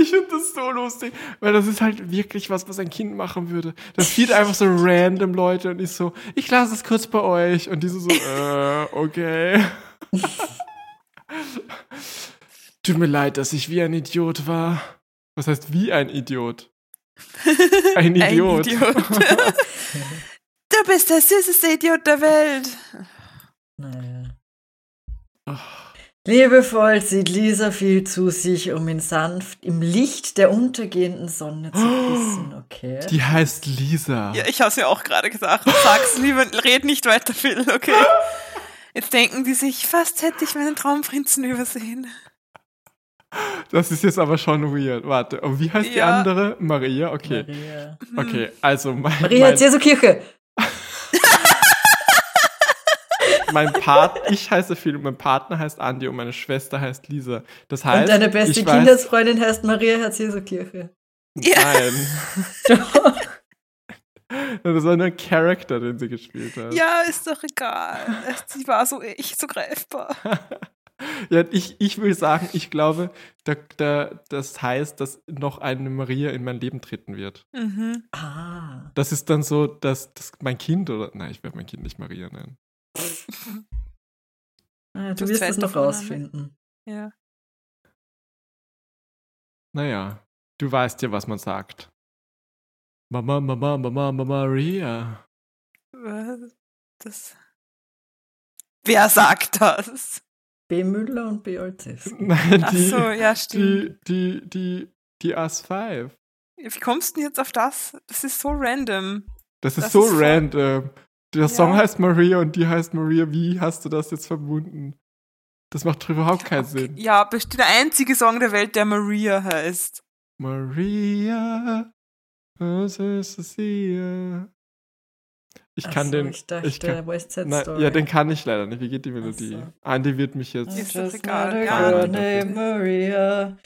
[SPEAKER 3] Ich finde das so lustig, weil das ist halt wirklich was, was ein Kind machen würde. Das sieht einfach so random Leute und ich so, ich lasse es kurz bei euch und die so, so äh, okay. Tut mir leid, dass ich wie ein Idiot war. Was heißt wie ein Idiot? Ein Idiot.
[SPEAKER 4] du bist der süßeste Idiot der Welt.
[SPEAKER 2] Naja. Liebevoll zieht Lisa viel zu sich, um ihn sanft im Licht der untergehenden Sonne zu küssen, okay?
[SPEAKER 3] Oh. Die heißt Lisa.
[SPEAKER 4] Ja, ich hab's mir auch gerade gedacht. Sag's lieber, red nicht weiter, Phil, okay? Jetzt denken die sich, fast hätte ich meinen Traumprinzen übersehen.
[SPEAKER 3] Das ist jetzt aber schon weird. Warte, und wie heißt die
[SPEAKER 4] Ja.
[SPEAKER 3] andere? Maria? Okay.
[SPEAKER 2] Maria.
[SPEAKER 3] Okay, also mein,
[SPEAKER 2] Maria
[SPEAKER 3] mein,
[SPEAKER 2] Jesu Kirche.
[SPEAKER 3] mein Part, ich heiße Phil, mein Partner heißt Andi und meine Schwester heißt Lisa. Das heißt,
[SPEAKER 2] Und deine beste
[SPEAKER 3] ich weiß-
[SPEAKER 2] Kindheitsfreundin heißt Maria Herz Jesu Kirche.
[SPEAKER 3] Nein. das war nur ein Charakter, den sie gespielt hat.
[SPEAKER 4] Ja, ist doch egal. Sie war so echt so greifbar.
[SPEAKER 3] Ja, ich, ich will sagen, ich glaube, da, da, das heißt, dass noch eine Maria in mein Leben treten wird.
[SPEAKER 4] Mhm.
[SPEAKER 2] Ah.
[SPEAKER 3] Das ist dann so, dass, dass mein Kind oder. Nein, ich werde mein Kind nicht Maria nennen.
[SPEAKER 2] Ah, Du
[SPEAKER 4] Das
[SPEAKER 2] wirst das
[SPEAKER 4] zweite
[SPEAKER 2] noch
[SPEAKER 4] Vorname.
[SPEAKER 2] rausfinden.
[SPEAKER 4] Ja.
[SPEAKER 3] Naja, du weißt ja, was man sagt. Mama, Mama, Mama, Mama, Maria.
[SPEAKER 4] Was? äh, Das. Wer sagt das?
[SPEAKER 2] B. Müller und B. Olzewski.
[SPEAKER 3] Nein,
[SPEAKER 4] Ach
[SPEAKER 3] die,
[SPEAKER 4] so, ja, stimmt.
[SPEAKER 3] die, die, die, die AS5.
[SPEAKER 4] Wie kommst du denn jetzt auf das? Das ist so random.
[SPEAKER 3] Das ist
[SPEAKER 4] Das
[SPEAKER 3] so
[SPEAKER 4] ist voll-
[SPEAKER 3] random. Der
[SPEAKER 4] Ja.
[SPEAKER 3] Song heißt Maria und die heißt Maria. Wie hast du das jetzt verbunden? Das macht überhaupt keinen Sinn.
[SPEAKER 4] Ja, bestimmt der einzige Song der Welt, der Maria heißt.
[SPEAKER 3] Maria, das ist es hier. Ich
[SPEAKER 2] Ach
[SPEAKER 3] kann
[SPEAKER 2] so,
[SPEAKER 3] den.
[SPEAKER 2] Ich dachte,
[SPEAKER 3] ich kann,
[SPEAKER 2] West Side
[SPEAKER 3] nein,
[SPEAKER 2] Story.
[SPEAKER 3] ja, den kann ich leider nicht. Wie geht die Melodie?
[SPEAKER 2] so.
[SPEAKER 3] Andi wird mich jetzt.
[SPEAKER 4] Ist
[SPEAKER 2] Ist
[SPEAKER 4] doch
[SPEAKER 2] das
[SPEAKER 4] egal.
[SPEAKER 2] egal.
[SPEAKER 4] Ja.
[SPEAKER 2] Girl named Maria.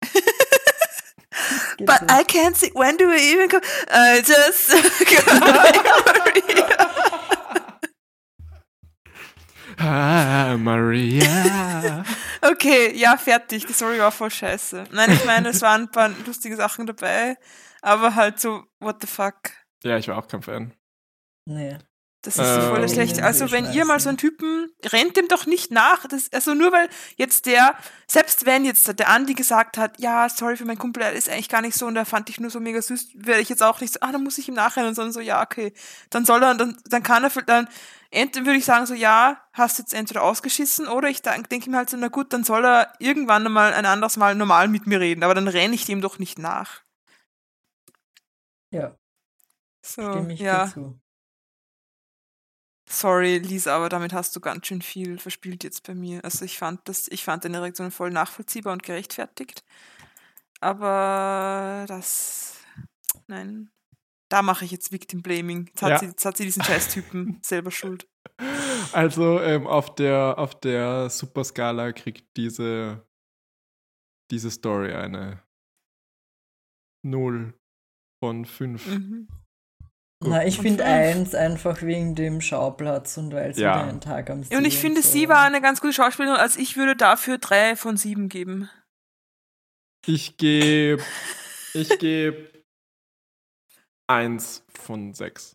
[SPEAKER 2] Das geht
[SPEAKER 4] But
[SPEAKER 2] so.
[SPEAKER 4] I can't see, when do we even come? I just Maria.
[SPEAKER 3] Ah, Maria.
[SPEAKER 4] Okay, ja, fertig. Die Story war voll scheiße. Nein, ich meine, es waren ein paar lustige Sachen dabei, aber halt so, what the fuck.
[SPEAKER 3] ja, ich war auch kein Fan.
[SPEAKER 2] Nee.
[SPEAKER 4] Das ist so voll
[SPEAKER 3] Ähm.
[SPEAKER 4] schlecht. Also, wenn ihr mal so einen
[SPEAKER 2] Scheiße.
[SPEAKER 4] Typen, rennt dem doch nicht nach. Das, also, nur weil jetzt der, selbst wenn jetzt der Andi gesagt hat, ja, sorry für meinen Kumpel, er ist eigentlich gar nicht so und er fand dich nur so mega süß, wäre ich jetzt auch nicht so, ah, dann muss ich ihm nachrennen, sondern so, ja, okay. Dann soll er, dann, dann kann er, dann, entweder würde ich sagen, so, ja, hast jetzt entweder ausgeschissen oder ich denk- denke mir halt so, na gut, dann soll er irgendwann mal ein anderes Mal normal mit mir reden, aber dann renne ich dem doch nicht nach.
[SPEAKER 2] Ja,
[SPEAKER 4] So,
[SPEAKER 2] stimme ich
[SPEAKER 4] ja.
[SPEAKER 2] dir zu.
[SPEAKER 4] Sorry, Lisa, aber damit hast du ganz schön viel verspielt jetzt bei mir. Also ich fand das, ich fand deine Reaktion voll nachvollziehbar und gerechtfertigt. Aber das. Nein. Da mache ich jetzt Victim Blaming. Jetzt hat,
[SPEAKER 3] Ja.
[SPEAKER 4] sie, jetzt hat sie diesen Scheiß-Typen selber schuld.
[SPEAKER 3] Also ähm, auf der auf der Superskala kriegt diese diese Story eine 0 von 5.
[SPEAKER 4] Mhm.
[SPEAKER 3] Gut.
[SPEAKER 2] Na, ich
[SPEAKER 4] Und
[SPEAKER 2] finde
[SPEAKER 4] fünf.
[SPEAKER 2] eins einfach wegen dem Schauplatz und weil sie
[SPEAKER 3] Ja.
[SPEAKER 2] wieder einen Tag am See
[SPEAKER 4] Und ich finde,
[SPEAKER 2] so.
[SPEAKER 4] sie war eine ganz gute Schauspielerin, also ich würde dafür drei von sieben geben.
[SPEAKER 3] Ich gebe. Ich gebe. eins von sechs.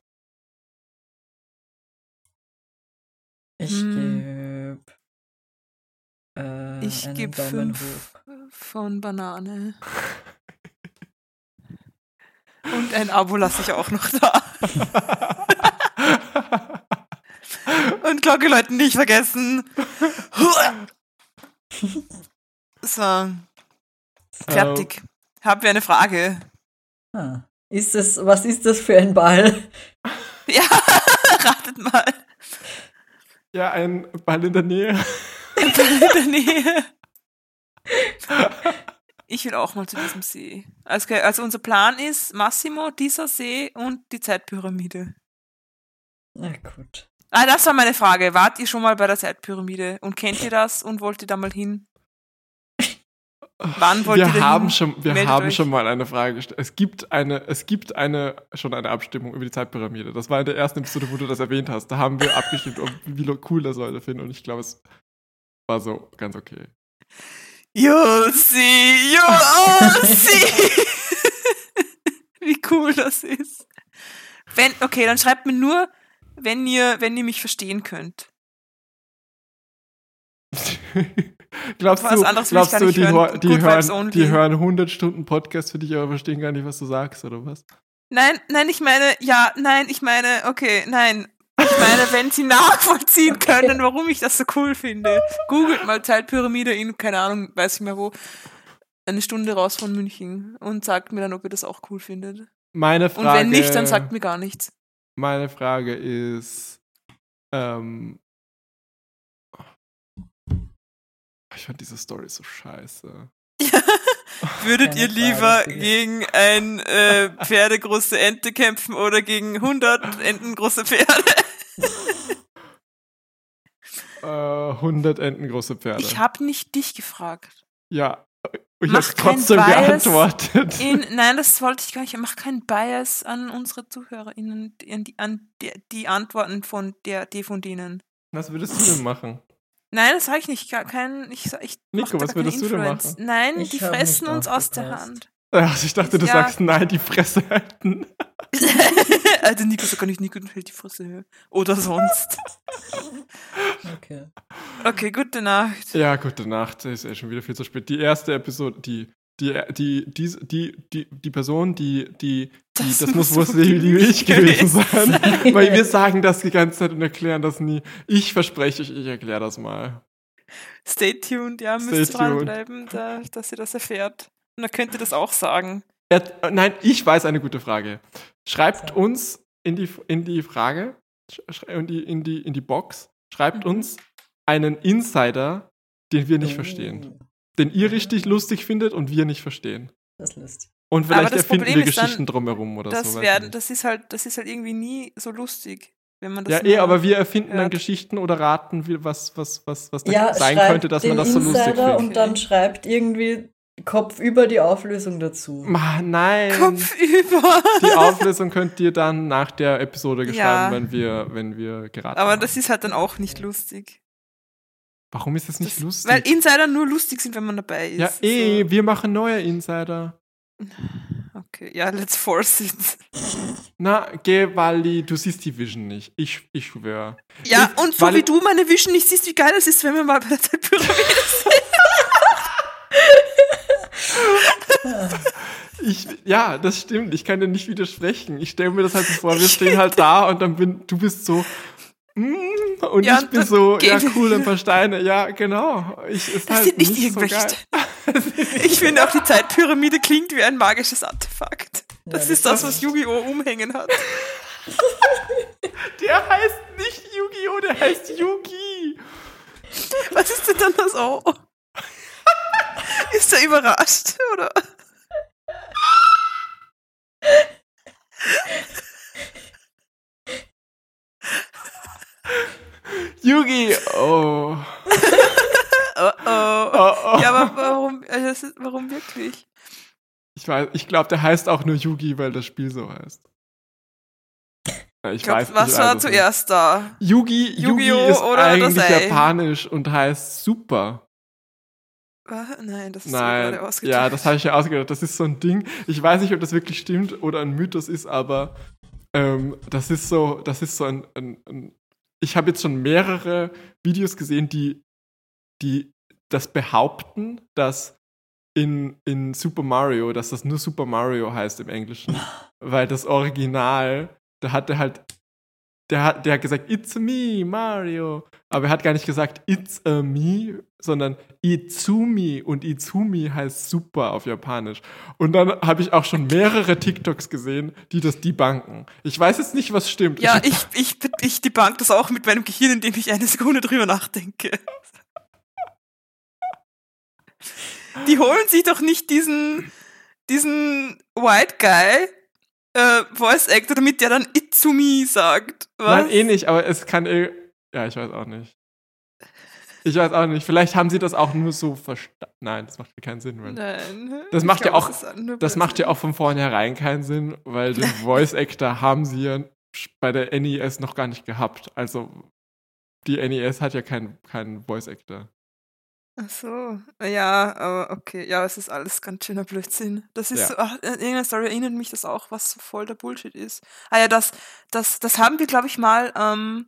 [SPEAKER 2] Ich
[SPEAKER 4] Hm.
[SPEAKER 2] geb. Äh,
[SPEAKER 4] Ich
[SPEAKER 2] einen
[SPEAKER 4] gebe
[SPEAKER 2] Daumen
[SPEAKER 4] fünf
[SPEAKER 2] hoch.
[SPEAKER 4] von Banane. Und ein Abo lasse ich auch noch da. Und Glocke läuten nicht vergessen. So, fertig.
[SPEAKER 3] Ähm.
[SPEAKER 4] Haben wir eine Frage?
[SPEAKER 2] Ah. Ist das, was ist das für ein Ball?
[SPEAKER 4] Ja, ratet mal.
[SPEAKER 3] Äh, ja, ein Ball in der Nähe.
[SPEAKER 4] In der Nähe. Ich will auch mal zu diesem See. Also, okay, also unser Plan ist Massimo, dieser See und die Zeitpyramide.
[SPEAKER 2] Na gut.
[SPEAKER 4] Ah, das war meine Frage. Wart ihr schon mal bei der Zeitpyramide? Und kennt ihr das und wollt ihr da mal hin? Wann wollt ihr
[SPEAKER 3] Wir
[SPEAKER 4] denn
[SPEAKER 3] haben,
[SPEAKER 4] hin?
[SPEAKER 3] schon, wir
[SPEAKER 4] Meldet
[SPEAKER 3] haben
[SPEAKER 4] euch.
[SPEAKER 3] schon mal eine Frage gestellt. Es gibt eine, es gibt eine, schon eine Abstimmung über die Zeitpyramide. Das war in der ersten Episode, wo du das erwähnt hast. Da haben wir abgestimmt, ob, wie lo- cool das Leute finden. Und ich glaube, es war so ganz okay.
[SPEAKER 4] You'll see, you'll see. Wie cool das ist. Wenn, okay, dann schreibt mir nur, wenn ihr, wenn ihr mich verstehen könnt.
[SPEAKER 3] glaubst
[SPEAKER 4] Was
[SPEAKER 3] du,
[SPEAKER 4] anderes will ich
[SPEAKER 3] glaubst
[SPEAKER 4] gar
[SPEAKER 3] du
[SPEAKER 4] nicht
[SPEAKER 3] die,
[SPEAKER 4] hören.
[SPEAKER 3] hör- die,
[SPEAKER 4] Good vibes
[SPEAKER 3] hören,
[SPEAKER 4] only.
[SPEAKER 3] die hören 100 Stunden Podcast für dich, aber verstehen gar nicht, was du sagst, oder was?
[SPEAKER 4] Nein, nein, ich meine, ja, nein, ich meine, okay, nein. Ich meine, wenn sie nachvollziehen können, warum ich das so cool finde. Googelt mal Zeitpyramide in, keine Ahnung, weiß ich mehr wo, eine Stunde raus von München und sagt mir dann, ob ihr das auch cool findet.
[SPEAKER 3] Meine
[SPEAKER 4] Und
[SPEAKER 3] Frage.
[SPEAKER 4] wenn nicht, dann sagt mir gar nichts.
[SPEAKER 3] Meine Frage ist, ähm, ich fand diese Story so scheiße.
[SPEAKER 4] Würdet
[SPEAKER 2] Keine
[SPEAKER 4] ihr
[SPEAKER 2] Frage,
[SPEAKER 4] lieber
[SPEAKER 2] Digga.
[SPEAKER 4] gegen ein äh, pferdegroße Ente kämpfen oder gegen 100 entengroße Pferde?
[SPEAKER 3] Äh, 100 Enten große Pferde.
[SPEAKER 4] Ich habe nicht dich gefragt.
[SPEAKER 3] ja, ich habe
[SPEAKER 4] Mach kein
[SPEAKER 3] trotzdem
[SPEAKER 4] Bias
[SPEAKER 3] geantwortet.
[SPEAKER 4] In, nein, das wollte ich gar nicht. Mach keinen Bias an unsere ZuhörerInnen, an die, an die, die Antworten von der, die von denen.
[SPEAKER 3] Was würdest du denn machen?
[SPEAKER 4] Nein, das sage ich nicht. Gar kein, ich, sag- ich mach
[SPEAKER 3] Nico,
[SPEAKER 4] da
[SPEAKER 3] was
[SPEAKER 4] keine
[SPEAKER 3] würdest du denn
[SPEAKER 4] Influence.
[SPEAKER 3] machen?
[SPEAKER 4] Nein,
[SPEAKER 2] Ich
[SPEAKER 4] die
[SPEAKER 2] hab
[SPEAKER 4] fressen
[SPEAKER 2] nicht
[SPEAKER 4] uns aus der
[SPEAKER 2] aufgepasst.
[SPEAKER 4] Hand.
[SPEAKER 3] Also ich dachte, du
[SPEAKER 4] Ja.
[SPEAKER 3] sagst nein, die Fresse halten.
[SPEAKER 4] Alter, Also, Nico sagt gar nicht, Nico fällt die Fresse höher. Oder sonst.
[SPEAKER 2] Okay.
[SPEAKER 4] Okay, gute Nacht.
[SPEAKER 3] Ja, gute Nacht. Es ist eh schon wieder viel zu spät. Die erste Episode, die, die, die, die, die, die, die Person, die, die, die das,
[SPEAKER 4] Das
[SPEAKER 3] muss
[SPEAKER 4] muss
[SPEAKER 3] wohl
[SPEAKER 4] wirklich
[SPEAKER 3] die ich
[SPEAKER 4] nicht
[SPEAKER 3] gewesen
[SPEAKER 4] gewesen
[SPEAKER 3] sein. Weil wir sagen das die ganze Zeit und erklären das nie. Ich verspreche euch, ich erkläre das mal.
[SPEAKER 4] Stay tuned, ja,
[SPEAKER 3] Stay
[SPEAKER 4] müsst
[SPEAKER 3] tuned.
[SPEAKER 4] dranbleiben, da, dass ihr das erfährt. Und dann könnt ihr das auch sagen.
[SPEAKER 3] Er, äh, nein, ich weiß eine gute Frage. Schreibt uns in die, in die Frage, sch- sch- in die, in die, in die Box, schreibt
[SPEAKER 4] Mhm.
[SPEAKER 3] uns einen Insider, den wir nicht verstehen.
[SPEAKER 2] Oh,
[SPEAKER 3] Den ihr richtig lustig findet und wir nicht verstehen.
[SPEAKER 2] Das ist lustig.
[SPEAKER 3] Und vielleicht
[SPEAKER 4] das
[SPEAKER 3] erfinden
[SPEAKER 4] Problem
[SPEAKER 3] wir
[SPEAKER 4] ist dann,
[SPEAKER 3] Geschichten drumherum oder
[SPEAKER 4] das
[SPEAKER 3] so. weiß
[SPEAKER 4] werden,
[SPEAKER 3] ich
[SPEAKER 4] das ist halt, das ist halt irgendwie nie so lustig, wenn man
[SPEAKER 3] nicht.
[SPEAKER 4] das.
[SPEAKER 3] ja, eh,
[SPEAKER 4] nur-
[SPEAKER 3] aber wir erfinden dann
[SPEAKER 4] hört.
[SPEAKER 3] Geschichten oder raten, wie, was, was, was, was
[SPEAKER 2] Ja,
[SPEAKER 3] da sein
[SPEAKER 2] schreibt
[SPEAKER 3] könnte, dass man
[SPEAKER 2] den
[SPEAKER 3] das so lustig
[SPEAKER 2] Insider
[SPEAKER 3] findet.
[SPEAKER 2] und dann schreibt irgendwie Kopf über die Auflösung dazu.
[SPEAKER 3] Ma, nein!
[SPEAKER 4] Kopf über.
[SPEAKER 3] Die Auflösung könnt ihr dann nach der Episode gestalten,
[SPEAKER 4] Ja.
[SPEAKER 3] wenn wir, wenn wir geraten
[SPEAKER 4] Aber
[SPEAKER 3] haben.
[SPEAKER 4] das ist halt dann auch nicht lustig.
[SPEAKER 3] Warum ist das nicht
[SPEAKER 4] das,
[SPEAKER 3] lustig?
[SPEAKER 4] Weil Insider nur lustig sind, wenn man dabei ist.
[SPEAKER 3] Ja, eh, wir machen neue Insider.
[SPEAKER 4] So. Okay, ja, let's force it.
[SPEAKER 3] Na, geh, Wally, du siehst die Vision nicht. Ich, ich schwör.
[SPEAKER 4] Ja,
[SPEAKER 3] Ich-
[SPEAKER 4] und so
[SPEAKER 3] weil-
[SPEAKER 4] wie du meine Vision nicht siehst, wie geil das ist, wenn wir mal bei der Zeitpyramide
[SPEAKER 3] ich. Ja, das stimmt. Ich kann dir nicht widersprechen. Ich stelle mir das halt so vor, wir stehen halt da und dann bin, du bist so. mm, Und
[SPEAKER 4] Ja,
[SPEAKER 3] ich bin
[SPEAKER 4] dann
[SPEAKER 3] so, ja
[SPEAKER 4] gehen wir.
[SPEAKER 3] cool, ein paar Steine. Ja, genau. Ich, ist
[SPEAKER 4] Das
[SPEAKER 3] halt
[SPEAKER 4] sind nicht
[SPEAKER 3] so
[SPEAKER 4] irgendwelche
[SPEAKER 3] geil.
[SPEAKER 4] Steine. Ich finde auch, die Zeitpyramide klingt wie ein magisches Artefakt. Das
[SPEAKER 2] das
[SPEAKER 4] ist das, was Yu-Gi-Oh! umhängen hat.
[SPEAKER 3] Der heißt nicht Yu-Gi-Oh!, der heißt Yugi.
[SPEAKER 4] Was ist denn dann das O? Ist er überrascht, oder?
[SPEAKER 3] Yugi, oh.
[SPEAKER 4] Oh, oh.
[SPEAKER 3] oh, oh.
[SPEAKER 4] Ja, aber warum, also das ist, warum wirklich?
[SPEAKER 3] Ich, weiß- ich glaube, der heißt auch nur Yugi, weil das Spiel so heißt. Ich
[SPEAKER 4] Ich glaub,
[SPEAKER 3] weiß,
[SPEAKER 4] was
[SPEAKER 3] ich weiß
[SPEAKER 4] war
[SPEAKER 3] es
[SPEAKER 4] zuerst da?
[SPEAKER 3] Nicht. Yugi, Yugi
[SPEAKER 4] Yu-Gi-Oh!
[SPEAKER 3] ist
[SPEAKER 4] oder
[SPEAKER 3] eigentlich
[SPEAKER 4] das Ei?
[SPEAKER 3] japanisch und heißt Super.
[SPEAKER 4] Was? Nein, das ist mir
[SPEAKER 3] Nein,
[SPEAKER 4] gerade ausgedacht.
[SPEAKER 3] ja, das habe ich ja ausgedacht. Das ist so ein Ding. Ich weiß nicht, ob das wirklich stimmt oder ein Mythos ist, aber ähm, das ist so, das ist so ein. ein, ein ich habe jetzt schon mehrere Videos gesehen, die, die das behaupten, dass in, in Super Mario, dass das nur Super Mario heißt im Englischen. Weil das Original, da hat er halt, der hat, der hat gesagt, It's me, Mario. Aber er hat gar nicht gesagt, It's a me, sondern Itsumi. Und Itsumi heißt super auf Japanisch. Und dann habe ich auch schon mehrere TikToks gesehen, die das debunken. Ich weiß jetzt nicht, was stimmt.
[SPEAKER 4] Ja, ich, ich, ich debunk das auch mit meinem Gehirn, indem ich eine Sekunde drüber nachdenke. Die holen sich doch nicht diesen, diesen White Guy äh, Voice Actor, damit der dann Itsumi sagt. Was?
[SPEAKER 3] Nein, eh nicht, aber es kann eh. Ja, ich weiß auch nicht. Ich weiß auch nicht. Vielleicht haben sie das auch nur so verstanden. Nein, das macht mir keinen Sinn. Weil
[SPEAKER 4] Nein.
[SPEAKER 3] Das
[SPEAKER 4] Ich
[SPEAKER 3] macht ja
[SPEAKER 4] glaub,
[SPEAKER 3] auch-
[SPEAKER 4] das ist nur
[SPEAKER 3] das macht ja
[SPEAKER 4] Blödsinn.
[SPEAKER 3] auch von vornherein keinen Sinn, weil den Voice Actor haben sie ja bei der NES noch gar nicht gehabt. Also, die NES hat ja keinen keinen Voice Actor.
[SPEAKER 4] Ach so. Ja, aber okay. Ja, es ist alles ganz schöner Blödsinn. Das ist
[SPEAKER 3] Ja.
[SPEAKER 4] so, ach, in irgendeiner Story erinnert mich das auch, was so voll der Bullshit ist. Ah ja, das, das, das haben wir, glaube ich, mal ähm,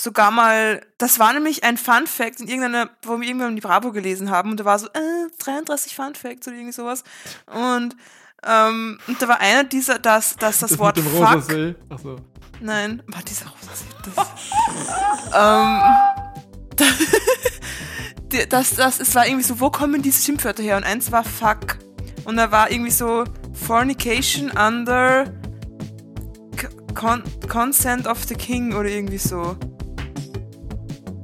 [SPEAKER 4] sogar mal. Das war nämlich ein Fun Fact in irgendeiner, wo wir irgendwann die Bravo gelesen haben und da war so, äh, 33 Fun Facts oder irgendwie sowas. Und, ähm, und da war einer dieser, dass, dass das, Wort
[SPEAKER 3] mit dem
[SPEAKER 4] Fuck.
[SPEAKER 3] Rosasee. Achso.
[SPEAKER 4] Nein, war dieser Rosasee. Das, ähm, da- das, das, es war irgendwie so, wo kommen diese Schimpfwörter her? Und eins war fuck. Und da war irgendwie so fornication under c- con consent of the king oder irgendwie so.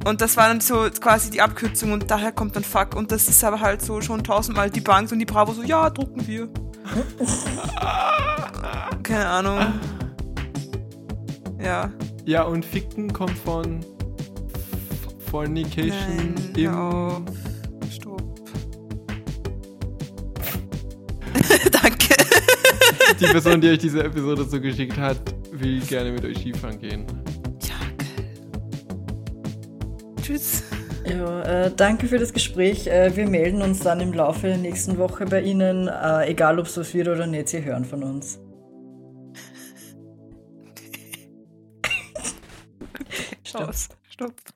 [SPEAKER 4] Und das war dann so quasi die Abkürzung und daher kommt dann fuck. Und das ist aber halt so schon tausendmal die Bank und die Bravo so, ja, drucken wir. Keine Ahnung. Ja.
[SPEAKER 3] Ja, und Ficken kommt von F- Fornication
[SPEAKER 4] Nein,
[SPEAKER 3] im.
[SPEAKER 4] hör auf. Stopp. Danke.
[SPEAKER 3] Die Person, die euch diese Episode so geschickt hat, will gerne mit euch Skifahren gehen.
[SPEAKER 4] Ja, geil. Tschüss.
[SPEAKER 2] Ja, äh, danke für das Gespräch. Äh, wir melden uns dann im Laufe der nächsten Woche bei Ihnen. Äh, egal, ob es was wird oder nicht, Sie hören von uns.
[SPEAKER 4] Stopp. Stopp.